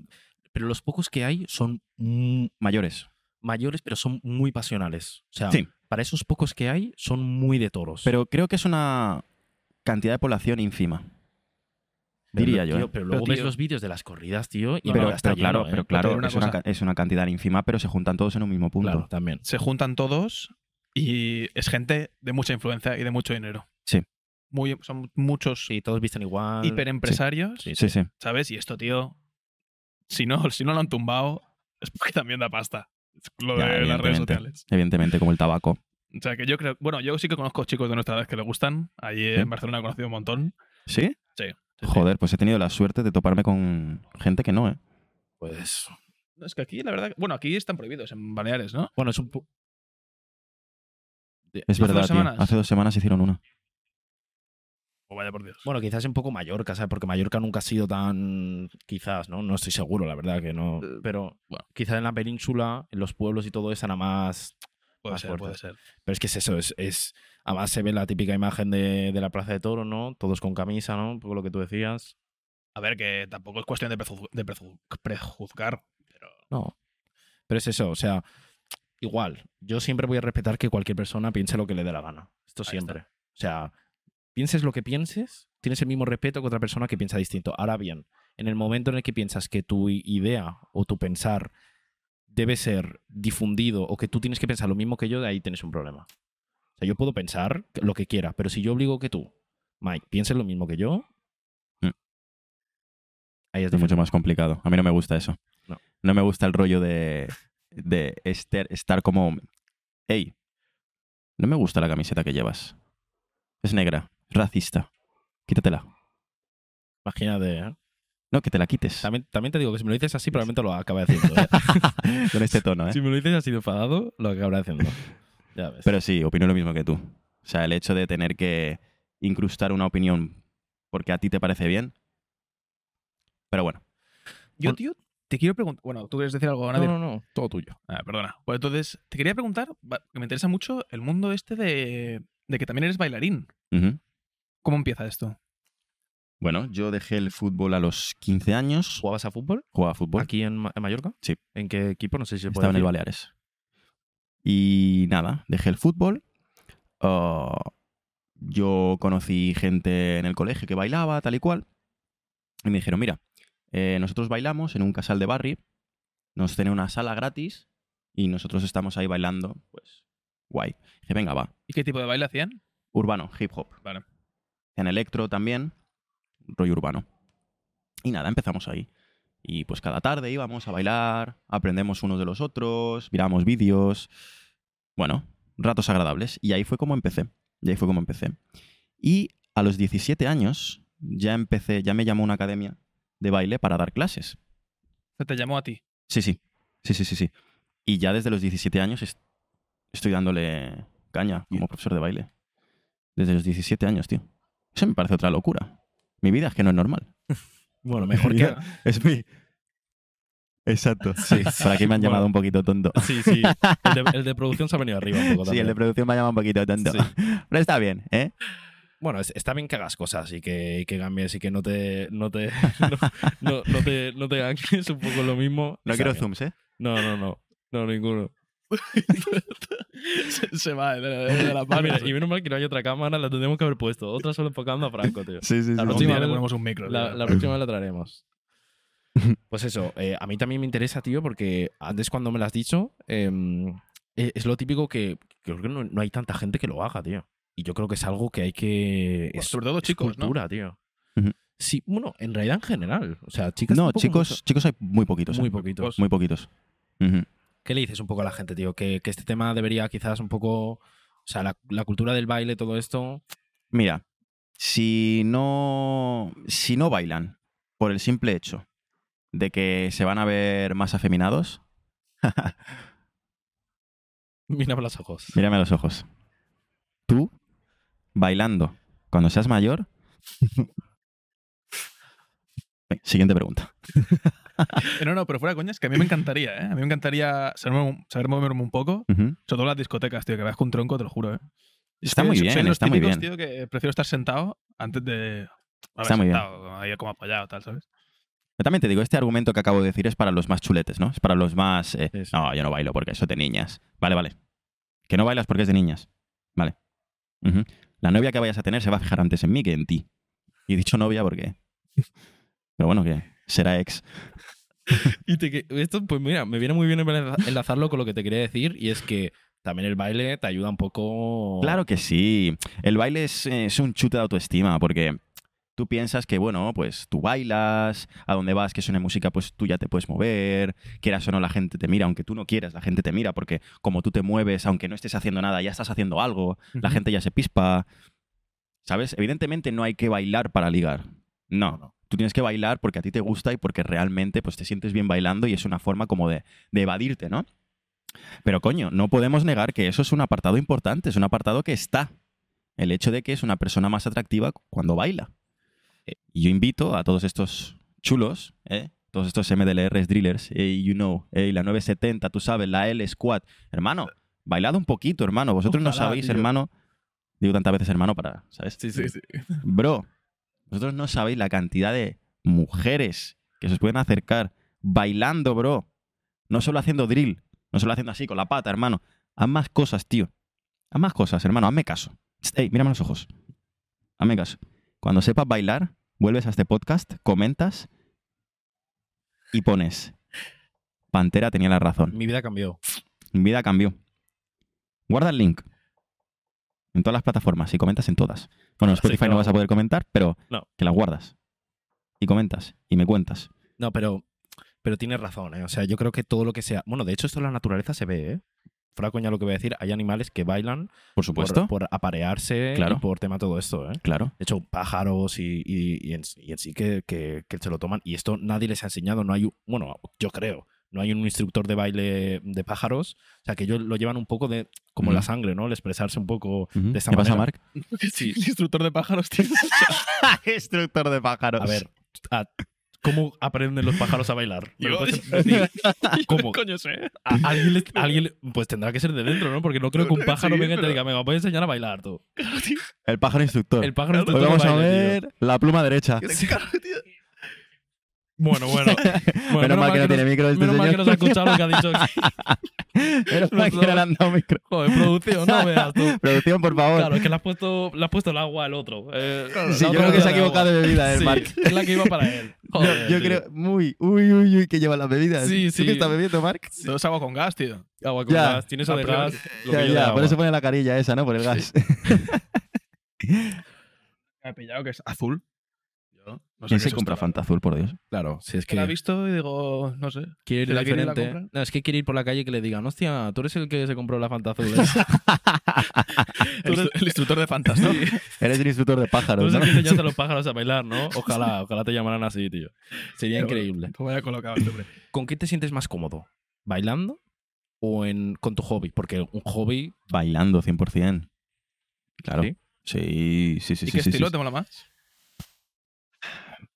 [SPEAKER 1] pero los pocos que hay son mm,
[SPEAKER 2] Mayores.
[SPEAKER 1] mayores, pero son muy pasionales. O sea,
[SPEAKER 2] Sí.
[SPEAKER 1] para esos pocos que hay, son muy de toros.
[SPEAKER 2] Pero creo que es una cantidad de población ínfima.
[SPEAKER 1] Pero,
[SPEAKER 2] diría yo,
[SPEAKER 1] tío,
[SPEAKER 2] ¿eh?
[SPEAKER 1] Pero luego
[SPEAKER 3] Pero,
[SPEAKER 1] ves
[SPEAKER 3] tío-
[SPEAKER 1] los vídeos de las corridas, tío. Y
[SPEAKER 2] pero,
[SPEAKER 1] no, está
[SPEAKER 2] pero
[SPEAKER 1] lleno,
[SPEAKER 2] claro,
[SPEAKER 1] ¿eh?
[SPEAKER 2] pero
[SPEAKER 3] Pero
[SPEAKER 2] claro,
[SPEAKER 3] una
[SPEAKER 2] es, una,
[SPEAKER 3] cosa-
[SPEAKER 2] ca- es una cantidad ínfima, pero se juntan todos en un mismo punto.
[SPEAKER 1] Claro, también.
[SPEAKER 3] Se juntan todos y es gente de mucha influencia y de mucho dinero.
[SPEAKER 2] Sí.
[SPEAKER 3] Muy, son muchos
[SPEAKER 1] Sí, todos visten igual.
[SPEAKER 3] hiperempresarios,
[SPEAKER 1] Sí, sí.
[SPEAKER 2] Sí, sí.
[SPEAKER 3] ¿sabes? Y esto, tío, si no, si no lo han tumbado, es porque también da pasta. Es Lo
[SPEAKER 2] Ya,
[SPEAKER 3] de las redes
[SPEAKER 2] evidentemente.
[SPEAKER 3] sociales.
[SPEAKER 2] Evidentemente, como el tabaco.
[SPEAKER 3] O sea, que yo creo. Bueno, yo sí que conozco chicos de nuestra edad que le gustan. Allí
[SPEAKER 2] Sí.
[SPEAKER 3] en Barcelona he conocido un montón.
[SPEAKER 2] ¿Sí?
[SPEAKER 3] Sí, sí, sí.
[SPEAKER 2] Joder, pues he tenido la suerte de toparme con gente que no, ¿eh?
[SPEAKER 1] Pues.
[SPEAKER 3] No, Es que aquí, la verdad. Bueno, aquí están prohibidos en Baleares, ¿no?
[SPEAKER 1] Bueno, es un. pu-
[SPEAKER 2] Es
[SPEAKER 3] ¿Hace
[SPEAKER 2] verdad,
[SPEAKER 3] dos
[SPEAKER 2] tío.
[SPEAKER 3] semanas?
[SPEAKER 2] Hace dos semanas hicieron una.
[SPEAKER 3] O Oh, vaya por Dios.
[SPEAKER 1] Bueno, quizás un poco Mallorca, ¿sabes? Porque Mallorca nunca ha sido tan. Quizás, ¿no? No estoy seguro, la verdad, que no. Pero
[SPEAKER 3] bueno.
[SPEAKER 1] quizás en la península, en los pueblos y todo eso, nada más.
[SPEAKER 3] Puede
[SPEAKER 1] Más
[SPEAKER 3] ser,
[SPEAKER 1] fuerte.
[SPEAKER 3] puede ser.
[SPEAKER 1] Pero es que es eso, es. es... Además, se ve la típica imagen de, de la Plaza de Toro, ¿no? Todos con camisa, ¿no? Un poco lo que tú decías.
[SPEAKER 3] A ver, que tampoco es cuestión de, preju- de preju- prejuzgar.
[SPEAKER 1] No. Pero es eso, o sea, igual, yo siempre voy a respetar que cualquier persona piense lo que le dé la gana. Esto
[SPEAKER 3] Ahí
[SPEAKER 1] siempre. O sea, pienses lo que pienses, tienes el mismo respeto que otra persona que piensa distinto. Ahora bien, en el momento en el que piensas que tu i- idea o tu pensar debe ser difundido o que tú tienes que pensar lo mismo que yo, de ahí tienes un problema. O sea, yo puedo pensar lo que quiera, pero si yo obligo que tú, Mike, pienses lo mismo que yo,
[SPEAKER 2] Mm.
[SPEAKER 1] ahí es
[SPEAKER 2] Es mucho
[SPEAKER 1] diferente.
[SPEAKER 2] más complicado. A mí no me gusta eso.
[SPEAKER 1] No.
[SPEAKER 2] No me gusta el rollo de, de ester- estar como, hey, no me gusta la camiseta que llevas. Es negra, es racista. Quítatela.
[SPEAKER 1] Imagínate, ¿eh?
[SPEAKER 2] No, que te la quites.
[SPEAKER 1] También, también te digo que si me lo dices así, probablemente lo acabe haciendo. ¿eh?
[SPEAKER 2] Con este tono, ¿eh?
[SPEAKER 1] si me lo dices así de enfadado, lo acabaré haciendo. Ya ves.
[SPEAKER 2] Pero sí, opino lo mismo que tú. O sea, el hecho de tener que incrustar una opinión porque a ti te parece bien. Pero bueno,
[SPEAKER 3] Yo,
[SPEAKER 1] Bueno.
[SPEAKER 3] tío, te quiero preguntar. Bueno, ¿tú quieres decir algo,
[SPEAKER 1] no,
[SPEAKER 3] Nadir?
[SPEAKER 1] no, no, todo tuyo.
[SPEAKER 3] Ah, perdona. Pues entonces, te quería preguntar, va- que me interesa mucho el mundo este de, de que también eres bailarín.
[SPEAKER 2] ujú.
[SPEAKER 3] ¿Cómo empieza esto?
[SPEAKER 2] bueno, yo dejé el fútbol a los 15 años.
[SPEAKER 1] ¿Jugabas a fútbol
[SPEAKER 2] Jugaba a fútbol.
[SPEAKER 1] aquí en, Ma- en Mallorca?
[SPEAKER 2] Sí.
[SPEAKER 1] ¿En qué equipo? No sé si se puede
[SPEAKER 2] Estaba en el
[SPEAKER 1] decir.
[SPEAKER 2] Baleares. Y nada, dejé el fútbol. Ah, yo conocí gente en el colegio que bailaba, tal y cual. Y me dijeron, mira, eh, nosotros bailamos en un casal de barrio. Nos tiene una sala gratis y nosotros estamos ahí bailando. Pues guay. Dije, venga, va.
[SPEAKER 3] ¿Y qué tipo de baile hacían?
[SPEAKER 2] Urbano, hip hop.
[SPEAKER 3] Vale.
[SPEAKER 2] En electro también, rollo urbano. Y nada, empezamos ahí. Y pues cada tarde íbamos a bailar, aprendemos unos de los otros, miramos vídeos. Bueno, ratos agradables. Y ahí fue como empecé. Y ahí fue como empecé. Y a los 17 años ya empecé, ya me llamó una academia de baile para dar clases.
[SPEAKER 3] O sea, te llamó a ti.
[SPEAKER 2] Sí, sí. Sí, sí, sí, sí. Y ya desde los 17 años est- estoy dándole caña como profesor de baile. Desde los 17 años, tío. Eso me parece otra locura. Mi vida es que no es normal.
[SPEAKER 1] Bueno, mejor que.
[SPEAKER 2] Mira. Es mi... Exacto. Sí. Para aquí me han llamado
[SPEAKER 1] Bueno.
[SPEAKER 2] un poquito tonto.
[SPEAKER 1] Sí, sí. El de, el de producción se ha venido arriba un poco
[SPEAKER 2] Sí,
[SPEAKER 1] también.
[SPEAKER 2] el de producción me ha llamado un poquito tonto. Pero está bien, ¿eh?
[SPEAKER 1] Bueno, es- está bien que hagas cosas y que, y que cambies y que no te. No te. No, no- no te, no te gangues un poco lo mismo.
[SPEAKER 2] No
[SPEAKER 1] Está
[SPEAKER 2] quiero
[SPEAKER 1] bien.
[SPEAKER 2] zooms, ¿eh?
[SPEAKER 1] No, no, no. No, ninguno.
[SPEAKER 3] se, se va de, la- de Eh, la
[SPEAKER 1] Ah,
[SPEAKER 3] palma.
[SPEAKER 1] mira, y menos mal que no hay otra cámara, la tendríamos que haber puesto. Otra solo enfocando a Franco, tío.
[SPEAKER 2] Sí, sí,
[SPEAKER 1] La sí.
[SPEAKER 3] Un día
[SPEAKER 1] próxima
[SPEAKER 3] le
[SPEAKER 1] vez-
[SPEAKER 3] ponemos un micro.
[SPEAKER 1] La,
[SPEAKER 3] tío.
[SPEAKER 1] la próxima la traeremos. Pues eso, eh, a mí también me interesa, tío, porque antes cuando me lo has dicho, eh, es es lo típico que que creo que no, no hay tanta gente que lo haga, tío. Y yo creo que es algo que hay que...
[SPEAKER 3] Bueno,
[SPEAKER 1] es-
[SPEAKER 3] Pues sobre todo
[SPEAKER 1] es
[SPEAKER 3] chicos, ¿no?
[SPEAKER 1] cultura, tío.
[SPEAKER 2] Ujú.
[SPEAKER 1] Sí, bueno, en realidad en general. O sea, chicas.
[SPEAKER 2] no,
[SPEAKER 1] tampoco
[SPEAKER 2] chicos,
[SPEAKER 1] mucho.
[SPEAKER 2] chicos hay muy poquitos. ¿eh?
[SPEAKER 1] Muy poquitos.
[SPEAKER 3] pues
[SPEAKER 2] Muy poquitos. Ujú.
[SPEAKER 1] ¿Qué le dices un poco a la gente, tío? Que, que este tema debería quizás un poco. O sea, la, la cultura del baile, todo esto.
[SPEAKER 2] Mira, si no, si no bailan por el simple hecho de que se van a ver más afeminados,
[SPEAKER 1] Mírame los ojos.
[SPEAKER 2] mírame a los ojos. Tú, bailando, cuando seas mayor... Venga, Siguiente pregunta.
[SPEAKER 3] Eh, No, no, pero fuera de coñas, que a mí me encantaría, ¿eh? A mí me encantaría saber, saber moverme un poco.
[SPEAKER 2] Ujú.
[SPEAKER 3] Sobre todo en las discotecas, tío, que vas con un tronco, te lo juro, ¿eh?
[SPEAKER 2] Está
[SPEAKER 3] Soy-
[SPEAKER 2] muy
[SPEAKER 3] soy
[SPEAKER 2] bien,
[SPEAKER 3] de los
[SPEAKER 2] está muy
[SPEAKER 3] típicos,
[SPEAKER 2] bien.
[SPEAKER 3] tío, que prefiero estar sentado antes de... a ver,
[SPEAKER 2] Está muy bien.
[SPEAKER 3] sentado, ahí como apoyado, tal, ¿sabes?
[SPEAKER 2] Pero también te digo, este argumento que acabo de decir es para los más chuletes, ¿no? Es para los más... eh,
[SPEAKER 1] Sí, sí.
[SPEAKER 2] No, yo no bailo porque eso es de niñas. Vale, vale. Que no bailas porque es de niñas. Vale. Ujú. La novia que vayas a tener se va a fijar antes en mí que en ti. Y he dicho novia porque... Pero bueno, que será ex.
[SPEAKER 1] Y te que- esto, pues mira, me viene muy bien enlaza- enlazarlo con lo que te quería decir, y es que también el baile te ayuda un poco.
[SPEAKER 2] Claro que sí. El baile es, eh, es un chute de autoestima porque tú piensas que, bueno, pues tú bailas, a donde vas, que suene música, pues tú ya te puedes mover, quieras o no, la gente te mira, aunque tú no quieras, la gente te mira porque como tú te mueves, aunque no estés haciendo nada, ya estás haciendo algo, la
[SPEAKER 3] Ujú.
[SPEAKER 2] gente ya se pispa. ¿Sabes? Evidentemente no hay que bailar para ligar. No. Tú tienes que bailar porque a ti te gusta y porque realmente pues, te sientes bien bailando y es una forma como de, de evadirte, ¿no? Pero coño, no podemos negar que eso es un apartado importante, es un apartado que está. El hecho de que es una persona más atractiva cuando baila. Eh, Y yo invito a todos estos chulos, ¿eh? todos estos MDLRs, drillers, eh, you know, eh, la 970, tú sabes, la L Squad. Hermano, bailad un poquito, hermano. Vosotros no
[SPEAKER 3] Ojalá,
[SPEAKER 2] sabéis,
[SPEAKER 3] tío.
[SPEAKER 2] hermano. Digo tantas veces, hermano, para, ¿sabes?
[SPEAKER 3] Sí, sí, sí.
[SPEAKER 2] Bro, vosotros no sabéis la cantidad de mujeres que se os pueden acercar bailando, bro. No solo haciendo drill, no solo haciendo así con la pata, hermano. Haz más cosas, tío. Haz más cosas, hermano. Hazme caso. Ey, mírame los ojos. Hazme caso. Cuando sepas bailar, vuelves a este podcast, comentas y pones. Pantera tenía la razón.
[SPEAKER 1] Mi vida cambió.
[SPEAKER 2] Mi vida cambió. Guarda el link. En todas las plataformas y comentas en todas. Bueno, en
[SPEAKER 1] Sí,
[SPEAKER 2] Spotify
[SPEAKER 1] claro.
[SPEAKER 2] no vas a poder comentar, pero
[SPEAKER 1] No.
[SPEAKER 2] que las guardas. Y comentas. Y me cuentas.
[SPEAKER 1] No, pero, pero tienes razón, ¿eh? O sea, yo creo que todo lo que sea. Bueno, de hecho, esto en la naturaleza se ve, ¿eh? Fuera coña lo que voy a decir, hay animales que bailan
[SPEAKER 2] Por
[SPEAKER 1] por, por aparearse
[SPEAKER 2] Claro.
[SPEAKER 1] y por tema todo esto, ¿eh?
[SPEAKER 2] Claro.
[SPEAKER 1] De hecho, pájaros y, y- y en, y en sí que, que- que se lo toman. Y esto nadie les ha enseñado. No hay, un- bueno, yo creo, no hay un instructor de baile de pájaros. O sea, que ellos lo llevan un poco de como
[SPEAKER 2] Ujú.
[SPEAKER 1] la sangre, ¿no? El expresarse un poco
[SPEAKER 2] Ujú.
[SPEAKER 1] de esta
[SPEAKER 2] ¿Qué pasa,
[SPEAKER 1] manera.
[SPEAKER 2] Mark?
[SPEAKER 3] El instructor de pájaros, tío.
[SPEAKER 2] Instructor de pájaros.
[SPEAKER 1] A ver, a- ¿cómo aprenden los pájaros a bailar? ¿Me lo
[SPEAKER 3] Yo-
[SPEAKER 1] puedes decir? ¿Cómo?
[SPEAKER 3] Coño, sé.
[SPEAKER 1] A- alguien, les- alguien le- pues tendrá que ser de dentro, ¿no? Porque no creo que un pájaro
[SPEAKER 3] Sí,
[SPEAKER 1] venga y te
[SPEAKER 3] pero-
[SPEAKER 1] diga, venga, voy a enseñar a bailar tú.
[SPEAKER 2] El pájaro instructor.
[SPEAKER 1] El pájaro
[SPEAKER 2] Hoy
[SPEAKER 4] Pues
[SPEAKER 1] instructor de
[SPEAKER 2] Pues vamos a
[SPEAKER 1] baile, tío.
[SPEAKER 2] ver la pluma derecha.
[SPEAKER 1] Bueno, bueno. bueno
[SPEAKER 2] menos mal que no tiene micro este
[SPEAKER 1] Menos mal que
[SPEAKER 2] señor.
[SPEAKER 1] nos ha escuchado lo que ha dicho.
[SPEAKER 2] Menos mal que no le han dado micro.
[SPEAKER 1] Joder, producción, no veas tú.
[SPEAKER 2] Producción, por favor.
[SPEAKER 1] Claro, es que le has puesto, le has puesto el agua al otro. Eh, la
[SPEAKER 2] Sí,
[SPEAKER 1] otra
[SPEAKER 2] yo creo que
[SPEAKER 1] botella
[SPEAKER 2] se ha
[SPEAKER 1] de
[SPEAKER 2] equivocado
[SPEAKER 1] agua.
[SPEAKER 2] de bebida, el
[SPEAKER 1] Sí,
[SPEAKER 2] Mark.
[SPEAKER 1] Es la que iba para él. Joder,
[SPEAKER 2] Yo
[SPEAKER 1] tío.
[SPEAKER 2] creo, muy, uy, uy, uy, que lleva las bebidas.
[SPEAKER 1] Sí,
[SPEAKER 2] ¿Tú
[SPEAKER 1] sí.
[SPEAKER 2] qué estás bebiendo, Mark?
[SPEAKER 3] Todo es agua con gas, tío.
[SPEAKER 1] Agua con
[SPEAKER 2] Ya. Ah,
[SPEAKER 1] gas. Tiene eso de
[SPEAKER 3] A priori.
[SPEAKER 1] gas. lo
[SPEAKER 2] Ya,
[SPEAKER 1] que yo de
[SPEAKER 2] ya, por
[SPEAKER 1] agua.
[SPEAKER 2] eso pone la carilla esa, ¿no? Por el gas.
[SPEAKER 3] Me ha pillado que es azul. Yo no
[SPEAKER 2] ¿Quién
[SPEAKER 3] qué
[SPEAKER 2] se
[SPEAKER 3] es
[SPEAKER 2] compra
[SPEAKER 3] esto,
[SPEAKER 2] Fanta Azul, por Dios?
[SPEAKER 1] Claro, si es
[SPEAKER 3] Que la he
[SPEAKER 1] que
[SPEAKER 3] visto y digo, no sé.
[SPEAKER 1] quiere ir
[SPEAKER 3] ¿Te la quiere ir a
[SPEAKER 1] diferente.
[SPEAKER 3] comprar?
[SPEAKER 1] No, es que quiere ir por la calle y que le digan, hostia, tú eres el que se compró la Fanta Azul. ¿eh?
[SPEAKER 3] El, el instructor de fantas, ¿no?
[SPEAKER 2] Eres el instructor de
[SPEAKER 1] tú
[SPEAKER 2] pájaros,
[SPEAKER 1] eres
[SPEAKER 2] ¿no?
[SPEAKER 1] el que enseñaste a los pájaros a bailar, ¿no? Ojalá, ojalá te llamaran así, tío. Sería
[SPEAKER 3] Pero bueno.
[SPEAKER 1] increíble.
[SPEAKER 3] Como ya Pues colocado el hombre.
[SPEAKER 1] ¿Con qué te sientes más cómodo? ¿Bailando o en, con tu hobby? Porque un hobby...
[SPEAKER 2] Bailando, 100%. Claro.
[SPEAKER 1] ¿Sí?
[SPEAKER 2] Sí, sí, sí.
[SPEAKER 3] ¿Y
[SPEAKER 2] sí,
[SPEAKER 3] qué
[SPEAKER 2] sí,
[SPEAKER 3] estilo
[SPEAKER 2] sí.
[SPEAKER 3] te mola más?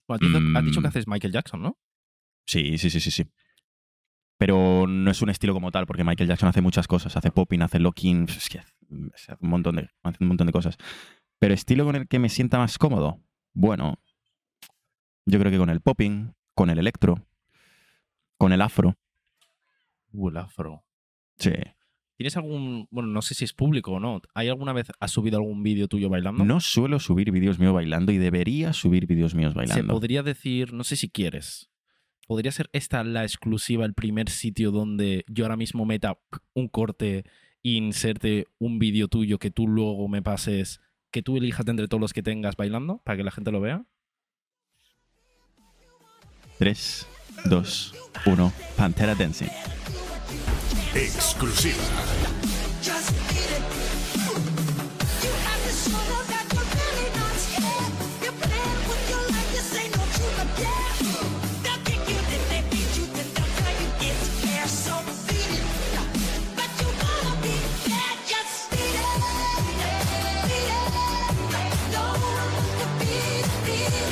[SPEAKER 1] Bueno, has dicho- has dicho
[SPEAKER 2] Mm.
[SPEAKER 1] que haces Michael Jackson, ¿no?
[SPEAKER 2] Sí, sí, sí, sí, sí. Pero no es un estilo como tal, porque Michael Jackson hace muchas cosas. Hace popping, hace locking, es que hace hace un montón de, hace un montón de cosas. Pero estilo con el que me sienta más cómodo, bueno, yo creo que con el popping, con el electro, con el afro.
[SPEAKER 1] Uh, el afro.
[SPEAKER 2] Sí.
[SPEAKER 1] ¿Tienes algún, bueno, no sé si es público o no, ¿hay alguna vez, has subido algún vídeo tuyo bailando?
[SPEAKER 2] No suelo subir vídeos míos bailando y debería subir vídeos míos
[SPEAKER 1] Se
[SPEAKER 2] bailando.
[SPEAKER 1] podría decir, no sé si quieres, podría ser esta la exclusiva, el primer sitio donde yo ahora mismo meta un corte e inserte un vídeo tuyo que tú luego me pases, que tú elijas de entre todos los que tengas bailando, para que la gente lo vea.
[SPEAKER 2] 3, 2, 1. Pantera Dancing.
[SPEAKER 6] Exclusiva.
[SPEAKER 7] Just eat it. You have to show them that you're really not scared. You're playing with your life, this ain't no truth or dare. They'll kick you, then they beat you, then they'll tell you it's fair. So beat it. But you gotta be fair. Just beat it. Beat it. Don't want to beat, beat it.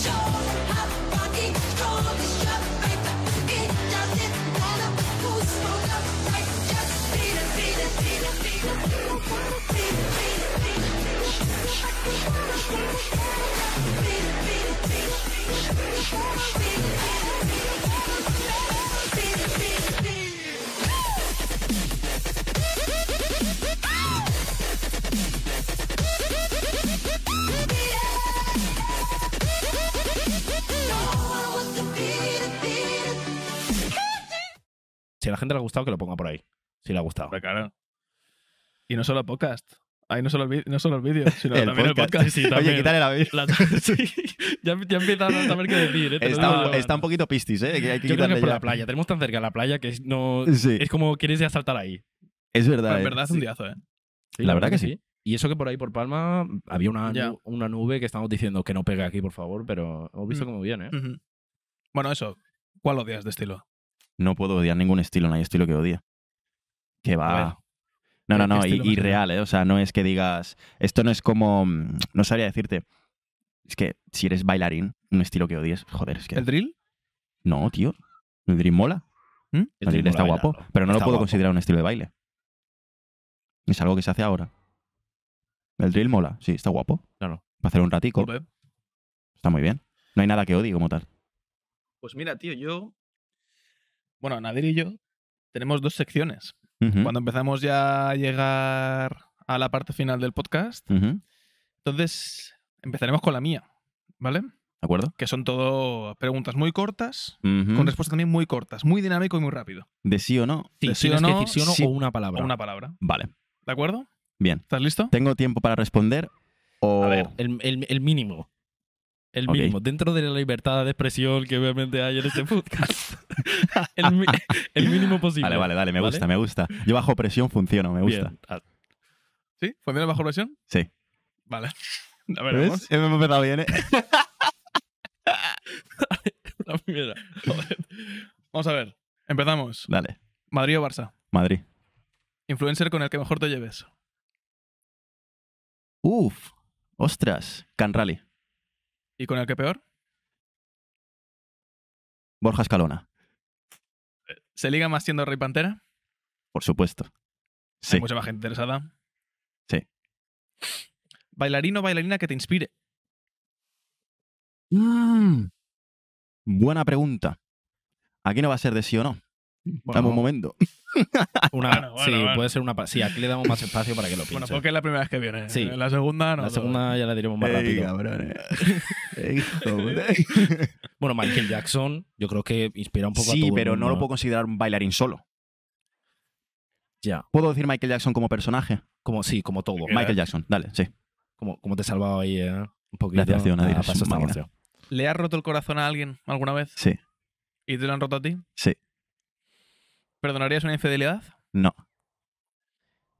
[SPEAKER 7] Show them how rocky, strong is your faith. It doesn't matter who's on the right. Just beat it, beat it, beat it, beat it. Beat it, beat it, beat it. Beat it, beat it, beat it. Beat it, beat it, beat it. Beat it, beat it, beat it. No one wants to beat it, beat it.
[SPEAKER 1] Si a la gente le ha gustado, que lo ponga por ahí. Si le ha gustado.
[SPEAKER 3] Hombre, claro. Y no solo el podcast. Ahí no solo el, vi- no solo el vídeo, sino
[SPEAKER 2] El
[SPEAKER 3] también
[SPEAKER 2] podcast.
[SPEAKER 3] el podcast. Sí,
[SPEAKER 2] Oye,
[SPEAKER 3] también.
[SPEAKER 2] quítale la vida.
[SPEAKER 3] La- sí. ya, ya empieza a saber qué decir. ¿eh? Te lo digo
[SPEAKER 2] Está,
[SPEAKER 3] yo.
[SPEAKER 2] está un poquito pistis, ¿eh? Que hay que
[SPEAKER 1] Yo creo que
[SPEAKER 2] quitarle
[SPEAKER 1] es por
[SPEAKER 2] ya.
[SPEAKER 1] la playa. Tenemos tan cerca la playa que es- no.
[SPEAKER 2] Sí,
[SPEAKER 1] Es como quieres ya saltar ahí.
[SPEAKER 2] es
[SPEAKER 3] Pero
[SPEAKER 2] verdad.
[SPEAKER 3] en
[SPEAKER 2] ¿eh?
[SPEAKER 3] verdad es un diazo, ¿eh?
[SPEAKER 1] Sí,
[SPEAKER 2] La verdad que sí.
[SPEAKER 1] Y eso que por ahí, por Palma, había una, nu-
[SPEAKER 3] Ya.
[SPEAKER 1] una nube que estamos diciendo que no pegue aquí, por favor, pero hemos visto
[SPEAKER 3] Mm.
[SPEAKER 1] cómo viene. ¿eh?
[SPEAKER 3] Ujú. Bueno, eso. ¿Cuál odias de estilo?
[SPEAKER 2] No puedo odiar ningún estilo, no hay estilo que odie. Que
[SPEAKER 3] A ver.
[SPEAKER 2] va. No, no,
[SPEAKER 3] ¿Qué- qué
[SPEAKER 2] no, y,
[SPEAKER 3] estilo
[SPEAKER 2] y
[SPEAKER 3] más que
[SPEAKER 2] real, ¿eh? O sea, no es que digas. Esto no es como. mm, No sabría decirte. Es que si eres bailarín, un estilo que odies, joder, es que.
[SPEAKER 3] ¿El drill?
[SPEAKER 2] No, tío. El Dream mola.
[SPEAKER 3] ¿Mm?
[SPEAKER 2] El,
[SPEAKER 1] El
[SPEAKER 2] Dream
[SPEAKER 1] drill
[SPEAKER 2] está
[SPEAKER 1] mola
[SPEAKER 2] guapo,
[SPEAKER 1] bailarlo.
[SPEAKER 2] pero no lo
[SPEAKER 1] Está
[SPEAKER 2] puedo
[SPEAKER 1] guapo.
[SPEAKER 2] considerar un estilo de baile. Es algo que se hace ahora. El Drill mola, sí, está guapo.
[SPEAKER 1] Claro.
[SPEAKER 2] Para hacer un ratico,
[SPEAKER 3] Joder.
[SPEAKER 2] está muy bien. No hay nada que odie como tal.
[SPEAKER 3] Pues mira, tío, yo. Bueno, Nadir y yo tenemos dos secciones.
[SPEAKER 1] ¿Mm?
[SPEAKER 2] Ujú,
[SPEAKER 3] Cuando empezamos ya a llegar a la parte final del podcast,
[SPEAKER 2] ujú, ¿De
[SPEAKER 3] entonces empezaremos con la mía, ¿vale?
[SPEAKER 2] acuerdo?
[SPEAKER 3] Que son todo preguntas muy cortas,
[SPEAKER 2] Ujú.
[SPEAKER 1] ¿Mm?
[SPEAKER 3] con respuestas también muy cortas, muy dinámico y muy rápido.
[SPEAKER 2] ¿De sí o no?
[SPEAKER 1] Sí,
[SPEAKER 3] ¿De sí
[SPEAKER 1] tienes
[SPEAKER 3] o
[SPEAKER 1] que
[SPEAKER 3] no?
[SPEAKER 1] decir sí o no uh,
[SPEAKER 2] Sí.
[SPEAKER 1] o una palabra.
[SPEAKER 3] O una palabra.
[SPEAKER 2] Vale,
[SPEAKER 3] ¿De acuerdo?
[SPEAKER 2] bien.
[SPEAKER 3] ¿Estás listo?
[SPEAKER 2] ¿Tengo tiempo para responder? O...
[SPEAKER 3] A ver.
[SPEAKER 1] El, el- el mínimo. El
[SPEAKER 2] Ok.
[SPEAKER 1] mínimo. Dentro de la libertad de expresión que obviamente hay en este podcast. el, mi- el mínimo posible.
[SPEAKER 2] Vale, vale, dale, me
[SPEAKER 1] ¿Vale?
[SPEAKER 2] gusta, me gusta. Yo bajo presión funciono, me gusta.
[SPEAKER 1] Bien. Ah,
[SPEAKER 3] ¿Sí? ¿Funciona bajo presión?
[SPEAKER 2] Sí.
[SPEAKER 3] Vale. A ver, vamos.
[SPEAKER 2] ¿Ves? Hemos empezado bien, ¿eh?
[SPEAKER 1] la primera.
[SPEAKER 3] Vamos a ver. Empezamos.
[SPEAKER 2] Dale,
[SPEAKER 3] Madrid o Barça.
[SPEAKER 2] Madrid.
[SPEAKER 3] Influencer con el que mejor te lleves.
[SPEAKER 2] Uf, ostras. Can Rally,
[SPEAKER 3] ¿Y con el que peor?
[SPEAKER 2] Borja Escalona,
[SPEAKER 3] ¿Se liga más siendo Rey Pantera?
[SPEAKER 2] por supuesto. Sí.
[SPEAKER 3] Hay mucha más gente interesada.
[SPEAKER 2] Sí.
[SPEAKER 3] Bailarino o bailarina que te inspire.
[SPEAKER 2] Mm. Buena pregunta. Aquí no va a ser de sí o no. Dame un momento. Ah,
[SPEAKER 1] Una,
[SPEAKER 3] Bueno, bueno,
[SPEAKER 1] sí,
[SPEAKER 3] bueno.
[SPEAKER 1] puede ser una. pa- Sí, aquí le damos más espacio para que lo
[SPEAKER 3] Bueno,
[SPEAKER 1] piense.
[SPEAKER 3] porque es la primera vez que viene.
[SPEAKER 1] Sí.
[SPEAKER 3] La segunda no.
[SPEAKER 1] la segunda ya la diremos más rápido.
[SPEAKER 2] eh.
[SPEAKER 1] Bueno, Michael Jackson, yo creo que inspira un poco a
[SPEAKER 2] Sí,
[SPEAKER 1] todo el
[SPEAKER 2] pero no
[SPEAKER 1] mundo,
[SPEAKER 2] lo puedo considerar un bailarín solo.
[SPEAKER 1] Ya.
[SPEAKER 2] ¿Puedo decir Michael Jackson como personaje?
[SPEAKER 1] Como, sí, como todo.
[SPEAKER 2] Michael Jackson, dale, sí.
[SPEAKER 1] Como, como te he salvado ahí, ¿eh? Un poquito.
[SPEAKER 2] Gracias, tío, Nadir,
[SPEAKER 1] Ah, paso
[SPEAKER 2] es un
[SPEAKER 1] esta
[SPEAKER 2] máquina.
[SPEAKER 1] canción.
[SPEAKER 3] ¿Le has roto el corazón a alguien alguna vez?
[SPEAKER 2] Sí.
[SPEAKER 3] ¿Y te lo han roto a ti?
[SPEAKER 2] Sí.
[SPEAKER 3] ¿Perdonarías una infidelidad?
[SPEAKER 2] No,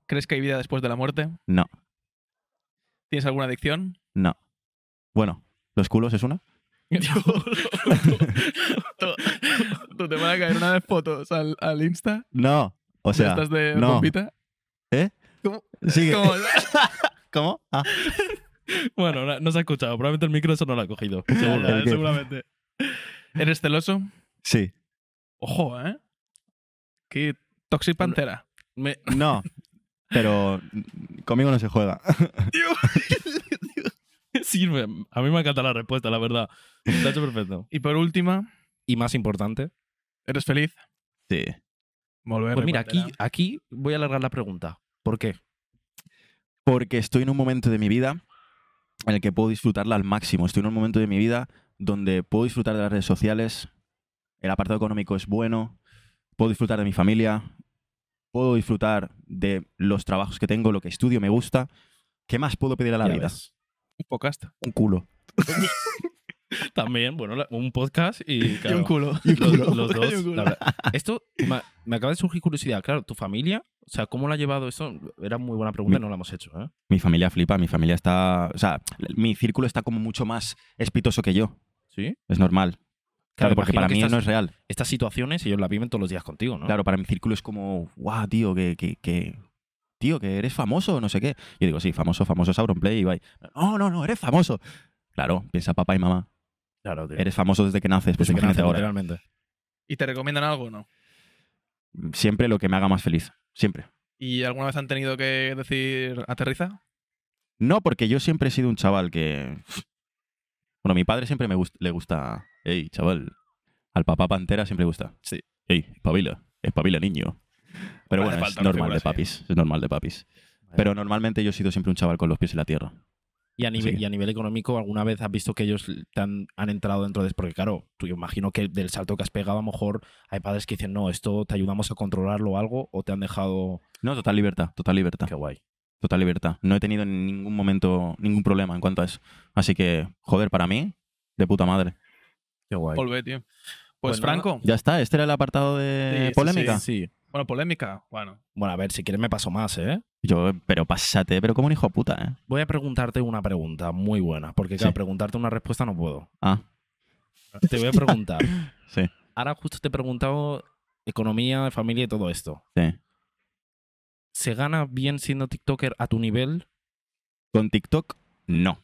[SPEAKER 3] ¿Crees que hay vida después de la muerte?
[SPEAKER 2] no,
[SPEAKER 3] ¿Tienes alguna adicción?
[SPEAKER 2] no. Bueno, ¿los culos es una?
[SPEAKER 3] Tú- tú te van a caer una vez fotos al, al Insta.
[SPEAKER 2] No. O sea,
[SPEAKER 3] ¿Estás de
[SPEAKER 2] no.
[SPEAKER 3] bombita?
[SPEAKER 2] ¿Eh?
[SPEAKER 3] ¿Cómo?
[SPEAKER 2] Sigue.
[SPEAKER 3] ¿Cómo?
[SPEAKER 2] ¿Cómo? Ah,
[SPEAKER 1] Bueno, no, no se ha escuchado. Probablemente el micro eso no lo ha cogido. seguro.
[SPEAKER 2] ¿El qué?
[SPEAKER 3] Seguramente. ¿Eres celoso?
[SPEAKER 2] sí.
[SPEAKER 3] Ojo, ¿eh? Qué Toxic Pantera.
[SPEAKER 1] Me-
[SPEAKER 2] No. Pero conmigo no se juega.
[SPEAKER 1] sirve. A mí me encanta la respuesta, la verdad. Está hecho perfecto.
[SPEAKER 3] Y por última,
[SPEAKER 1] Y más importante.
[SPEAKER 3] ¿eres feliz?
[SPEAKER 2] Sí.
[SPEAKER 3] Volver.
[SPEAKER 1] Pues mira,
[SPEAKER 3] Pantera.
[SPEAKER 1] aquí, aquí voy a alargar la pregunta. ¿Por qué?
[SPEAKER 2] porque estoy en un momento de mi vida en el que puedo disfrutarla al máximo. Estoy en un momento de mi vida donde puedo disfrutar de las redes sociales, el apartado económico es bueno, puedo disfrutar de mi familia, puedo disfrutar de los trabajos que tengo, lo que estudio me gusta. ¿Qué más puedo pedir a la
[SPEAKER 1] Ya
[SPEAKER 2] vida?
[SPEAKER 1] ves.
[SPEAKER 3] Un podcast.
[SPEAKER 2] Un culo.
[SPEAKER 1] También, bueno, la- un podcast y,
[SPEAKER 3] Y un
[SPEAKER 1] claro,
[SPEAKER 3] culo.
[SPEAKER 1] los- Los,
[SPEAKER 3] Y un
[SPEAKER 1] dos.
[SPEAKER 3] culo.
[SPEAKER 1] la verdad. Esto ma- me acaba de surgir curiosidad. Claro, tu familia, o sea, ¿cómo lo ha llevado eso? Era muy buena pregunta, no la hemos hecho. ¿eh?
[SPEAKER 2] Mi familia flipa, mi familia está. O sea, mi círculo está como mucho más espitoso que yo.
[SPEAKER 1] Sí.
[SPEAKER 2] Es normal. Claro, porque
[SPEAKER 1] imagino
[SPEAKER 2] para
[SPEAKER 1] que
[SPEAKER 2] mí
[SPEAKER 1] estas,
[SPEAKER 2] no es real.
[SPEAKER 1] estas situaciones ellos las viven todos los días contigo, ¿no?
[SPEAKER 2] Claro, para mi círculo es como, guau, tío, que, que, que- Tío, que eres famoso, no sé qué. Yo digo, sí, famoso, famoso Sauronplay y bye. No, no, no, eres famoso. Claro, piensa papá y mamá.
[SPEAKER 1] claro. tío.
[SPEAKER 2] Eres famoso desde que naces, pues
[SPEAKER 1] Desde que
[SPEAKER 2] imagínate
[SPEAKER 1] nacen,
[SPEAKER 2] ahora.
[SPEAKER 1] literalmente.
[SPEAKER 3] ¿Y te recomiendan algo o no?
[SPEAKER 2] Siempre lo que me haga más feliz. Siempre.
[SPEAKER 3] ¿Y alguna vez han tenido que decir aterriza?
[SPEAKER 2] No, porque yo siempre he sido un chaval que. Bueno, mi padre siempre me gust- le gusta. Ey, chaval. Al papá pantera siempre le gusta.
[SPEAKER 3] Sí.
[SPEAKER 2] Ey, espabila. Espabila, niño. Pero
[SPEAKER 3] No hace
[SPEAKER 2] bueno,
[SPEAKER 3] falta
[SPEAKER 2] es
[SPEAKER 3] una
[SPEAKER 2] normal
[SPEAKER 3] figura
[SPEAKER 2] de
[SPEAKER 3] así.
[SPEAKER 2] papis. Es normal de papis. Pero normalmente yo he sido siempre un chaval con los pies en la tierra.
[SPEAKER 1] Y a, nivel,
[SPEAKER 2] Sí.
[SPEAKER 1] y a nivel económico, ¿alguna vez has visto que ellos te han, han entrado dentro de... Porque claro, tú yo imagino que del salto que has pegado, a lo mejor hay padres que dicen, no, esto te ayudamos a controlarlo o algo, o te han dejado...
[SPEAKER 2] No, total libertad, total libertad.
[SPEAKER 1] Qué guay.
[SPEAKER 2] Total libertad. No he tenido en ningún momento ningún problema en cuanto a eso. Así que, joder, para mí, de puta madre.
[SPEAKER 1] Qué guay.
[SPEAKER 3] Volvé, tío. Pues,
[SPEAKER 1] Pues nada.
[SPEAKER 3] Franco.
[SPEAKER 2] Ya está, este era el apartado de
[SPEAKER 3] Sí, sí,
[SPEAKER 2] polémica.
[SPEAKER 1] Sí.
[SPEAKER 3] Bueno, polémica. Bueno.
[SPEAKER 1] Bueno, a ver, si quieres me paso más, ¿eh?
[SPEAKER 2] Yo, pero pásate, pero como un hijo de puta, ¿eh?
[SPEAKER 1] Voy a preguntarte una pregunta muy buena, porque claro,
[SPEAKER 2] Sí.
[SPEAKER 1] preguntarte una respuesta no puedo.
[SPEAKER 2] Ah,
[SPEAKER 1] Te voy a preguntar.
[SPEAKER 2] sí,
[SPEAKER 1] Ahora justo te he preguntado economía, familia y todo esto.
[SPEAKER 2] sí.
[SPEAKER 1] ¿Se gana bien siendo TikToker a tu nivel?
[SPEAKER 2] Con TikTok, no.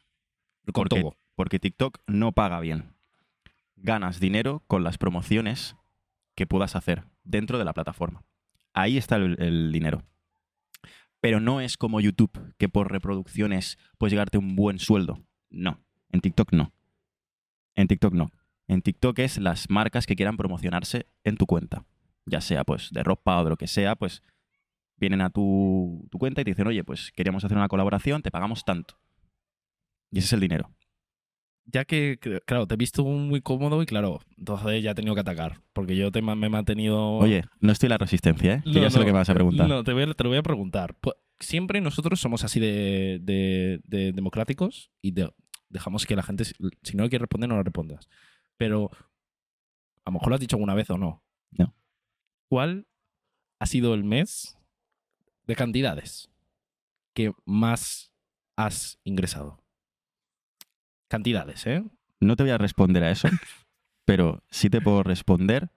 [SPEAKER 1] Con
[SPEAKER 2] Porque-
[SPEAKER 1] todo.
[SPEAKER 2] Porque TikTok no paga bien. Ganas dinero con las promociones que puedas hacer dentro de la plataforma. Ahí está el, el dinero. Pero no es como YouTube, que por reproducciones puedes llegarte un buen sueldo. No. En TikTok no. En TikTok no. En TikTok es las marcas que quieran promocionarse en tu cuenta. Ya sea pues de ropa o de lo que sea, pues vienen a tu, tu cuenta y te dicen, oye, pues queríamos hacer una colaboración, te pagamos tanto. Y ese es el dinero.
[SPEAKER 1] Ya que, que- claro, te he visto muy cómodo y claro, entonces ya he tenido que atacar, porque yo te ma- me he mantenido...
[SPEAKER 2] Oye, no estoy en la resistencia, ¿eh? Que
[SPEAKER 1] No,
[SPEAKER 2] ya sé lo
[SPEAKER 1] no.
[SPEAKER 2] que me vas a preguntar.
[SPEAKER 1] No, te, voy a- te lo voy a preguntar. Pu- Siempre nosotros somos así de, de- de democráticos y de- dejamos que la gente, si- si no quiere responder, no lo respondas. Pero a lo mejor lo has dicho alguna vez o no.
[SPEAKER 2] No.
[SPEAKER 1] ¿Cuál ha sido el mes de cantidades que más has ingresado? Cantidades, ¿eh?
[SPEAKER 2] No te voy a responder a eso, pero sí te puedo responder.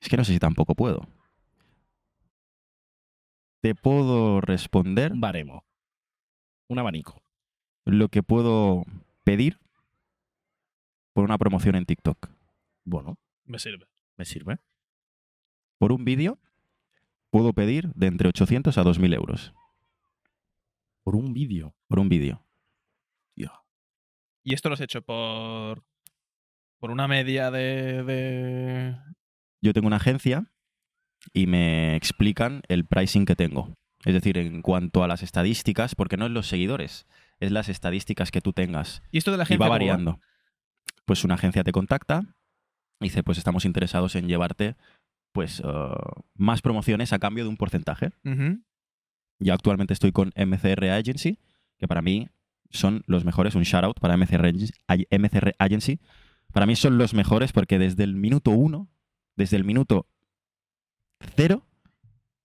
[SPEAKER 2] Es que no sé si tampoco puedo. Te puedo responder
[SPEAKER 1] Un baremo. Un abanico.
[SPEAKER 2] lo que puedo pedir por una promoción en TikTok.
[SPEAKER 1] Bueno,
[SPEAKER 3] Me sirve.
[SPEAKER 1] me sirve.
[SPEAKER 2] Por un vídeo puedo pedir de entre 800 a 2.000 euros.
[SPEAKER 1] Por un vídeo.
[SPEAKER 2] Por un vídeo.
[SPEAKER 3] ¿Y esto lo has hecho por. por una media de. de...
[SPEAKER 2] yo tengo una agencia y me explican el pricing que tengo. Es decir, en cuanto a las estadísticas, porque no es los seguidores, es las estadísticas que tú tengas.
[SPEAKER 3] ¿Y esto de la
[SPEAKER 2] Y
[SPEAKER 3] gente
[SPEAKER 2] va variando. Pues una agencia te contacta y dice, pues estamos interesados en llevarte pues eh, más promociones a cambio de un porcentaje. Yo actualmente estoy con MCR Agency, que para mí son los mejores. Un shout out para MCR, Agen- Ag- MCR Agency. Para mí son los mejores porque desde el minuto uno, desde el minuto cero,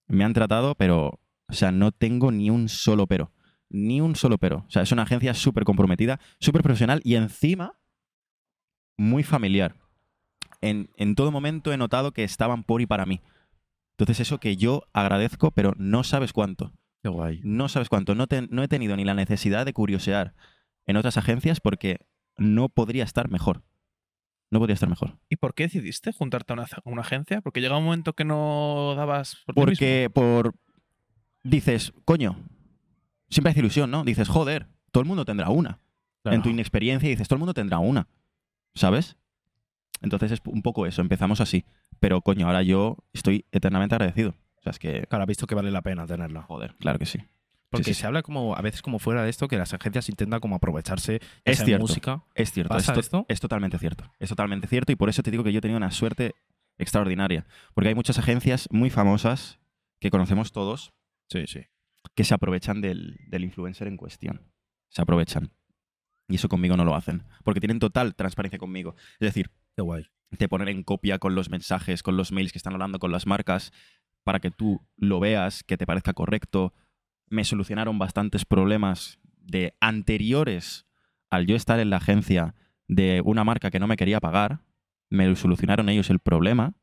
[SPEAKER 2] me han tratado, pero, o sea, no tengo ni un solo pero. Ni un solo pero. O sea, es una agencia súper comprometida, súper profesional y encima muy familiar. En, en todo momento he notado que estaban por y para mí. Entonces eso que yo agradezco, pero no sabes cuánto.
[SPEAKER 1] Qué guay.
[SPEAKER 2] No sabes cuánto. No, te- no he tenido ni la necesidad de curiosear en otras agencias porque no podría estar mejor. No podría estar mejor.
[SPEAKER 3] ¿Y por qué decidiste juntarte a una, a una agencia? Porque llega un momento que no dabas. Por ti mismo.
[SPEAKER 2] Porque por... Dices, coño, siempre hace ilusión, ¿no? Dices, joder, todo el mundo tendrá una.
[SPEAKER 1] Claro.
[SPEAKER 2] En tu inexperiencia dices, todo el mundo tendrá una. ¿Sabes? Entonces es un poco eso. Empezamos así. Pero coño, ahora yo estoy eternamente agradecido. O sea, es que...
[SPEAKER 1] Claro, has visto que vale la pena tenerlo.
[SPEAKER 2] Joder, claro que sí.
[SPEAKER 1] Porque
[SPEAKER 2] Sí, sí, sí.
[SPEAKER 1] se habla como a veces como fuera de esto que las agencias intentan como aprovecharse ya
[SPEAKER 2] Es
[SPEAKER 1] sea en
[SPEAKER 2] cierto.
[SPEAKER 1] música.
[SPEAKER 2] Es cierto,
[SPEAKER 1] ¿Pasa
[SPEAKER 2] es, to-
[SPEAKER 1] esto?
[SPEAKER 2] es totalmente cierto. Es totalmente cierto y por eso te digo que yo he tenido una suerte extraordinaria. Porque hay muchas agencias muy famosas que conocemos todos
[SPEAKER 1] Sí, sí.
[SPEAKER 2] que se aprovechan del, del influencer en cuestión. Se aprovechan. Y eso conmigo no lo hacen, porque tienen total transparencia conmigo. Es decir,
[SPEAKER 1] Qué guay.
[SPEAKER 2] te ponen en copia con los mensajes, con los mails que están hablando con las marcas, para que tú lo veas, que te parezca correcto. Me solucionaron bastantes problemas de anteriores al yo estar en la agencia de una marca que no me quería pagar. Me solucionaron ellos el problema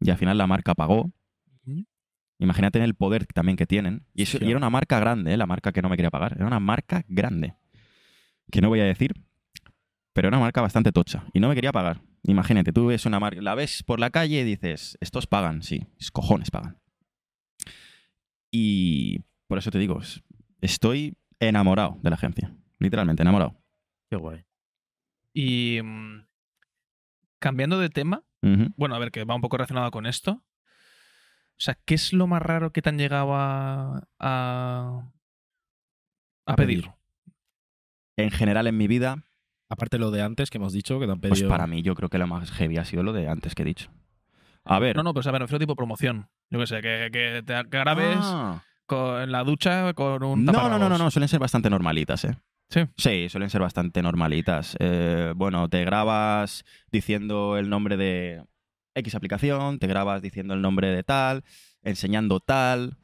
[SPEAKER 2] y al final la marca pagó.
[SPEAKER 3] Ujú.
[SPEAKER 2] Imagínate el poder también que tienen. Y, eso,
[SPEAKER 1] Sí.
[SPEAKER 2] y era una marca grande, ¿eh? la marca que no me quería pagar. Era una marca grande. Que no voy a decir, pero era una marca bastante tocha y no me quería pagar. Imagínate, tú ves una marca, la ves por la calle y dices, estos pagan, sí, es cojones pagan. Y por eso te digo, es- estoy enamorado de la agencia, literalmente enamorado.
[SPEAKER 1] Qué guay.
[SPEAKER 3] Y mm, cambiando de tema,
[SPEAKER 2] Ujú.
[SPEAKER 3] bueno, a ver, que va un poco relacionado con esto. O sea, ¿qué es lo más raro que te han llegado a, a, a
[SPEAKER 1] A
[SPEAKER 3] pedir?
[SPEAKER 1] pedir.
[SPEAKER 2] En general en mi vida,
[SPEAKER 1] Aparte lo de antes que hemos dicho, que te han pedido.
[SPEAKER 2] pues para mí yo creo que lo más heavy ha sido lo de antes que he dicho. A ver.
[SPEAKER 3] No, no, pero o sea, me refiero tipo promoción. Yo qué sé, que, que te que grabes
[SPEAKER 2] Ah.
[SPEAKER 3] con- en la ducha con un
[SPEAKER 2] No, no, no, no,
[SPEAKER 3] taparrabos.
[SPEAKER 2] no, suelen ser bastante normalitas, ¿eh?
[SPEAKER 3] Sí.
[SPEAKER 2] Sí, suelen ser bastante normalitas. Eh, bueno, te grabas diciendo el nombre de X aplicación, te grabas diciendo el nombre de tal, enseñando tal.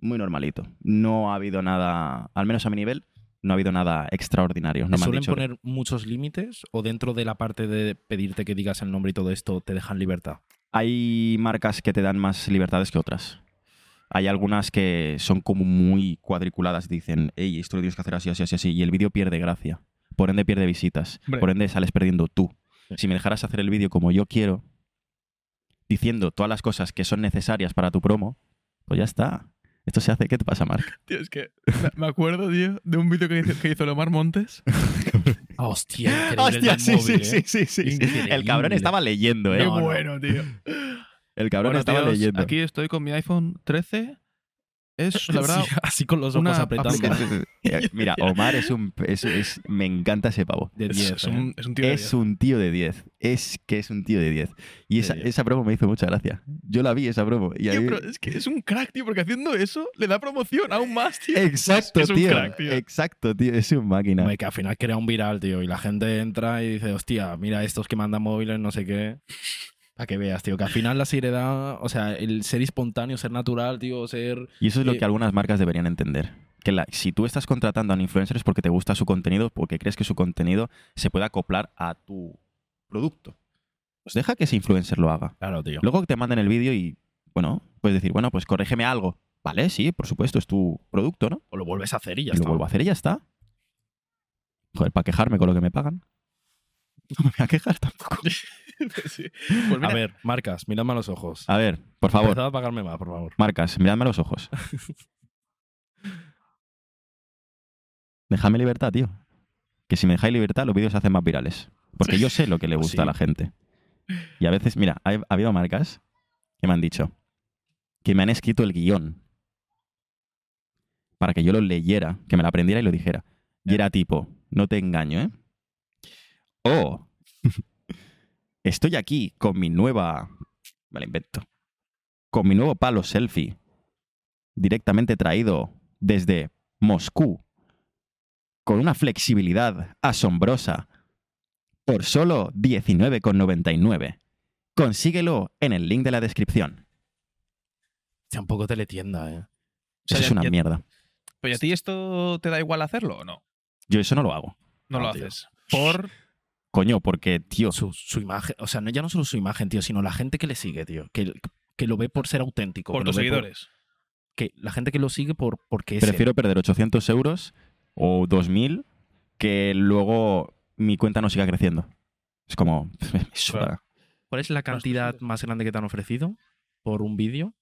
[SPEAKER 2] Muy normalito. No ha habido nada, al menos a mi nivel, no ha habido nada extraordinario.
[SPEAKER 1] ¿Te
[SPEAKER 2] No me han
[SPEAKER 1] suelen
[SPEAKER 2] dicho que-
[SPEAKER 1] poner muchos límites o dentro de la parte de pedirte que digas el nombre y todo esto te dejan libertad?
[SPEAKER 2] Hay marcas que te dan más libertades que otras. Hay algunas que son como muy cuadriculadas, dicen, hey, esto lo tienes que hacer así, así, así, así, y el vídeo pierde gracia. Por ende pierde visitas.
[SPEAKER 3] Hombre.
[SPEAKER 2] Por ende sales perdiendo tú. Si me dejaras hacer el vídeo como yo quiero, diciendo todas las cosas que son necesarias para tu promo, pues ya está. Esto se hace. ¿Qué te pasa, Marc?
[SPEAKER 3] Tío, es que me- me acuerdo, tío, de un vídeo que hizo, que hizo Lomar Montes.
[SPEAKER 1] Ah, hostia, increíble el del móvil, ¿eh?
[SPEAKER 2] sí, sí, El
[SPEAKER 1] Increíble.
[SPEAKER 2] cabrón estaba leyendo, ¿eh?
[SPEAKER 3] Qué bueno, tío.
[SPEAKER 2] El cabrón
[SPEAKER 3] Bueno,
[SPEAKER 2] estaba
[SPEAKER 3] tíos,
[SPEAKER 2] leyendo.
[SPEAKER 3] Aquí estoy con mi iPhone 13. Es, la verdad,
[SPEAKER 1] Sí, así con los ojos
[SPEAKER 3] una
[SPEAKER 1] apretando.
[SPEAKER 3] aplicación
[SPEAKER 2] Eh, Mira, Omar es un... es- es- me encanta ese pavo.
[SPEAKER 1] De
[SPEAKER 3] es,
[SPEAKER 1] 10.
[SPEAKER 3] es
[SPEAKER 1] ¿eh?
[SPEAKER 3] un, es un tío de
[SPEAKER 2] Es
[SPEAKER 3] Dios.
[SPEAKER 2] un tío de 10. Es que es un tío de 10. Y esa,
[SPEAKER 1] diez.
[SPEAKER 2] esa promo me hizo mucha gracia. Yo la vi, esa promo. Y a
[SPEAKER 3] Tío,
[SPEAKER 2] mí-
[SPEAKER 3] pero es que es un crack, tío, porque haciendo eso le da promoción aún más, tío.
[SPEAKER 2] Exacto,
[SPEAKER 3] es un
[SPEAKER 2] tío.
[SPEAKER 3] crack, tío.
[SPEAKER 2] Exacto, tío. Es un máquina.
[SPEAKER 1] Hombre, que al final crea un viral, tío. Y la gente entra y dice, hostia, mira estos que mandan móviles, no sé qué. Para que veas, tío. Que al final la seriedad, o sea, el ser espontáneo, ser natural, tío, ser.
[SPEAKER 2] Y eso es lo
[SPEAKER 1] Eh,
[SPEAKER 2] que algunas marcas deberían entender. Que la- si tú estás contratando a un influencer es porque te gusta su contenido, porque crees que su contenido se puede acoplar a tu producto. Pues deja que ese influencer lo haga.
[SPEAKER 1] Claro, tío.
[SPEAKER 2] Luego te manden el vídeo y, bueno, puedes decir, bueno, pues corrégeme algo. Vale, sí, por supuesto, es tu producto, ¿no?
[SPEAKER 1] O lo vuelves a hacer y ya
[SPEAKER 2] y lo
[SPEAKER 1] está.
[SPEAKER 2] vuelvo a hacer y ya está. Joder, para quejarme con lo que me pagan. No me voy a quejar tampoco.
[SPEAKER 3] Sí. Pues mira,
[SPEAKER 1] A ver, marcas, miradme a los ojos.
[SPEAKER 2] A ver, Ah, por favor,
[SPEAKER 1] Empezad a pagarme más, por favor.
[SPEAKER 2] marcas, miradme a los ojos. Dejadme libertad, tío. Que si me dejáis libertad, los vídeos se hacen más virales. Porque yo sé lo que le gusta a la gente. Y a veces, mira, ha, ha habido marcas que me han dicho que me han escrito el guión para que yo lo leyera, que me lo aprendiera y lo dijera. Y era tipo, no te engaño, ¿eh? O estoy aquí con mi nueva... Me la invento. Con mi nuevo palo selfie, directamente traído desde Moscú, con una flexibilidad asombrosa, por solo 19,99. Consíguelo en el link de la descripción.
[SPEAKER 1] Tampoco teletienda, eh.
[SPEAKER 3] sea,
[SPEAKER 2] Eso
[SPEAKER 3] ya-
[SPEAKER 2] es una
[SPEAKER 3] ya-
[SPEAKER 2] mierda.
[SPEAKER 3] ¿pero ¿y a ti esto te da igual hacerlo o no?
[SPEAKER 2] Yo eso no lo hago.
[SPEAKER 3] No, lo
[SPEAKER 1] No, tío.
[SPEAKER 3] haces. Por.
[SPEAKER 2] Coño, porque, tío,
[SPEAKER 1] Su, su imagen, o sea, no, ya no solo su imagen, tío, sino la gente que le sigue, tío. Que, que lo ve por ser auténtico.
[SPEAKER 3] Por
[SPEAKER 1] que
[SPEAKER 3] tus
[SPEAKER 1] lo ve por-
[SPEAKER 3] seguidores.
[SPEAKER 1] que la gente que lo sigue por, porque es. él.
[SPEAKER 2] prefiero perder 800 euros o 2.000 que luego mi cuenta no siga creciendo. Es como... me suda.
[SPEAKER 3] Claro.
[SPEAKER 1] ¿Cuál es la cantidad más grande que te han ofrecido por un vídeo?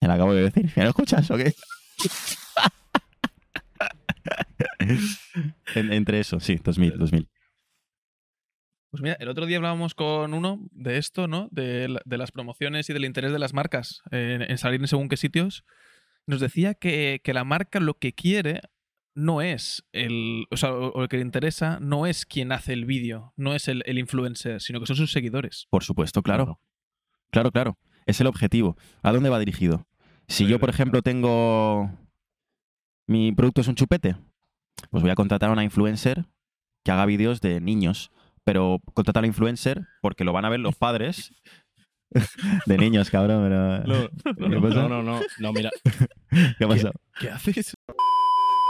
[SPEAKER 2] Me lo acabo de decir. ¿Me lo escuchas o qué? En- entre eso, sí, 2000, 2000.
[SPEAKER 3] Pues mira, el otro día hablábamos con uno de esto, ¿no? De, la- de las promociones y del interés de las marcas eh, en, en salir en según qué sitios. Nos decía que, que la marca lo que quiere no es el. O sea, o, o lo que le interesa no es quien hace el vídeo, no es el, el influencer, sino que son sus seguidores.
[SPEAKER 2] Por supuesto, claro. Claro, claro. Es el objetivo. ¿A dónde va Eh, dirigido? Si yo, por ejemplo, tengo... Mi producto es un chupete. pues voy a contratar a una influencer que haga vídeos de niños. Pero contratar a la influencer porque lo van a ver los padres de niños, cabrón. pero- ¿Qué pasa?
[SPEAKER 1] No, no, no, no, mira,
[SPEAKER 2] ¿Qué pasa?
[SPEAKER 1] ¿qué haces?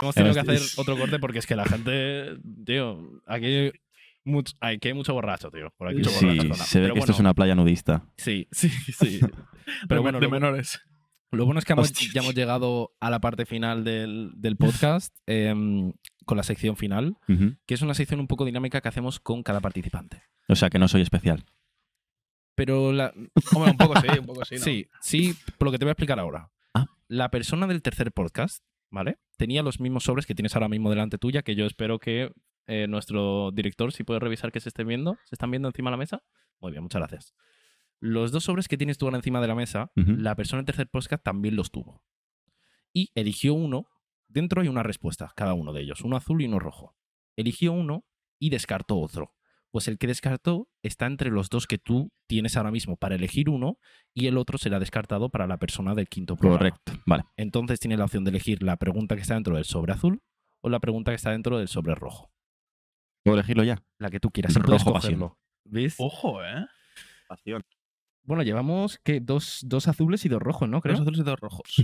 [SPEAKER 1] Hemos tenido que hacer
[SPEAKER 2] Hemos-
[SPEAKER 1] otro corte porque es que la gente, tío, aquí hay mucho, aquí hay mucho borracho, tío. Por aquí mucho
[SPEAKER 2] Sí,
[SPEAKER 1] borracho,
[SPEAKER 2] se ve
[SPEAKER 1] Pero
[SPEAKER 2] que esto
[SPEAKER 1] bueno,
[SPEAKER 2] es una playa nudista.
[SPEAKER 1] Sí, sí, sí. Pero bueno,
[SPEAKER 3] de
[SPEAKER 1] lo,
[SPEAKER 3] menores.
[SPEAKER 1] lo bueno es que hemos-
[SPEAKER 2] Hostias.
[SPEAKER 1] ya hemos llegado a la parte final del, del podcast em, con la sección final,
[SPEAKER 2] Ujú.
[SPEAKER 1] que es una sección un poco dinámica que hacemos con cada participante.
[SPEAKER 2] O sea que no soy especial.
[SPEAKER 1] Pero la,
[SPEAKER 3] Hombre, un poco sí, un poco sí. ¿no?
[SPEAKER 1] Sí, sí, por lo que te voy a explicar ahora.
[SPEAKER 2] Ah.
[SPEAKER 1] La persona del tercer podcast, ¿vale? Tenía los mismos sobres que tienes ahora mismo delante tuya, que yo espero que eh, nuestro director, si puede revisar que se estén viendo, ¿se están viendo encima de la mesa? Muy bien, muchas gracias. Los dos sobres que tienes tú ahora encima de la mesa,
[SPEAKER 2] Ujú.
[SPEAKER 1] la persona del tercer podcast también los tuvo. Y eligió uno, dentro hay una respuesta, cada uno de ellos, uno azul y uno rojo. Eligió uno y descartó otro. Pues el que descartó está entre los dos que tú tienes ahora mismo para elegir uno y el otro será descartado para la persona del quinto programa.
[SPEAKER 2] Correcto. Vale.
[SPEAKER 1] Entonces tiene la opción de elegir la pregunta que está dentro del sobre azul o la pregunta que está dentro del sobre rojo.
[SPEAKER 2] ¿Puedo elegirlo ya?
[SPEAKER 1] La que tú quieras. siempre puedes
[SPEAKER 2] Rojo pasión.
[SPEAKER 1] cogerlo. ¿Ves?
[SPEAKER 3] Ojo, ¿eh?
[SPEAKER 1] Bueno, llevamos que dos, dos azules y dos rojos, ¿no? Creo.
[SPEAKER 3] Dos azules y dos rojos.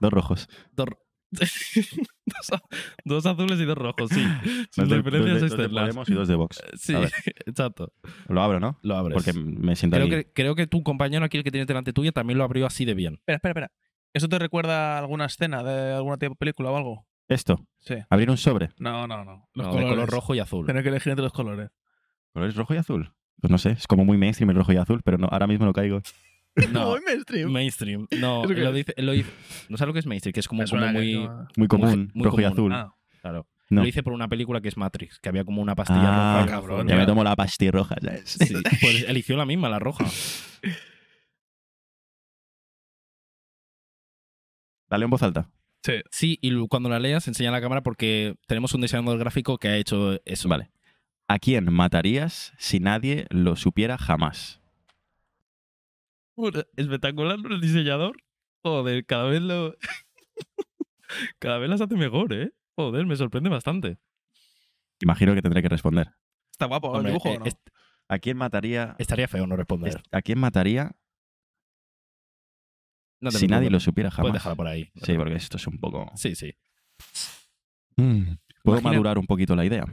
[SPEAKER 2] Dos rojos.
[SPEAKER 1] Dos, ro- Dos a- dos azules y dos rojos, sí. Sin este
[SPEAKER 2] Dos de-
[SPEAKER 1] diferencias
[SPEAKER 2] dos de- dos de
[SPEAKER 1] externas.
[SPEAKER 2] Podemos y dos de Vox.
[SPEAKER 1] Sí,
[SPEAKER 2] A ver.
[SPEAKER 1] exacto.
[SPEAKER 2] Lo abro, ¿no?
[SPEAKER 1] Lo abres.
[SPEAKER 2] Porque me siento
[SPEAKER 1] pues, creo,
[SPEAKER 2] aquí.
[SPEAKER 1] que, creo que tu compañero aquí, el que tienes delante tuya, también lo abrió así de bien.
[SPEAKER 3] Espera, espera, espera. ¿Eso te recuerda a alguna escena de alguna tipo de película o algo?
[SPEAKER 2] Esto.
[SPEAKER 3] Sí.
[SPEAKER 2] Abrir un sobre.
[SPEAKER 3] No, no, no. Los
[SPEAKER 1] No, de
[SPEAKER 3] colores.
[SPEAKER 1] color rojo y azul.
[SPEAKER 3] Tener que elegir entre los colores.
[SPEAKER 2] ¿Colores rojo y azul? Pues no sé. Es como muy mainstream el rojo y azul, pero no, ahora mismo no caigo.
[SPEAKER 1] No,
[SPEAKER 3] mainstream.
[SPEAKER 1] mainstream. No,
[SPEAKER 3] ¿Eso qué
[SPEAKER 1] lo
[SPEAKER 3] es?
[SPEAKER 1] dice, lo dice- No sé lo que es mainstream, que es como, como muy.
[SPEAKER 2] Muy común.
[SPEAKER 1] muy
[SPEAKER 2] rojo y
[SPEAKER 1] común.
[SPEAKER 2] azul.
[SPEAKER 3] Ah,
[SPEAKER 1] Claro.
[SPEAKER 2] No.
[SPEAKER 1] Lo hice por una película que es Matrix, que había como una pastilla
[SPEAKER 2] Ah,
[SPEAKER 1] roja. y una
[SPEAKER 3] cabrón,
[SPEAKER 1] azul.
[SPEAKER 2] ya me
[SPEAKER 3] mira.
[SPEAKER 2] tomo la pastilla roja, ¿sabes?
[SPEAKER 1] Sí, pues eligió la misma, la roja.
[SPEAKER 2] Dale en voz alta.
[SPEAKER 3] sí.
[SPEAKER 1] Sí, y lu- cuando la leas, enseña a la cámara porque tenemos un diseñador gráfico que ha hecho eso.
[SPEAKER 2] Vale. ¿A quién matarías si nadie lo supiera jamás?
[SPEAKER 3] Bueno,
[SPEAKER 1] espectacular el diseñador. Joder, cada vez lo. cada vez las hace mejor, ¿eh? Joder, me sorprende bastante.
[SPEAKER 2] Imagino que tendré que responder.
[SPEAKER 3] Está guapo
[SPEAKER 1] Hombre,
[SPEAKER 3] el dibujo,
[SPEAKER 1] eh,
[SPEAKER 3] ¿o ¿no?
[SPEAKER 1] est-
[SPEAKER 2] ¿A quién mataría?
[SPEAKER 1] estaría feo no responder.
[SPEAKER 2] est- ¿A quién mataría
[SPEAKER 1] Este No te
[SPEAKER 2] si nadie lo
[SPEAKER 1] preocupes,
[SPEAKER 2] supiera
[SPEAKER 1] Puedes
[SPEAKER 2] jamás?
[SPEAKER 1] dejarlo por ahí.
[SPEAKER 2] Sí, porque esto es un poco.
[SPEAKER 1] Sí, sí.
[SPEAKER 2] Mm. Puedo
[SPEAKER 1] Imagina-
[SPEAKER 2] madurar un poquito la idea.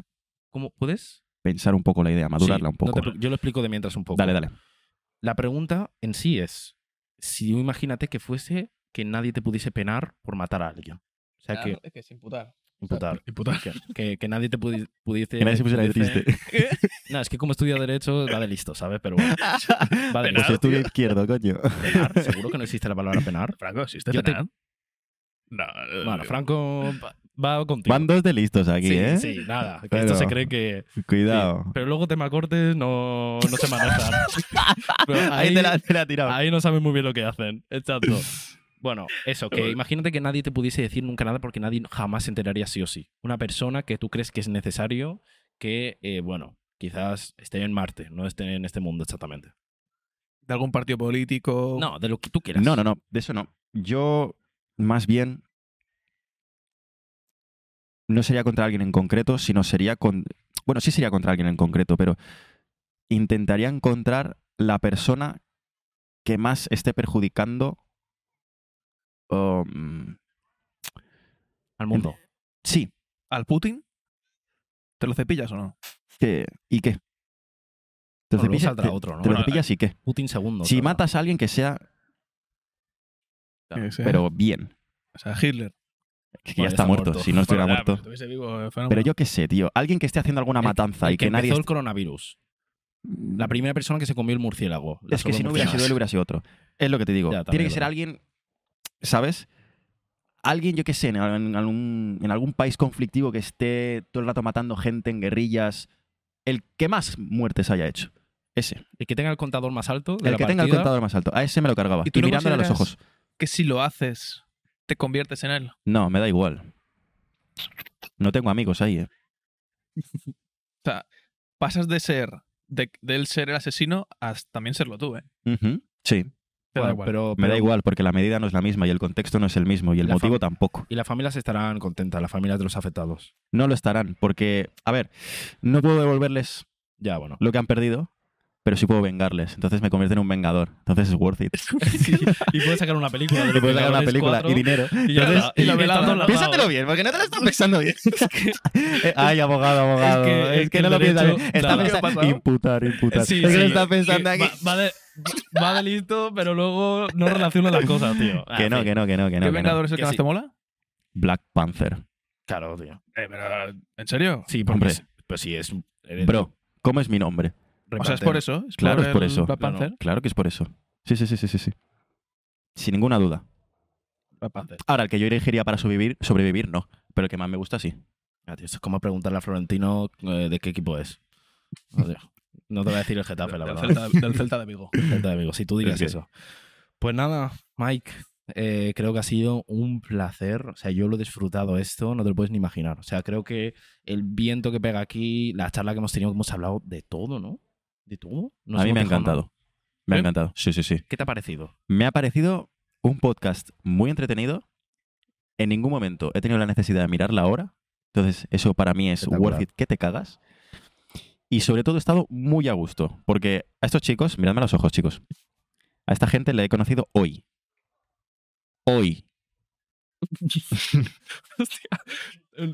[SPEAKER 1] ¿Cómo puedes?
[SPEAKER 2] Pensar un poco la idea, madurarla
[SPEAKER 1] Sí,
[SPEAKER 2] un poco.
[SPEAKER 1] no te preocu- yo lo explico de mientras un poco.
[SPEAKER 2] dale, dale.
[SPEAKER 1] La pregunta en sí es: si imagínate que fuese que nadie te pudiese penar por matar a alguien. O sea, que
[SPEAKER 3] Es que sin putar.
[SPEAKER 1] imputar.
[SPEAKER 3] Imputar.
[SPEAKER 1] Que, que- que nadie te pudi- pudiese.
[SPEAKER 2] Que nadie se pusiera de
[SPEAKER 1] pudiese-
[SPEAKER 2] triste.
[SPEAKER 1] No, es que como estudia Derecho, va de listo, ¿sabes? Pero bueno. Va de
[SPEAKER 2] Pues
[SPEAKER 1] listo.
[SPEAKER 2] estudio izquierdo, coño.
[SPEAKER 1] Penar, Seguro que no existe la palabra penar.
[SPEAKER 3] Franco, ¿existe
[SPEAKER 1] Yo te-
[SPEAKER 3] penal? No. eh,
[SPEAKER 1] Bueno, Franco va- va contigo.
[SPEAKER 2] Van dos de listos aquí,
[SPEAKER 1] sí,
[SPEAKER 2] ¿eh?
[SPEAKER 1] sí, nada. Que
[SPEAKER 2] Bueno.
[SPEAKER 1] esto se cree que.
[SPEAKER 2] Cuidado.
[SPEAKER 1] Pero luego tema cortes no, no se manejan. Pero Ah,
[SPEAKER 2] Ahí te la, te la he tirado.
[SPEAKER 1] Ahí no saben muy bien lo que hacen. Exacto. Bueno, eso, que imagínate que nadie te pudiese decir nunca nada porque nadie jamás se enteraría sí o sí. Una persona que tú crees que es necesario, que, eh, bueno, quizás esté en Marte, no esté en este mundo exactamente.
[SPEAKER 3] ¿De algún partido político?
[SPEAKER 1] No, de lo que tú quieras.
[SPEAKER 2] Oh. No, no, no, de eso no. Yo, más bien, no sería contra alguien en concreto, sino sería con... Bueno, sí sería contra alguien en concreto, pero intentaría encontrar la persona que más esté perjudicando... um,
[SPEAKER 1] Al mundo.
[SPEAKER 2] sí,
[SPEAKER 3] ¿Al Putin? ¿Te lo cepillas o no?
[SPEAKER 2] que, ¿y qué? Te
[SPEAKER 1] Bueno, luego saldrá otro, ¿no?
[SPEAKER 2] te lo
[SPEAKER 1] Bueno,
[SPEAKER 2] cepillas y qué.
[SPEAKER 1] Putin segundo.
[SPEAKER 2] si
[SPEAKER 1] claro.
[SPEAKER 2] matas a alguien que sea,
[SPEAKER 3] Que sea-
[SPEAKER 2] pero bien,
[SPEAKER 3] O sea, Hitler.
[SPEAKER 2] que
[SPEAKER 1] Bueno,
[SPEAKER 2] ya está muerto, si no estuviera muerto.
[SPEAKER 3] Estuviese vivo, eh, fenómeno.
[SPEAKER 2] Pero yo qué sé, tío. Alguien que esté haciendo alguna
[SPEAKER 1] El-
[SPEAKER 2] matanza
[SPEAKER 1] El
[SPEAKER 2] y que, nadie... Mm.
[SPEAKER 1] empezó el coronavirus. La primera persona que se comió el murciélago. La
[SPEAKER 2] Es que si no hubiera sido
[SPEAKER 1] sobremurciélago.
[SPEAKER 2] él, hubiera sido otro. Es lo que te digo.
[SPEAKER 1] Ya, también
[SPEAKER 2] Tiene que
[SPEAKER 1] es
[SPEAKER 2] ser
[SPEAKER 1] verdad.
[SPEAKER 2] alguien, ¿sabes? Alguien, yo qué sé, en al- en algún, en algún país conflictivo que esté todo el rato matando gente en guerrillas. El que más muertes haya hecho. Ese.
[SPEAKER 1] El que tenga el contador más alto. de
[SPEAKER 2] El
[SPEAKER 1] la
[SPEAKER 2] que tenga el
[SPEAKER 1] partida,
[SPEAKER 2] contador más alto. A ese me lo cargaba.
[SPEAKER 3] ¿Y
[SPEAKER 2] Y,
[SPEAKER 3] tú no
[SPEAKER 2] mirándole a los
[SPEAKER 3] consideras-
[SPEAKER 2] ojos.
[SPEAKER 3] Que si lo haces, te conviertes en él.
[SPEAKER 2] No, me da igual. No tengo amigos ahí, ¿eh?
[SPEAKER 3] Pasas de ser, de, de él ser el asesino, a también serlo tú, ¿eh?
[SPEAKER 2] Ujú, Sí.
[SPEAKER 3] Te da
[SPEAKER 1] Bueno,
[SPEAKER 3] igual.
[SPEAKER 1] Pero,
[SPEAKER 2] Me da
[SPEAKER 1] pero-
[SPEAKER 2] igual, porque la medida no es la misma y el contexto no es el mismo y el
[SPEAKER 1] La
[SPEAKER 2] motivo
[SPEAKER 1] fam-
[SPEAKER 2] tampoco.
[SPEAKER 1] Y las familias estarán contentas, las familias de los afectados.
[SPEAKER 2] No lo estarán, porque, a ver, no puedo devolverles
[SPEAKER 1] Ya, bueno.
[SPEAKER 2] lo que han perdido, pero sí puedo vengarles. Entonces me convierto en un vengador. Entonces es worth it.
[SPEAKER 4] Y puedes sacar una película. de
[SPEAKER 2] Le puedes sacar una
[SPEAKER 4] Vengadores
[SPEAKER 2] película
[SPEAKER 4] 4,
[SPEAKER 2] y dinero.
[SPEAKER 4] y ya
[SPEAKER 2] Entonces,
[SPEAKER 4] está, y
[SPEAKER 3] la
[SPEAKER 4] ya
[SPEAKER 3] velada,
[SPEAKER 4] está
[SPEAKER 3] la-
[SPEAKER 4] todo
[SPEAKER 2] Piénsatelo bien, porque no te lo estás pensando bien. Eh, Ay, abogado, abogado. Es
[SPEAKER 4] que-
[SPEAKER 2] que,
[SPEAKER 4] es que
[SPEAKER 2] no
[SPEAKER 4] el
[SPEAKER 2] lo piensas
[SPEAKER 4] derecho-
[SPEAKER 2] bien. Está
[SPEAKER 4] Dale.
[SPEAKER 2] pensando. Imputar, imputar.
[SPEAKER 4] Sí,
[SPEAKER 2] es que
[SPEAKER 4] sí,
[SPEAKER 2] lo está pensando
[SPEAKER 4] que
[SPEAKER 2] aquí.
[SPEAKER 4] Va, va de, va de listo, pero luego no relaciona las cosas, tío. Ah,
[SPEAKER 2] Que no,
[SPEAKER 4] sí.
[SPEAKER 2] que no, que no, que no. que
[SPEAKER 3] ¿Qué
[SPEAKER 2] no.
[SPEAKER 3] Vengador es el que,
[SPEAKER 4] Que
[SPEAKER 3] más
[SPEAKER 4] sí.
[SPEAKER 3] te mola?
[SPEAKER 2] Black Panther.
[SPEAKER 1] Claro, tío.
[SPEAKER 3] Eh, pero, ¿En serio?
[SPEAKER 1] Sí, porque
[SPEAKER 2] Hombre.
[SPEAKER 1] es- pues sí, es un. eres
[SPEAKER 2] Bro, ¿cómo es mi nombre?
[SPEAKER 1] repantero.
[SPEAKER 3] O sea, es por eso. ¿Es
[SPEAKER 2] Claro, es por
[SPEAKER 3] el
[SPEAKER 2] eso.
[SPEAKER 3] Black
[SPEAKER 1] No, no.
[SPEAKER 3] Panther.
[SPEAKER 2] Claro que es por eso. Sí, sí, sí, sí, sí, sí. Sin ninguna duda.
[SPEAKER 3] Black Panther.
[SPEAKER 2] Ahora, el que yo elegiría para sobrevivir, sobrevivir no. Pero el que más me gusta, sí.
[SPEAKER 1] Ah, tío, esto es como preguntarle a Florentino eh, de qué equipo es. No, tío. No te voy a decir el Getafe, la
[SPEAKER 3] Del
[SPEAKER 1] verdad.
[SPEAKER 3] Celta, del Celta de Vigo.
[SPEAKER 1] Celta de Vigo, si tú dirías
[SPEAKER 2] Sí, sí.
[SPEAKER 1] eso. Pues nada, Mike, eh, creo que ha sido un placer. O sea, yo lo he disfrutado esto, no te lo puedes ni imaginar. O sea, creo que el viento que pega aquí, la charla que hemos tenido, hemos hablado de todo, ¿no? De todo. Nos
[SPEAKER 2] a mí
[SPEAKER 1] hemos
[SPEAKER 2] me ha
[SPEAKER 1] dejado nada.
[SPEAKER 2] encantado. Me ha
[SPEAKER 1] ¿Sí?
[SPEAKER 2] encantado. Sí, sí, sí.
[SPEAKER 1] ¿Qué te ha parecido?
[SPEAKER 2] Me ha parecido un podcast muy entretenido. En ningún momento he tenido la necesidad de mirar la hora. Entonces, eso para mí es
[SPEAKER 1] Espectacular.
[SPEAKER 2] worth it que te cagas. Y sobre todo he estado muy a gusto. Porque a estos chicos, miradme a los ojos, chicos. A esta gente la he conocido hoy. Hoy.
[SPEAKER 4] Tampoco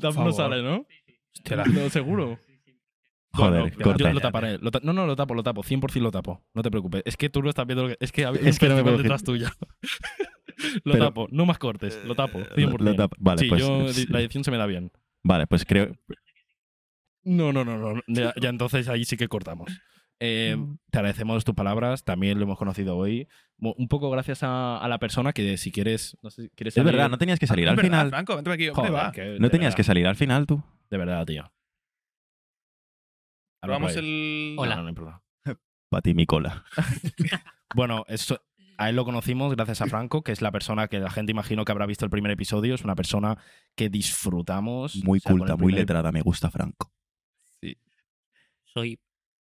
[SPEAKER 3] Por favor.
[SPEAKER 4] no sale, ¿no?
[SPEAKER 3] Hostia, la-
[SPEAKER 4] Lo seguro.
[SPEAKER 2] Joder,
[SPEAKER 4] Bueno,
[SPEAKER 2] corta.
[SPEAKER 4] Yo lo taparé. lo ta- no, no, lo tapo, lo tapo. 100% lo tapo. No te preocupes. Es que tú no estás viendo lo que... Es que hay un
[SPEAKER 2] Es que no me
[SPEAKER 4] festival
[SPEAKER 2] puedo
[SPEAKER 4] detrás tuya. lo
[SPEAKER 2] Pero- eh,
[SPEAKER 4] tapo. No más cortes. Lo tapo. 100%.
[SPEAKER 2] Lo tapa- Vale,
[SPEAKER 4] sí,
[SPEAKER 2] pues,
[SPEAKER 4] yo,
[SPEAKER 2] sí.
[SPEAKER 4] la edición se me da bien.
[SPEAKER 2] vale, pues creo,
[SPEAKER 4] No, no, no, no. Ya, ya entonces ahí sí que cortamos. Eh,
[SPEAKER 2] Mm.
[SPEAKER 4] te agradecemos tus palabras, también lo hemos conocido hoy. Mo- Un poco gracias a, a la persona que si quieres, no sé, si quieres
[SPEAKER 2] Es
[SPEAKER 4] salir-
[SPEAKER 2] verdad, no tenías que salir
[SPEAKER 3] Es
[SPEAKER 2] al
[SPEAKER 3] verdad,
[SPEAKER 2] final.
[SPEAKER 3] Franco, vente aquí, hombre,
[SPEAKER 4] Joder,
[SPEAKER 3] va.
[SPEAKER 4] que
[SPEAKER 2] No
[SPEAKER 4] de
[SPEAKER 2] tenías que
[SPEAKER 4] verdad,
[SPEAKER 2] salir al final tú.
[SPEAKER 4] De verdad, tío. Habla
[SPEAKER 3] Probamos
[SPEAKER 4] por ahí.
[SPEAKER 3] el...
[SPEAKER 4] No,
[SPEAKER 5] Hola.
[SPEAKER 4] no, no hay problema.
[SPEAKER 2] Para ti, mi cola.
[SPEAKER 4] Bueno, eso, a él lo conocimos gracias a Franco, que es la persona que la gente imagino que habrá visto el primer episodio. Es una persona que disfrutamos.
[SPEAKER 2] Muy
[SPEAKER 4] o sea, con
[SPEAKER 2] culta,
[SPEAKER 4] el
[SPEAKER 2] muy
[SPEAKER 4] primer-
[SPEAKER 2] letrada, me gusta Franco.
[SPEAKER 5] Soy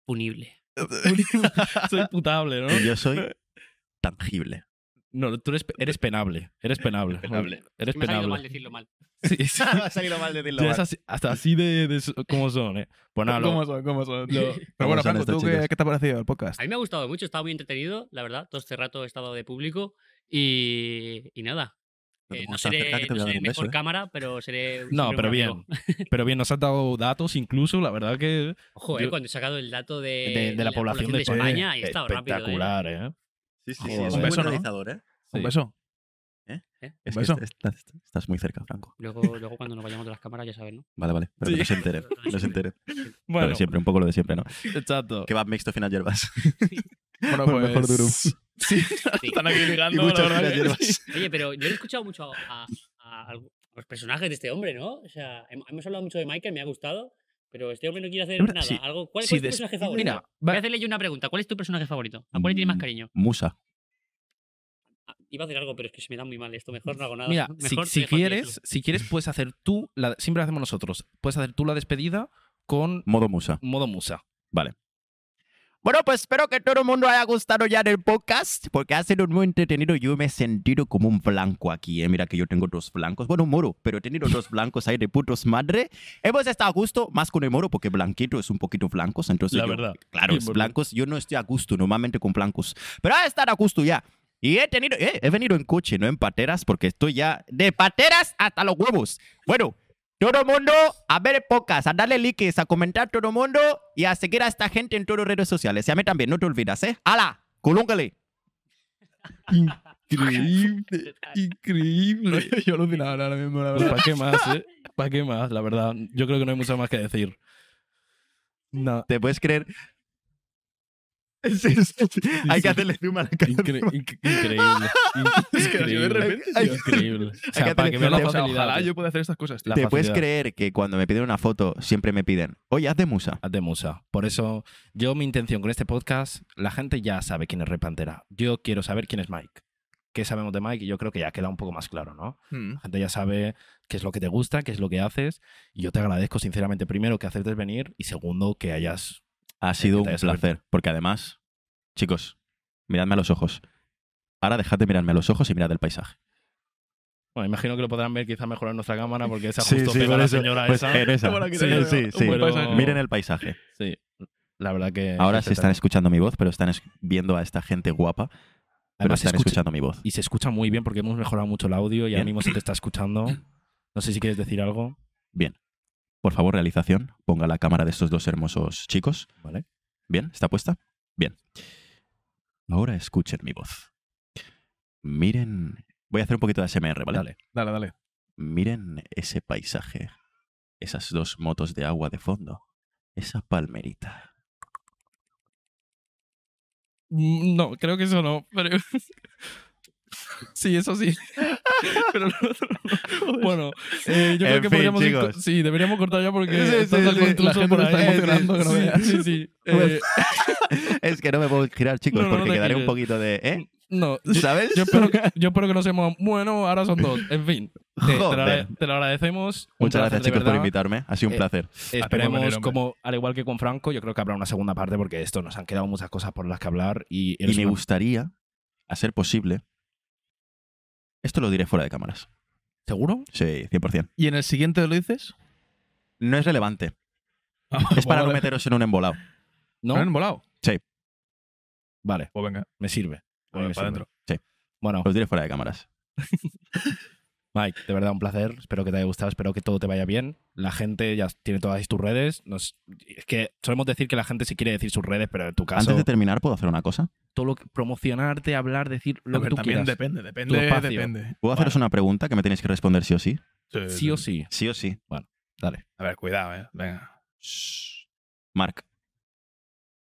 [SPEAKER 5] punible.
[SPEAKER 4] Soy putable, ¿no?
[SPEAKER 2] Y yo soy tangible.
[SPEAKER 4] No, tú eres, eres penable. Eres penable.
[SPEAKER 2] Penable.
[SPEAKER 4] Eres
[SPEAKER 5] Me ha salido
[SPEAKER 4] penable.
[SPEAKER 5] mal decirlo mal.
[SPEAKER 4] Sí, sí.
[SPEAKER 2] ha salido mal decirlo.
[SPEAKER 4] Ya es así- hasta así de, de su- como son, ¿eh? Pues nada, lo-
[SPEAKER 3] ¿Cómo son? ¿Cómo son?
[SPEAKER 4] Lo-
[SPEAKER 3] Pero
[SPEAKER 2] ¿Cómo son
[SPEAKER 3] bueno, Franco,
[SPEAKER 2] estos
[SPEAKER 3] ¿tú qué,
[SPEAKER 2] chicos?
[SPEAKER 3] qué te ha parecido el podcast?
[SPEAKER 5] A mí me ha gustado mucho, estaba muy entretenido, la verdad. Todo este rato he estado de público y, y nada.
[SPEAKER 2] No te
[SPEAKER 5] Eh, No,
[SPEAKER 2] pongas tan
[SPEAKER 5] seré,
[SPEAKER 2] cerca que te voy a
[SPEAKER 5] no
[SPEAKER 2] dar
[SPEAKER 5] seré
[SPEAKER 2] un
[SPEAKER 5] mejor
[SPEAKER 2] beso, ¿eh?
[SPEAKER 5] cámara, pero seré.
[SPEAKER 4] No,
[SPEAKER 5] seré un
[SPEAKER 4] pero bien.
[SPEAKER 5] amigo.
[SPEAKER 4] pero bien, nos has dado datos incluso, la verdad que
[SPEAKER 5] Ojo, eh,
[SPEAKER 4] Yo-
[SPEAKER 5] cuando he sacado el dato de,
[SPEAKER 4] de, de la, población de, España.
[SPEAKER 5] España, y he estado rápido. ¿eh?
[SPEAKER 4] Espectacular, ¿eh?
[SPEAKER 2] Sí,
[SPEAKER 4] sí, es un
[SPEAKER 3] beso, ¿no?
[SPEAKER 2] ¿eh?
[SPEAKER 3] Un
[SPEAKER 4] Sí.
[SPEAKER 3] beso.
[SPEAKER 4] ¿Eh?
[SPEAKER 2] Es
[SPEAKER 3] beso.
[SPEAKER 2] que estás, estás- estás muy cerca, Franco.
[SPEAKER 5] Luego, luego cuando nos vayamos de las cámaras, ya sabes, ¿no?
[SPEAKER 2] Vale, vale. Pero que no se enteren. No se enteren. Lo
[SPEAKER 4] Bueno,
[SPEAKER 2] de siempre, un poco lo de siempre, ¿no?
[SPEAKER 4] exacto.
[SPEAKER 2] Kebab mixto final hierbas.
[SPEAKER 3] Bueno,
[SPEAKER 2] Por
[SPEAKER 3] pues...
[SPEAKER 2] mejor durum.
[SPEAKER 5] Sí.
[SPEAKER 3] Están aquí
[SPEAKER 2] Y
[SPEAKER 3] ligando, la
[SPEAKER 2] muchas
[SPEAKER 3] verdad
[SPEAKER 2] finas
[SPEAKER 3] que-
[SPEAKER 2] hierbas.
[SPEAKER 5] Oye, pero yo he escuchado mucho a, a- a algu- a los personajes de este hombre, ¿no? O sea, hem- hemos hablado mucho de Michael, me ha gustado, pero este hombre no quiere hacer
[SPEAKER 4] verdad,
[SPEAKER 5] nada.
[SPEAKER 4] sí.
[SPEAKER 5] Algo, ¿Cuál, cuál
[SPEAKER 4] Sí,
[SPEAKER 5] es tu
[SPEAKER 4] des-
[SPEAKER 5] personaje favorito?
[SPEAKER 4] Mira,
[SPEAKER 5] Voy a
[SPEAKER 4] va-
[SPEAKER 5] hacerle yo una pregunta. ¿Cuál es tu personaje favorito? ¿A cuál le tienes más
[SPEAKER 2] Mm.
[SPEAKER 5] cariño?
[SPEAKER 2] Musa.
[SPEAKER 5] Ah, Iba a hacer algo, pero es que se me da muy mal esto. Mejor no hago nada.
[SPEAKER 4] Mira, si-
[SPEAKER 5] Mejor
[SPEAKER 4] si,
[SPEAKER 5] dejo aquí
[SPEAKER 4] quieres,
[SPEAKER 5] eso.
[SPEAKER 4] si quieres, puedes hacer tú, la, siempre lo hacemos nosotros, puedes hacer tú la despedida con
[SPEAKER 2] Modo Musa.
[SPEAKER 4] modo musa.
[SPEAKER 2] Bueno, pues espero que todo el mundo haya gustado ya del podcast, porque ha sido muy entretenido. Yo me he sentido como un blanco aquí, ¿eh? Mira que yo tengo dos blancos. Bueno, un moro, pero he tenido dos blancos ahí de putos madre. Hemos estado a gusto más con el moro, porque blanquito es un poquito blancos. Entonces
[SPEAKER 4] La
[SPEAKER 2] yo-
[SPEAKER 4] verdad.
[SPEAKER 2] Claro,
[SPEAKER 4] Sí,
[SPEAKER 2] es
[SPEAKER 4] por-
[SPEAKER 2] blancos. Yo no estoy a gusto normalmente con blancos, pero he estado a gusto ya. Y he tenido, eh, he venido en coche, no en pateras, porque estoy ya de pateras hasta los huevos. Bueno, todo el mundo a ver el podcast, a darle likes, a comentar todo el mundo y a seguir a esta gente en todas las redes sociales. Y a mí también, no te olvidas, ¿eh? ¡Hala! ¡Colóngale!
[SPEAKER 3] Increíble, increíble. Yo alucinaba ahora mismo, la verdad.
[SPEAKER 4] ¿Para qué más, eh? ¿Para qué más? La verdad, yo creo que no hay mucho más que decir. No,
[SPEAKER 2] ¿Te puedes creer? Hay que hacerle zoom a la cara.
[SPEAKER 4] incre- inc- increíble.
[SPEAKER 3] Es que de
[SPEAKER 4] Increíble.
[SPEAKER 3] repente, tío.
[SPEAKER 4] Increíble. O sea,
[SPEAKER 2] que
[SPEAKER 4] para
[SPEAKER 2] tener
[SPEAKER 4] que
[SPEAKER 3] No,
[SPEAKER 4] veas
[SPEAKER 3] no,
[SPEAKER 4] la
[SPEAKER 3] o sea,
[SPEAKER 4] facilidad.
[SPEAKER 3] ojalá
[SPEAKER 4] tío.
[SPEAKER 3] yo pueda hacer estas cosas. tío.
[SPEAKER 4] La
[SPEAKER 2] ¿Te puedes
[SPEAKER 4] facilidad.
[SPEAKER 2] creer que cuando me piden una foto siempre me piden, oye, haz de musa?
[SPEAKER 4] Haz de musa. Por eso, yo mi intención con este podcast, la gente ya sabe quién es Repantera. Yo quiero saber quién es Mike. ¿Qué sabemos de Mike? Y yo creo que ya queda un poco más claro, ¿no?
[SPEAKER 3] Mm.
[SPEAKER 4] La gente ya sabe qué es lo que te gusta, qué es lo que haces. Y yo te agradezco sinceramente, primero, que aceptes venir y segundo, que hayas...
[SPEAKER 2] Ha sido
[SPEAKER 4] te
[SPEAKER 2] un
[SPEAKER 4] hayas abierto.
[SPEAKER 2] placer, porque además, chicos, miradme a los ojos. Ahora dejad de mirarme a los ojos y mirad el paisaje.
[SPEAKER 1] Bueno, imagino que lo podrán ver quizás mejorar nuestra cámara porque esa
[SPEAKER 2] Sí,
[SPEAKER 1] justo
[SPEAKER 2] sí,
[SPEAKER 1] pega
[SPEAKER 2] por
[SPEAKER 1] a la
[SPEAKER 2] eso.
[SPEAKER 1] señora
[SPEAKER 2] Pues
[SPEAKER 1] esa.
[SPEAKER 2] en esa.
[SPEAKER 3] Bueno, aquí
[SPEAKER 2] Sí,
[SPEAKER 3] tenemos
[SPEAKER 2] sí,
[SPEAKER 3] un
[SPEAKER 2] sí.
[SPEAKER 3] buen paisaje.
[SPEAKER 2] Miren el paisaje.
[SPEAKER 1] Sí. La verdad que...
[SPEAKER 2] Ahora
[SPEAKER 1] que
[SPEAKER 2] sí están escuchando mi voz, pero están es- viendo a esta gente guapa, pero
[SPEAKER 1] Además, se
[SPEAKER 2] están
[SPEAKER 1] escucha-
[SPEAKER 2] escuchando mi voz.
[SPEAKER 1] Y se escucha muy bien porque hemos mejorado mucho el audio y ahora
[SPEAKER 2] Bien.
[SPEAKER 1] mismo se te está escuchando. No sé si quieres decir algo.
[SPEAKER 2] Por favor, realización, ponga la cámara de estos dos hermosos chicos.
[SPEAKER 1] Vale.
[SPEAKER 2] ¿Bien? ¿Está puesta? Bien. Ahora escuchen mi voz. Miren. Voy a hacer un poquito de ASMR, ¿vale?
[SPEAKER 3] Dale, dale.
[SPEAKER 2] Miren ese paisaje. Esas dos motos de agua de fondo. Esa palmerita.
[SPEAKER 1] Mm, No, creo que eso no, pero... sí, eso sí. pero lo otro no. Bueno, eh, yo creo
[SPEAKER 2] En
[SPEAKER 1] que
[SPEAKER 2] fin,
[SPEAKER 1] podríamos... ir
[SPEAKER 2] chicos.
[SPEAKER 1] co- Sí, deberíamos cortar ya porque
[SPEAKER 2] Sí,
[SPEAKER 1] estás
[SPEAKER 2] sí,
[SPEAKER 1] al
[SPEAKER 2] sí.
[SPEAKER 1] contuso
[SPEAKER 2] La gente
[SPEAKER 1] por
[SPEAKER 2] lo
[SPEAKER 1] ahí.
[SPEAKER 2] está emocionando, que no
[SPEAKER 1] Sí,
[SPEAKER 2] veas.
[SPEAKER 1] Sí, sí. Eh,
[SPEAKER 2] es que no me puedo girar, chicos,
[SPEAKER 1] No, no,
[SPEAKER 2] porque
[SPEAKER 1] no te
[SPEAKER 2] quedaré un
[SPEAKER 1] gires.
[SPEAKER 2] poquito de. ¿Eh?
[SPEAKER 1] no,
[SPEAKER 2] ¿Sabes?
[SPEAKER 1] yo espero, que, yo espero que no seamos... Bueno, ahora son dos. En fin, te, te lo,
[SPEAKER 2] Joder.
[SPEAKER 1] agrade- te lo agradecemos. Un
[SPEAKER 2] Muchas
[SPEAKER 1] placer,
[SPEAKER 2] gracias,
[SPEAKER 1] de
[SPEAKER 2] chicos, por
[SPEAKER 1] verdad.
[SPEAKER 2] invitarme. Ha sido un
[SPEAKER 1] Eh,
[SPEAKER 2] placer.
[SPEAKER 1] Esperemos,
[SPEAKER 3] Hacemos venir, hombre.
[SPEAKER 1] como al igual que con Franco, yo creo que habrá una segunda parte porque esto nos han quedado muchas cosas por las que hablar y,
[SPEAKER 2] Y
[SPEAKER 1] eres
[SPEAKER 2] me
[SPEAKER 1] una-
[SPEAKER 2] gustaría, a ser posible. Esto lo diré fuera de cámaras.
[SPEAKER 1] ¿Seguro?
[SPEAKER 2] Sí, 100%.
[SPEAKER 3] ¿Y en el siguiente lo dices?
[SPEAKER 2] No es relevante.
[SPEAKER 3] Ah,
[SPEAKER 2] Es para no
[SPEAKER 3] vale.
[SPEAKER 2] meteros en un embolado.
[SPEAKER 1] ¿No?
[SPEAKER 3] ¿No han volado?
[SPEAKER 1] Vale,
[SPEAKER 3] Pues venga,
[SPEAKER 1] me sirve. A mí
[SPEAKER 3] para
[SPEAKER 1] me sirve.
[SPEAKER 3] adentro.
[SPEAKER 1] Bueno,
[SPEAKER 2] Os diré fuera de cámaras.
[SPEAKER 1] Mike, de verdad un placer. Espero que te haya gustado, espero que todo te vaya bien. La gente ya tiene todas tus redes. Nos... Es que solemos decir que la gente sí quiere decir sus redes, pero en tu caso,
[SPEAKER 2] Antes de terminar, ¿puedo hacer una cosa?
[SPEAKER 1] todo lo que- promocionarte, hablar, decir lo
[SPEAKER 3] A
[SPEAKER 1] que
[SPEAKER 3] ver,
[SPEAKER 1] tú
[SPEAKER 3] también
[SPEAKER 1] quieras.
[SPEAKER 3] depende, depende,
[SPEAKER 1] Tu espacio.
[SPEAKER 3] depende.
[SPEAKER 2] ¿Puedo haceros una pregunta que me tenéis que responder sí o sí?
[SPEAKER 3] Bueno,
[SPEAKER 1] Sí o sí.
[SPEAKER 2] Sí o sí.
[SPEAKER 1] Dale.
[SPEAKER 3] A ver, cuidado, eh. Venga,
[SPEAKER 2] Shh. Mark,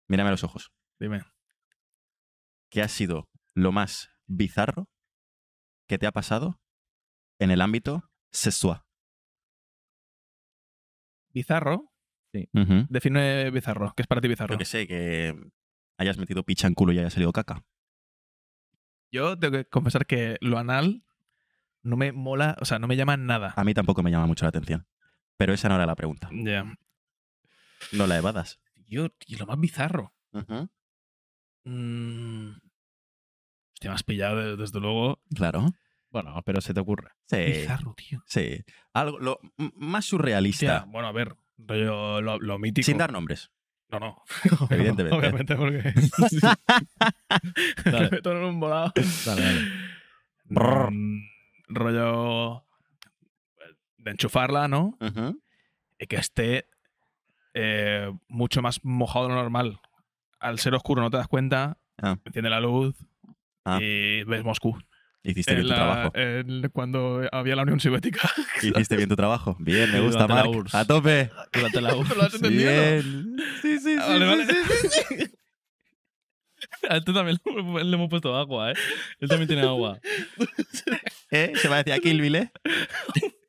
[SPEAKER 2] mírame a los ojos.
[SPEAKER 3] dime.
[SPEAKER 2] ¿Qué ha sido lo más bizarro que te ha pasado en el ámbito sexual?
[SPEAKER 3] Bizarro.
[SPEAKER 2] Ujú.
[SPEAKER 3] Define bizarro. ¿Qué es para ti bizarro?
[SPEAKER 2] Yo que sé, que hayas metido picha en culo y haya salido caca.
[SPEAKER 3] Yo tengo que confesar que lo anal no me mola, o sea, no me llama nada.
[SPEAKER 2] A mí tampoco me llama mucho la atención. Pero esa no era la pregunta.
[SPEAKER 1] Mm.
[SPEAKER 3] Ya.
[SPEAKER 2] No la evadas.
[SPEAKER 3] Ah, Yo, y lo más bizarro. Mm. Hostia, me has pillado, de- desde luego.
[SPEAKER 2] Claro.
[SPEAKER 1] Bueno, pero se te ocurre.
[SPEAKER 2] Sí.
[SPEAKER 3] Bizarro, tío.
[SPEAKER 2] Sí. Algo lo, m- más
[SPEAKER 3] Hostia,
[SPEAKER 2] surrealista.
[SPEAKER 3] bueno, a ver. rollo lo, lo mítico.
[SPEAKER 2] Sin dar nombres.
[SPEAKER 3] No, no.
[SPEAKER 2] Evidentemente.
[SPEAKER 3] Obviamente, porque.
[SPEAKER 1] Dale.
[SPEAKER 3] Me toman un volado.
[SPEAKER 1] Dale, dale.
[SPEAKER 2] Brrr.
[SPEAKER 3] Mm, rollo. eh, De enchufarla, ¿no?
[SPEAKER 2] Ujú.
[SPEAKER 3] Y que esté eh, mucho más mojado de lo normal. Al ser oscuro no te das cuenta.
[SPEAKER 2] Ah.
[SPEAKER 3] Enciende la luz.
[SPEAKER 2] Ah.
[SPEAKER 3] Y ves Moscú.
[SPEAKER 2] Hiciste bien
[SPEAKER 3] En
[SPEAKER 2] tu
[SPEAKER 3] la-
[SPEAKER 2] trabajo.
[SPEAKER 3] en- cuando había la Unión Soviética.
[SPEAKER 2] Hiciste bien tu trabajo. Bien, me gusta,
[SPEAKER 1] Durante la
[SPEAKER 2] Mark.
[SPEAKER 1] URSS.
[SPEAKER 2] A tope.
[SPEAKER 1] Durante la
[SPEAKER 3] ¿Pero lo has entendido?
[SPEAKER 2] Bien. Sí, sí, sí.
[SPEAKER 3] Ah, vale,
[SPEAKER 2] sí,
[SPEAKER 3] vale.
[SPEAKER 2] sí, sí.
[SPEAKER 1] A este también le hemos puesto agua, ¿eh? Él también tiene agua.
[SPEAKER 2] ¿Eh? Se va a decir a Kill Bill, ¿eh?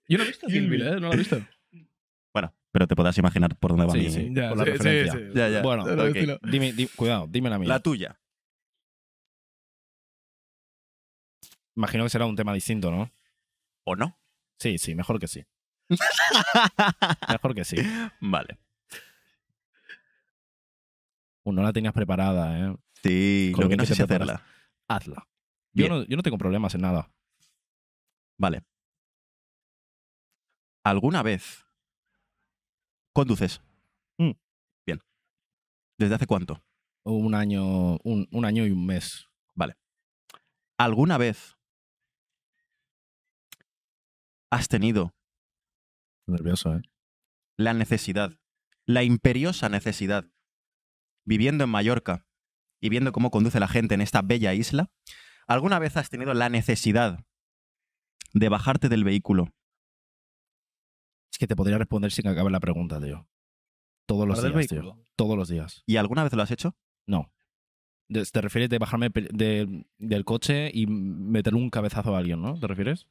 [SPEAKER 3] Yo no he visto
[SPEAKER 1] Kill
[SPEAKER 3] Kill
[SPEAKER 1] Bill,
[SPEAKER 3] Bill, ¿eh? No lo he visto.
[SPEAKER 2] Bueno, pero te podrás imaginar por dónde va
[SPEAKER 1] Sí,
[SPEAKER 2] mi...
[SPEAKER 1] sí.
[SPEAKER 3] Ya,
[SPEAKER 1] Por la
[SPEAKER 3] sí,
[SPEAKER 1] referencia.
[SPEAKER 3] sí, sí.
[SPEAKER 2] Ya, ya.
[SPEAKER 1] Bueno,
[SPEAKER 3] Todo el
[SPEAKER 2] ok.
[SPEAKER 3] estilo.
[SPEAKER 1] Dime, di- cuidado, dime la mía.
[SPEAKER 2] La tuya.
[SPEAKER 1] Imagino que será un tema distinto, ¿no?
[SPEAKER 2] ¿O no?
[SPEAKER 1] Sí, sí, mejor que sí. Mejor que sí.
[SPEAKER 2] vale.
[SPEAKER 1] Uh, no la tenías preparada, ¿eh?
[SPEAKER 2] Sí,
[SPEAKER 1] Con
[SPEAKER 2] lo
[SPEAKER 1] lo
[SPEAKER 2] que
[SPEAKER 1] bien
[SPEAKER 2] no
[SPEAKER 1] que
[SPEAKER 2] sé
[SPEAKER 1] te
[SPEAKER 2] si
[SPEAKER 1] preparas.
[SPEAKER 2] hacerla.
[SPEAKER 1] Hazla. Yo
[SPEAKER 2] Bien.
[SPEAKER 1] no, yo no tengo problemas en nada.
[SPEAKER 2] Vale. ¿Alguna vez conduces?
[SPEAKER 1] Mm.
[SPEAKER 2] Bien. ¿Desde hace cuánto?
[SPEAKER 1] Un año, un, un año y un mes.
[SPEAKER 2] ¿Alguna vez has tenido
[SPEAKER 1] Nervioso, ¿eh?
[SPEAKER 2] la necesidad, la imperiosa necesidad, viviendo en Mallorca y viendo cómo conduce la gente en esta bella isla, ¿alguna vez has tenido la necesidad de bajarte del vehículo?
[SPEAKER 1] Es que te podría responder sin que acabe la pregunta, tío. Todos los
[SPEAKER 3] Guarda el
[SPEAKER 1] días, tío. Todos los días.
[SPEAKER 2] ¿Y alguna vez lo has hecho?
[SPEAKER 1] No. De- ¿Te refieres de bajarme pe- de- del coche y meterle un cabezazo a alguien, ¿no? ¿Te refieres?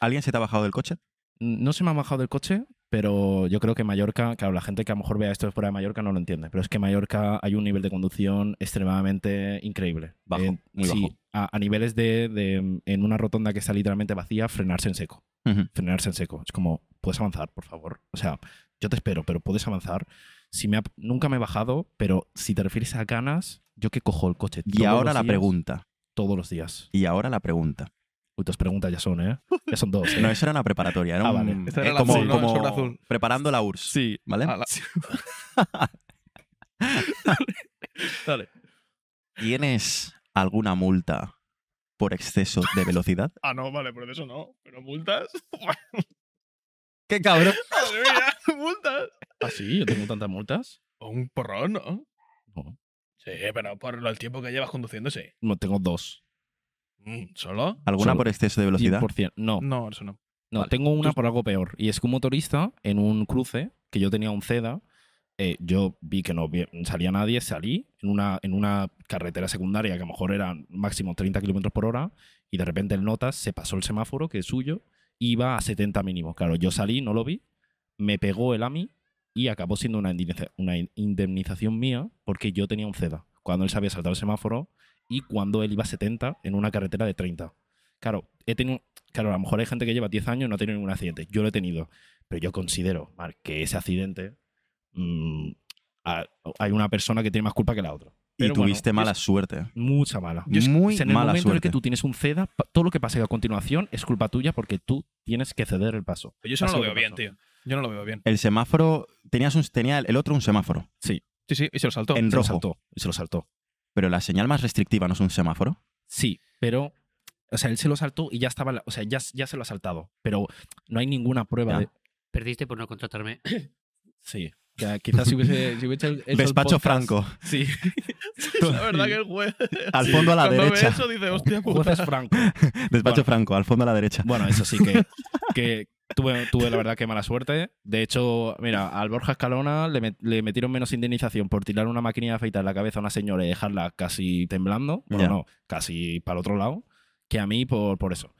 [SPEAKER 2] ¿Alguien se te ha bajado del coche?
[SPEAKER 1] No se me ha bajado del coche, pero yo creo que Mallorca, claro, la gente que a lo mejor vea esto de fuera de Mallorca no lo entiende, pero es que en Mallorca hay un nivel de conducción extremadamente increíble. Eh,
[SPEAKER 2] Bajo, muy
[SPEAKER 1] sí,
[SPEAKER 2] bajo.
[SPEAKER 1] A, a niveles de, de, en una rotonda que está literalmente vacía, frenarse en seco.
[SPEAKER 2] Ujú.
[SPEAKER 1] Frenarse en seco. Es como, puedes avanzar, por favor. O sea, yo te espero, pero puedes avanzar. Si me ha- nunca me he bajado, pero si te refieres a ganas, yo que cojo el coche.
[SPEAKER 2] Y
[SPEAKER 1] todos
[SPEAKER 2] ahora
[SPEAKER 1] los
[SPEAKER 2] la
[SPEAKER 1] días-
[SPEAKER 2] pregunta.
[SPEAKER 1] todos los días.
[SPEAKER 2] Y ahora la pregunta.
[SPEAKER 1] Uy, tus preguntas ya son, ¿eh? Ya son dos. ¿eh?
[SPEAKER 2] No, eso era una preparatoria, era
[SPEAKER 1] Ah,
[SPEAKER 2] un-
[SPEAKER 1] vale.
[SPEAKER 3] Esa
[SPEAKER 2] eh,
[SPEAKER 3] era la
[SPEAKER 2] como,
[SPEAKER 3] azul, ¿no?
[SPEAKER 2] como
[SPEAKER 3] El sobre azul.
[SPEAKER 2] preparando la URSS.
[SPEAKER 3] Sí.
[SPEAKER 2] ¿Vale?
[SPEAKER 3] A la- Dale.
[SPEAKER 2] ¿Tienes alguna multa por exceso de velocidad?
[SPEAKER 3] Ah, no, vale, pero de eso no. Pero multas.
[SPEAKER 2] ¡Qué cabrón!
[SPEAKER 3] Madre mía, multas.
[SPEAKER 1] ¿Ah, sí? ¿Yo tengo tantas multas?
[SPEAKER 3] O un porrón, ¿no?
[SPEAKER 1] No.
[SPEAKER 3] Sí, pero por el tiempo que llevas conduciendo, sí.
[SPEAKER 1] No, tengo dos.
[SPEAKER 3] Mm, ¿Solo?
[SPEAKER 2] ¿Alguna
[SPEAKER 1] Solo.
[SPEAKER 2] por exceso de velocidad?
[SPEAKER 1] 100%. Ah, No,
[SPEAKER 3] No, eso no.
[SPEAKER 1] No, tengo una por algo peor. Y es que un motorista en un cruce, que yo tenía un CEDA, eh, yo vi que no vi- salía nadie, salí en una, en una carretera secundaria que a lo mejor eran máximo 30 kilómetros por hora, y de repente el Notas se pasó el semáforo, que es suyo, iba a 70 mínimo. Claro, yo salí, no lo vi, me pegó el AMI y acabó siendo una, indemniza- una in- indemnización mía porque yo tenía un CEDA. Cuando él se había saltado el semáforo y cuando él iba a 70 en una carretera de 30. Claro, he tenido, Claro, a lo mejor hay gente que lleva 10 años y no ha tenido ningún accidente. Yo lo he tenido. Pero yo considero Marc, que ese accidente mm, ha- hay una persona que tiene más culpa que la otra.
[SPEAKER 2] Y
[SPEAKER 1] Pero
[SPEAKER 2] tuviste
[SPEAKER 1] bueno,
[SPEAKER 2] mala suerte.
[SPEAKER 1] es mucha mala.
[SPEAKER 2] Yo es- Muy
[SPEAKER 1] Es en el
[SPEAKER 2] mala
[SPEAKER 1] momento en el
[SPEAKER 2] suerte.
[SPEAKER 1] que tú tienes un ceda, pa- todo lo que pase a continuación es culpa tuya porque tú tienes que ceder el paso.
[SPEAKER 3] Pues Yo eso
[SPEAKER 1] Así
[SPEAKER 3] no lo
[SPEAKER 1] que
[SPEAKER 3] veo bien,
[SPEAKER 1] pasó.
[SPEAKER 3] tío. Yo no lo veo bien.
[SPEAKER 2] El semáforo. Tenías un, tenía el otro un semáforo,
[SPEAKER 3] Sí, sí, y se lo saltó.
[SPEAKER 2] En
[SPEAKER 1] Se lo
[SPEAKER 2] rojo.
[SPEAKER 1] saltó. Se lo saltó.
[SPEAKER 2] pero la señal más restrictiva no es un semáforo.
[SPEAKER 1] Sí, pero. O sea, él se lo saltó y ya estaba. en la- o sea, ya, ya se lo ha saltado. Pero no hay ninguna prueba
[SPEAKER 2] Ya.
[SPEAKER 1] de.
[SPEAKER 5] Perdiste por no contratarme.
[SPEAKER 1] Sí. Que Quizás si hubiese, si hubiese hecho el
[SPEAKER 2] Despacho
[SPEAKER 1] podcast-
[SPEAKER 2] Franco.
[SPEAKER 1] Sí.
[SPEAKER 3] La verdad que el juez.
[SPEAKER 2] Al fondo a la
[SPEAKER 3] cuando
[SPEAKER 2] derecha.
[SPEAKER 3] Ve eso, dice, hostia puta.
[SPEAKER 1] Jueces Franco.
[SPEAKER 2] Despacho
[SPEAKER 1] Bueno.
[SPEAKER 2] Franco, al fondo a la derecha.
[SPEAKER 1] Bueno, eso sí que, que tuve, tuve la verdad que mala suerte. De hecho, mira, al Borja Escalona le, met- le metieron menos indemnización por tirar una maquinilla de afeitar en la cabeza a una señora y dejarla casi temblando. Bueno,
[SPEAKER 2] Ya.
[SPEAKER 1] no, casi para el otro lado, que a mí por, por eso.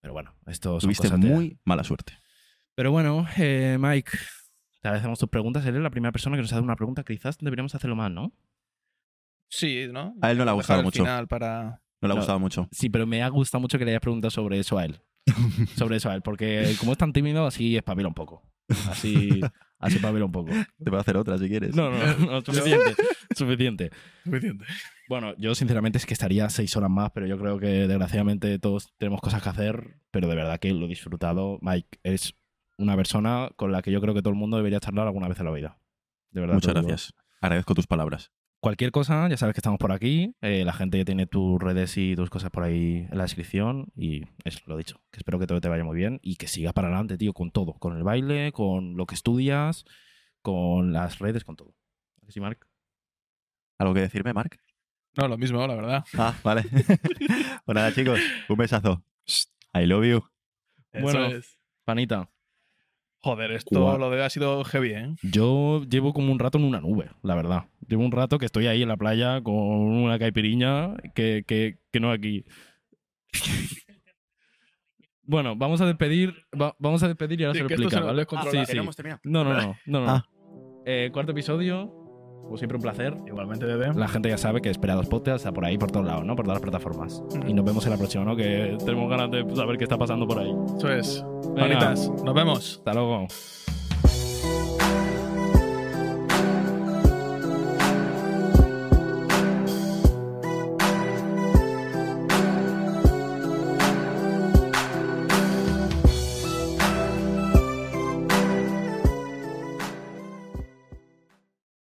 [SPEAKER 1] Pero bueno, esto son
[SPEAKER 2] Tuviste
[SPEAKER 1] cosas de-
[SPEAKER 2] muy mala suerte.
[SPEAKER 1] Pero bueno, eh, Mike, te agradecemos tus preguntas. Él es la primera persona que nos hace una pregunta que quizás deberíamos hacerlo más, ¿no?
[SPEAKER 3] Sí, ¿no?
[SPEAKER 2] A él no le ha
[SPEAKER 3] Dejar
[SPEAKER 2] gustado
[SPEAKER 3] al
[SPEAKER 2] mucho.
[SPEAKER 3] final para...
[SPEAKER 2] No le ha
[SPEAKER 1] No.
[SPEAKER 2] gustado mucho.
[SPEAKER 1] Sí, pero me ha gustado mucho que le hayas preguntado sobre eso a él. Sobre eso a él, porque como es tan tímido, así espabila un poco. Así, así espabila un poco.
[SPEAKER 2] Te voy a hacer otra si quieres.
[SPEAKER 1] No, no, no, suficiente. suficiente.
[SPEAKER 3] Suficiente.
[SPEAKER 1] Bueno, yo sinceramente es que estaría seis horas más, pero yo creo que desgraciadamente todos tenemos cosas que hacer, pero de verdad que lo he disfrutado. Mike, es una persona con la que yo creo que todo el mundo debería charlar alguna vez en la vida. De verdad.
[SPEAKER 2] Muchas
[SPEAKER 1] te lo digo.
[SPEAKER 2] gracias. Agradezco tus palabras.
[SPEAKER 1] Cualquier cosa, ya sabes que estamos por aquí. eh, la gente tiene tus redes y tus cosas por ahí en la descripción. Y es lo dicho, que espero que todo te vaya muy bien y que sigas para adelante, tío, con todo. Con el baile, con lo que estudias, con las redes, con todo. ¿A que Sí, Marc?
[SPEAKER 2] ¿Algo que decirme, Marc?
[SPEAKER 3] No, lo mismo, la verdad.
[SPEAKER 2] Ah, vale. pues nada, chicos. Un besazo. I love you.
[SPEAKER 1] Bueno.
[SPEAKER 3] Eso es.
[SPEAKER 1] Panita.
[SPEAKER 3] Joder, esto
[SPEAKER 1] Cua-
[SPEAKER 3] lo de ha sido heavy, ¿eh?
[SPEAKER 1] Yo llevo como un rato en una nube, la verdad. Llevo un rato que estoy ahí en la playa con una caipiriña que, que, que no aquí. bueno, vamos a despedir. va- vamos a despedir y ahora
[SPEAKER 3] Sí,
[SPEAKER 1] se lo
[SPEAKER 3] que esto
[SPEAKER 1] explica,
[SPEAKER 3] se nos
[SPEAKER 1] ¿vale?
[SPEAKER 3] descontrola, que no
[SPEAKER 2] terminado.
[SPEAKER 1] No, no, no. no, no.
[SPEAKER 2] Ah.
[SPEAKER 1] Eh, cuarto episodio. Como siempre, un placer.
[SPEAKER 3] Igualmente, bebé.
[SPEAKER 1] La gente ya sabe que espera los podcasts está por ahí, por todos lados, ¿no? Por todas las plataformas. Y nos vemos en la próxima, ¿no? Que tenemos ganas de saber qué está pasando por ahí.
[SPEAKER 3] Eso es.
[SPEAKER 1] Venga,
[SPEAKER 3] Panitas, nos vemos.
[SPEAKER 1] hasta luego.
[SPEAKER 7] I